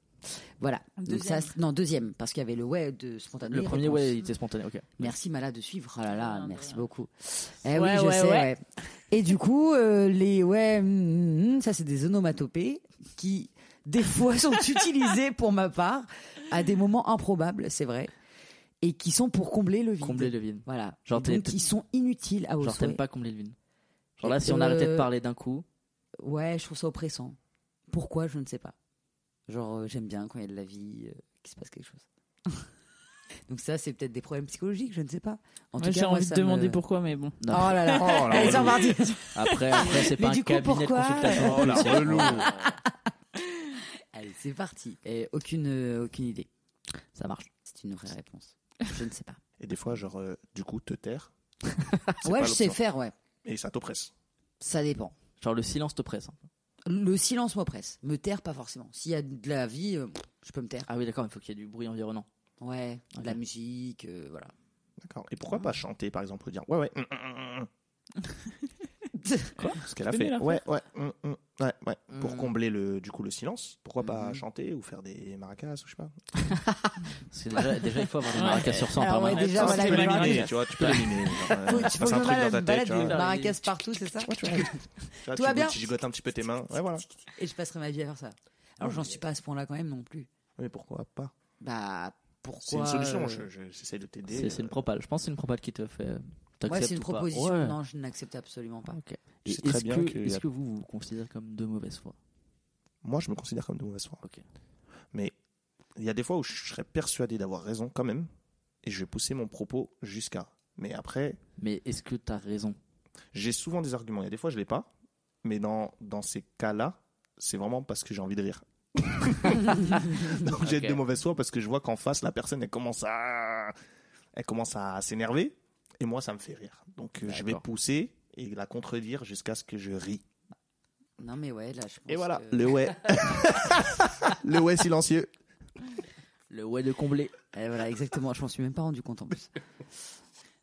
S6: Voilà.
S3: Deuxième.
S6: Donc ça, c'est- non, deuxième, parce qu'il y avait le ouais de spontané.
S4: Le premier
S6: réponse.
S4: ouais, il était spontané. Ok.
S6: Merci Mala de suivre. Oh là
S3: Ah,
S6: là,
S3: de
S6: merci
S3: rien.
S6: beaucoup. Eh oui,
S3: Ouais,
S6: je
S3: ouais,
S6: sais.
S3: ouais.
S6: ouais. Et du coup, euh, les ouais, mm, mm, ça c'est des onomatopées qui des fois sont utilisées pour ma part à des moments improbables, c'est vrai, et qui sont pour combler le vide.
S4: Combler le vide.
S6: Voilà.
S4: Genre,
S6: Et donc
S4: t'es-
S6: ils sont inutiles à vos
S4: Genre, t'aimes
S6: souhaits.
S4: pas combler le vide. Genre là, si on
S6: Euh,
S4: arrêtait de parler d'un coup,
S6: Ouais, je trouve ça oppressant. Pourquoi, je ne sais pas. Genre, euh, j'aime bien quand il y a de la vie, euh, qu'il se passe quelque chose. Donc ça, c'est peut-être des problèmes psychologiques, je ne sais pas. En
S3: Moi,
S6: tout
S3: j'ai
S6: cas, moi,
S3: envie de
S6: ça
S3: demander
S6: me-
S3: pourquoi, mais bon.
S6: Oh là là, Allez, c'est reparti.
S4: après, après c'est
S6: Mais
S4: pas un
S6: du coup,
S4: cabinet
S6: pourquoi
S4: de consultation.
S5: Oh là,
S4: C'est-
S5: relou.
S6: Allez, c'est parti. Et aucune, euh, aucune idée.
S4: Ça marche.
S6: C'est une vraie réponse. Je ne sais pas.
S5: Et des fois, genre, euh, du coup, te taire. C'est
S6: ouais,
S5: pas
S6: je sais
S5: l'option.
S6: faire, ouais.
S5: Et ça t'oppresse.
S6: Ça dépend.
S4: Genre, le silence te presse. hein.
S6: Le silence m'oppresse. Me taire, pas forcément. S'il y a de la vie, euh, je peux me taire.
S4: Ah oui, d'accord, il faut qu'il y ait du bruit environnant.
S6: Ouais, de la
S4: Ok.
S6: musique, euh, voilà.
S5: D'accord. Et pourquoi pas chanter, par exemple, ou dire ouais ouais. hum, hum, hum, hum. Quoi hum, Ce qu'elle a
S3: Tu peux
S5: fait.
S3: nous la
S5: Ouais ouais. hum, hum, Ouais, ouais. Pour
S4: Hmm.
S5: combler le, du coup le silence, pourquoi pas
S4: Mhm.
S5: chanter ou faire des maracas ou je sais pas.
S4: Parce que déjà, déjà, il faut avoir des
S3: Ouais.
S4: maracas sur 100 en
S6: Alors, ouais,
S4: permanence.
S6: déjà,
S5: Ah,
S6: voilà,
S5: tu peux
S6: les
S5: les
S6: maracas.
S5: miner, tu vois, tu peux les miner. genre, euh,
S6: Faut- tu
S5: ça passe
S6: peux
S5: un
S6: que
S5: truc
S6: je
S5: dans ta tête,
S6: balade
S5: tu vois.
S6: des
S4: vois.
S6: maracas partout, c'est ça
S5: Tu vois,
S6: Tout va
S5: tu
S6: bien
S5: gigotes- Tu gigotes un petit peu tes mains. Ouais, voilà.
S6: Et je passerai ma vie à faire ça. Alors
S5: Ouais,
S6: j'en
S5: mais-
S6: suis pas à ce point-là quand même non plus.
S5: Mais pourquoi pas
S6: Bah pourquoi
S5: C'est une solution,
S6: euh,
S5: je- je- j'essaie de t'aider.
S4: C'est c'est une
S5: euh,
S4: propale. Je pense que c'est une propale qui te fait.
S6: Moi
S4: t'acceptes
S6: c'est une
S4: ou pas.
S6: proposition.
S4: Ouais. Ah,
S6: Non, je n'accepte absolument pas.
S4: Ok.
S5: Je
S4: Et
S5: sais très
S4: est-ce
S5: bien
S4: que,
S5: qu'il y a-
S4: est-ce que vous vous considérez comme de mauvaise foi
S5: Moi, je me considère comme de mauvaise foi.
S4: Ok.
S5: Mais il y a des fois où je serais persuadé d'avoir raison quand même, et je vais pousser mon propos jusqu'à. Mais après,
S4: Mais est-ce que t'as raison
S5: j'ai souvent des arguments. Il y a des fois, je l'ai pas, mais dans, dans ces cas-là, c'est vraiment parce que j'ai envie de rire. Donc j'ai
S4: Ok.
S5: de mauvaise foi parce que je vois qu'en face, la personne, elle commence à, elle commence à s'énerver, et moi, ça me fait rire. Donc euh, je vais
S4: D'accord.
S5: pousser et la contredire jusqu'à ce que je rie.
S6: Non mais ouais, là je pense
S5: Et voilà,
S6: que-
S5: le ouais. le ouais silencieux.
S4: Le ouais de combler.
S6: Eh, voilà, exactement, je m'en suis même pas rendu compte en plus.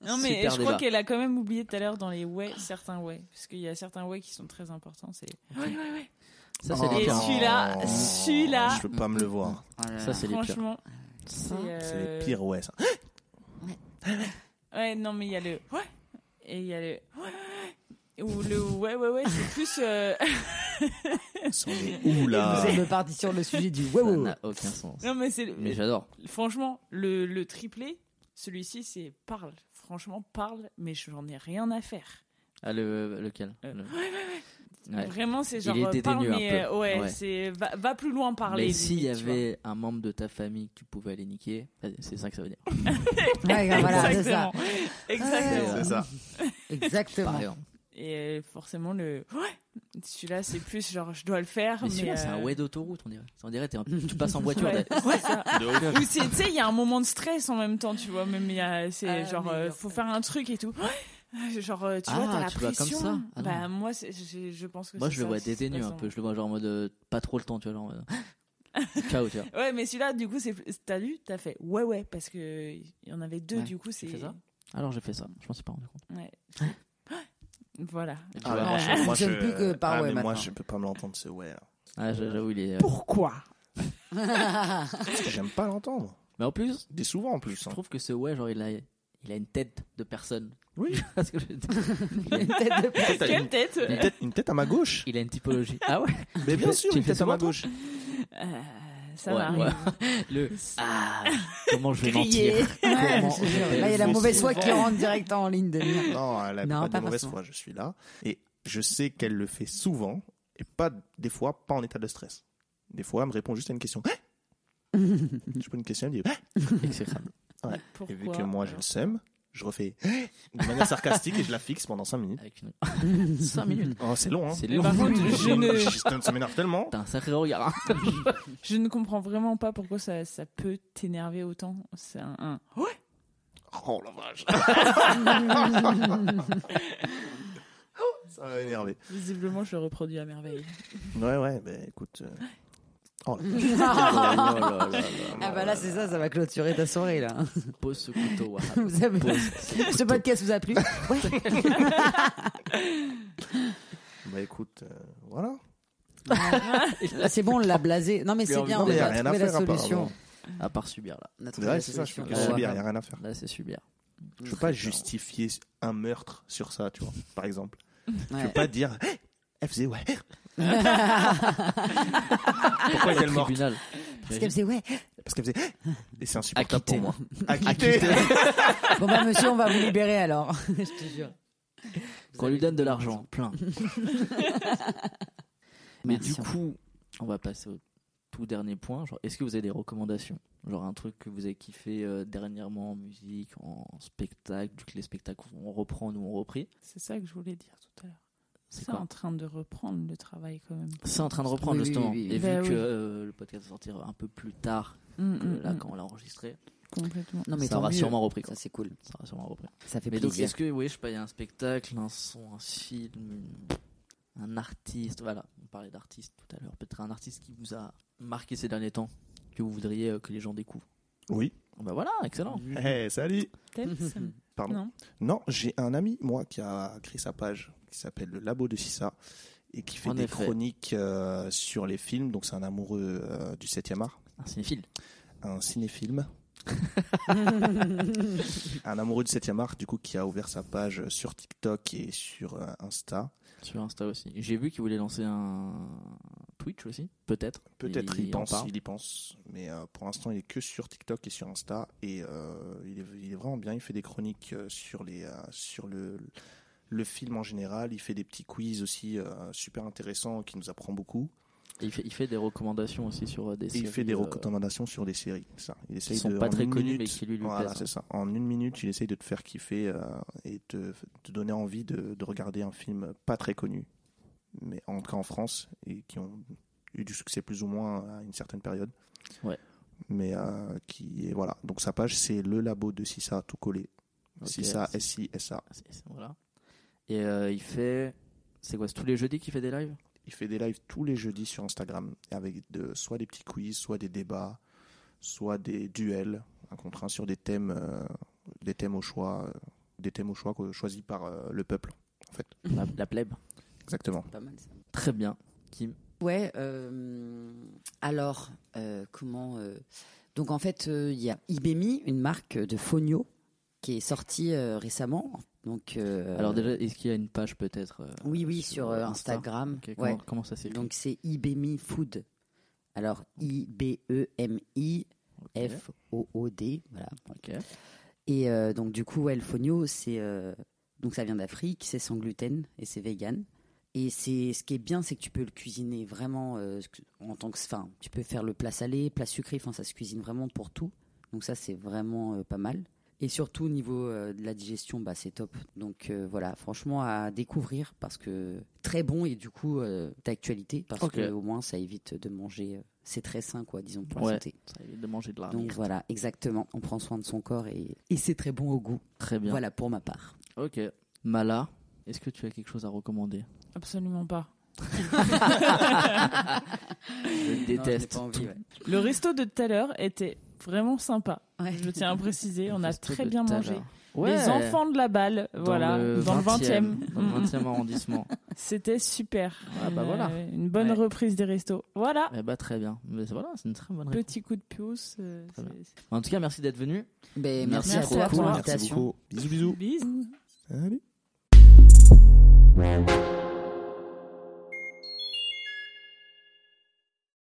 S3: Non, mais
S4: Super
S3: je
S4: débat.
S3: crois qu'elle a quand même oublié tout à l'heure dans les ouais, certains ouais. Parce qu'il y a certains ouais qui sont très importants. C'est ouais, ouais, ouais.
S4: Ça, c'est
S5: Oh,
S4: les
S3: Et
S5: non.
S4: pires.
S3: celui-là, celui-là,
S5: Je peux pas me le voir.
S6: Oh là
S4: Ça,
S6: là.
S4: c'est les pires.
S3: franchement. C'est
S5: C'est
S3: euh,
S5: les pires, ouais, ça.
S3: Ouais, non, mais il y a le ouais. Et il y a le ouais, ouais, ouais. Ou le ouais, ouais, ouais, c'est plus. euh,
S5: C'en est où, là
S6: Nous sommes partis sur le sujet du ouais
S4: Ça
S6: ouais, ouais.
S4: n'a aucun sens.
S3: Non, mais c'est.
S4: Mais j'adore.
S3: Franchement, le, le triplé, celui-ci, c'est parle. Franchement, parle, mais j'en ai rien à faire.
S4: Ah, le, lequel
S3: Euh,
S4: Le- Ouais.
S3: Vraiment, c'est
S4: Il
S3: genre
S4: est
S3: euh, parle,
S4: dédaigneux un
S3: mais
S4: peu.
S3: euh, ouais,
S4: Ouais.
S3: c'est va, va plus loin parler.
S4: Mais s'il y
S3: limite, tu vois.
S4: avait un membre de ta famille que tu pouvais aller niquer, c'est ça que ça veut dire.
S6: Ouais, voilà, c'est ça.
S3: Exactement. Exactement.
S4: C'est
S5: ça.
S4: Par
S6: Exactement.
S4: exemple.
S3: Et euh, forcément, le ouais, celui-là, c'est plus genre je dois le faire.
S4: Mais celui-là, c'est un
S3: euh,
S4: ouais d'autoroute, on dirait. On dirait, t'es en- tu passes en voiture.
S3: Ouais,
S4: là.
S3: c'est ça.
S5: De
S3: Ou c'est, tu sais, il y a un moment de stress en même temps, tu vois. Même il y a, c'est
S6: Ah,
S3: genre,
S6: mais
S3: euh,
S6: alors-
S3: faut faire un truc et tout. Ouais, Genre, euh, tu vois,
S4: Ah,
S3: t'as la
S4: tu vois, comme
S3: pression.
S4: ça Ah non.
S3: bah, moi, c'est- j'ai- je pense que
S4: Moi,
S3: c'est
S4: je le
S3: ça
S4: vois
S3: qui se
S4: dédaigneux
S3: passe hein.
S4: un
S3: en-
S4: peu. Je le vois genre en mode euh, pas trop le temps, tu vois. Genre, en mode, Ciao, tu vois.
S3: Ouais, mais celui-là, du coup, c'est, t'as lu, t'as fait ouais, ouais, parce que il y en avait deux,
S4: Ouais,
S3: du coup,
S4: tu
S3: c'est.
S4: fais ça Alors, j'ai fait ça. Je m'en suis pas rendu compte.
S3: Ouais. voilà.
S4: Tu
S5: Ah,
S4: vois.
S5: moi,
S6: Ouais.
S5: je, moi,
S6: Je ne
S5: je-
S6: peux que par
S5: ah,
S6: ouais,
S5: mais moi,
S6: maintenant.
S5: je peux pas me l'entendre, ce ouais. là.
S4: Ah, j'a- j'avoue, il est. euh,
S3: Pourquoi
S5: Parce que j'aime pas l'entendre.
S4: Mais en plus,
S5: Des souvent, en plus.
S4: je
S5: hein.
S4: trouve que ce ouais, genre, il a, il a une tête de personne.
S5: Oui.
S4: Parce que je veux dire,
S6: Une tête de-
S5: Toi, t'as
S3: Quelle
S5: une,
S3: tête
S5: une tête, une tête à ma gauche.
S4: il a une typologie. Ah ouais
S5: Mais bien
S4: fais-
S5: sûr,
S4: tu
S5: une
S4: fais
S5: tête à ma
S4: souvent,
S5: gauche.
S3: Euh, Ça
S4: Ouais,
S3: m'arrive.
S4: ouais. Le. Ah Comment je vais mentir
S6: Ouais,
S4: Comment
S6: je te jure.
S4: je vais
S6: Là, il y a la
S5: vous
S6: mauvaise foi qui
S5: souvent.
S6: rentre direct en ligne de mire.
S5: Non, elle a
S6: Non,
S5: pas
S6: pas
S5: de mauvaise
S6: forcément.
S5: foi, je suis là. Et je sais qu'elle le fait souvent, et pas des fois, pas en état de stress. Des fois, elle me répond juste à une question. Hein je pose une question, elle me dit. Hein
S4: Exécrable.
S5: Et
S3: Pourquoi
S5: vu que moi, je le sème, je refais Hein de manière sarcastique et je la fixe pendant 5 minutes.
S4: Avec une... 5 minutes.
S5: Oh, c'est long, hein.
S4: C'est
S6: Eh ben,
S4: long.
S3: par contre, je ne-
S5: Ça m'énerve tellement.
S4: T'as un sacré regard. hein.
S3: Je ne comprends vraiment pas pourquoi ça, ça peut t'énerver autant. C'est un, un-
S5: Oh la vache Ça va énerver.
S3: Visiblement, je le reproduis à merveille.
S5: Ouais, ouais, bah écoute. euh, Oh la vache.
S6: ah
S4: Oh là là là.
S6: bah là, c'est ça, ça va clôturer ta soirée là.
S4: Pose ce couteau. Wahab.
S6: Vous avez-
S4: Pose
S6: Ce podcast vous a plu
S5: Bah écoute, euh, voilà.
S6: Là, c'est bon, on l'a blasé. Non, mais c'est bien,
S5: Non,
S6: on
S5: mais y
S6: a trouvé la solution.
S5: apparemment.
S4: À part subir là.
S6: On a trouvé
S5: Ouais,
S6: la
S5: c'est ça, je
S6: solution.
S5: peux que
S4: Ouais,
S5: subir,
S6: Ouais.
S5: y a rien à faire.
S4: Là c'est subir.
S5: Je peux pas justifier un meurtre sur ça, tu vois, par exemple. Je
S6: Ouais.
S5: peux pas dire. Eh, Elle faisait ouais. Pourquoi est-elle morte
S4: Tribunal.
S6: Ah. Parce qu'elle faisait, ouais.
S5: Parce qu'elle faisait. eh Et c'est insupportable
S4: Acquittée.
S5: pour moi. Acquitté.
S6: Bon, bah, monsieur, on va vous libérer alors. je te jure.
S4: Qu'on lui donne de l'argent, plein. Mais
S6: Merci. hein.
S4: du coup, on va passer au tout dernier point. Genre, est-ce que vous avez des recommandations Genre un truc que vous avez kiffé euh, dernièrement en musique, en spectacle, du que les spectacles on reprend, nous on repris.
S3: C'est ça que je voulais dire tout à l'heure.
S4: C'est
S3: C'est
S4: quoi
S3: en train de reprendre le travail quand même.
S4: C'est en train de reprendre
S6: Oui, oui,
S4: justement.
S6: oui, oui.
S4: Et
S3: Bah
S4: vu
S3: oui.
S4: que euh, le podcast va sortir un peu plus tard que
S3: Mm, mm,
S4: là
S3: mm.
S4: quand on l'a enregistré,
S3: Complètement.
S6: Non, mais
S4: ça
S6: tant
S4: aura
S6: mieux.
S4: sûrement repris. quoi.
S6: Ça, c'est cool.
S4: Ça aura sûrement repris.
S6: Ça fait
S4: Mais donc,
S6: plaisir.
S4: est-ce que, oui, je sais pas, il y a un spectacle, un son, un film, une- un artiste, voilà, on parlait d'artiste tout à l'heure, peut-être un artiste qui vous a marqué ces derniers temps, que vous voudriez euh, que les gens découvrent.
S5: Oui.
S4: Ah Bah voilà, excellent.
S5: Eh, salut.
S3: Peut-être, ça me-
S5: Pardon.
S3: Non.
S5: Non, j'ai un ami, moi, qui a créé sa page qui s'appelle le Labo de Sissa et qui fait
S4: En
S5: des
S4: effet.
S5: chroniques euh, sur les films. Donc c'est un amoureux euh, du 7e art,
S4: Un cinéphile.
S5: un cinéfilm. un amoureux du 7e art, du coup, qui a ouvert sa page sur TikTok et sur euh, Insta.
S4: Sur Insta aussi. J'ai vu qu'il voulait lancer un Twitch aussi, peut-être.
S5: Peut-être il,
S4: en
S5: pense,
S4: parle.
S5: il y pense, mais euh, pour l'instant il est que sur TikTok et sur Insta et euh, il, est, il est vraiment bien. Il fait des chroniques euh, sur les euh, sur le le film en général. Il fait des petits quiz aussi euh, super intéressants qui nous apprend beaucoup.
S4: Et il, fait, il fait des recommandations aussi sur euh, des
S5: Et il fait des
S4: séries, euh,
S5: recommandations sur des séries. Ça, il essaye
S4: sont
S5: de,
S4: pas
S5: en
S4: très
S5: une
S4: connues,
S5: minute-
S4: mais qui lui, lui
S5: voilà,
S4: plaisent,
S5: c'est
S4: hein.
S5: ça. En une minute, il essaye de te faire kiffer euh, et te, te donner envie de, de regarder un film pas très connu, mais en tout cas en France et qui ont eu du succès plus ou moins à une certaine période.
S4: Ouais.
S5: Mais euh, qui est voilà. Donc sa page, c'est le labo de Sissa tout collé.
S4: ok.
S5: Sissa S I S A.
S4: Ah, C'est- c'est- Voilà. Et euh, il fait. C'est quoi C'est tous les jeudis qu'il fait des lives
S5: Il fait des lives tous les jeudis sur Instagram avec de, soit des petits quiz, soit des débats, soit des duels, un contre un sur des thèmes, euh, des thèmes au choix, euh, des thèmes au choix euh, choisis par euh, le peuple, en fait.
S4: la, la plèbe.
S5: Exactement.
S6: Pas mal, ça.
S4: Très bien. Kim.
S6: Ouais, euh, alors, euh, comment. euh, donc, en fait, euh, il y a Ibemi, une marque de Fogno, qui est sortie euh, récemment. Donc, euh,
S4: Alors déjà, est-ce qu'il y a une page peut-être euh,
S6: oui, oui, sur euh,
S4: Insta
S6: Instagram.
S4: Ok,
S6: ouais.
S4: comment, comment ça s'écrit
S6: Donc, c'est Ibemi Food. Alors, E I-B-E-M-I-F-O-O-D.
S4: Ok.
S6: Voilà.
S4: Ok.
S6: Et euh, donc, du coup, ouais, le Fogno, c'est. euh, donc, ça vient d'Afrique, c'est sans gluten et c'est vegan. Et c'est ce qui est bien, c'est que tu peux le cuisiner vraiment euh, en tant que. Enfin, tu peux faire le plat salé, plat sucré, enfin, ça se cuisine vraiment pour tout. Donc, ça, c'est vraiment euh, pas mal. Et surtout, au niveau euh, de la digestion, bah, c'est top. Donc, euh, voilà, franchement, à découvrir parce que très bon et du coup, euh, d'actualité parce
S4: Ok.
S6: que au moins, ça évite de manger. euh, c'est très sain, quoi, disons, pour
S4: Ouais.
S6: la santé.
S4: Ça évite de manger de la
S6: Donc, voilà, exactement. On prend soin de son corps et, et c'est très bon au goût.
S4: Très bien.
S6: Voilà pour ma part.
S4: Ok. Mala, est-ce que tu as quelque chose à recommander
S3: Absolument pas.
S4: Je déteste.
S3: Le resto de tout à l'heure était vraiment sympa.
S6: Ouais.
S3: Je tiens à préciser, on a
S4: Resto
S3: très
S4: de
S3: bien
S4: tout à
S3: mangé.
S4: l'heure. Ouais.
S3: Les enfants de la balle, voilà, dans le 20e.
S4: Dans le 20e arrondissement.
S3: C'était super. Euh,
S4: Ah, bah, voilà.
S3: Une bonne
S4: Ouais.
S3: reprise des restos. Voilà.
S4: Eh bah, très bien. Mais voilà, c'est une très bonne réponse.
S3: Petit coup de pouce. euh,
S4: Très bien.
S3: c'est-
S4: En tout cas, merci d'être venu.
S6: Ben, merci,
S3: Merci
S6: à toi
S3: à
S6: pour
S3: toi.
S5: Merci
S6: l'invitation.
S5: beaucoup. Bisous, bisous.
S3: Bisous.
S5: Salut.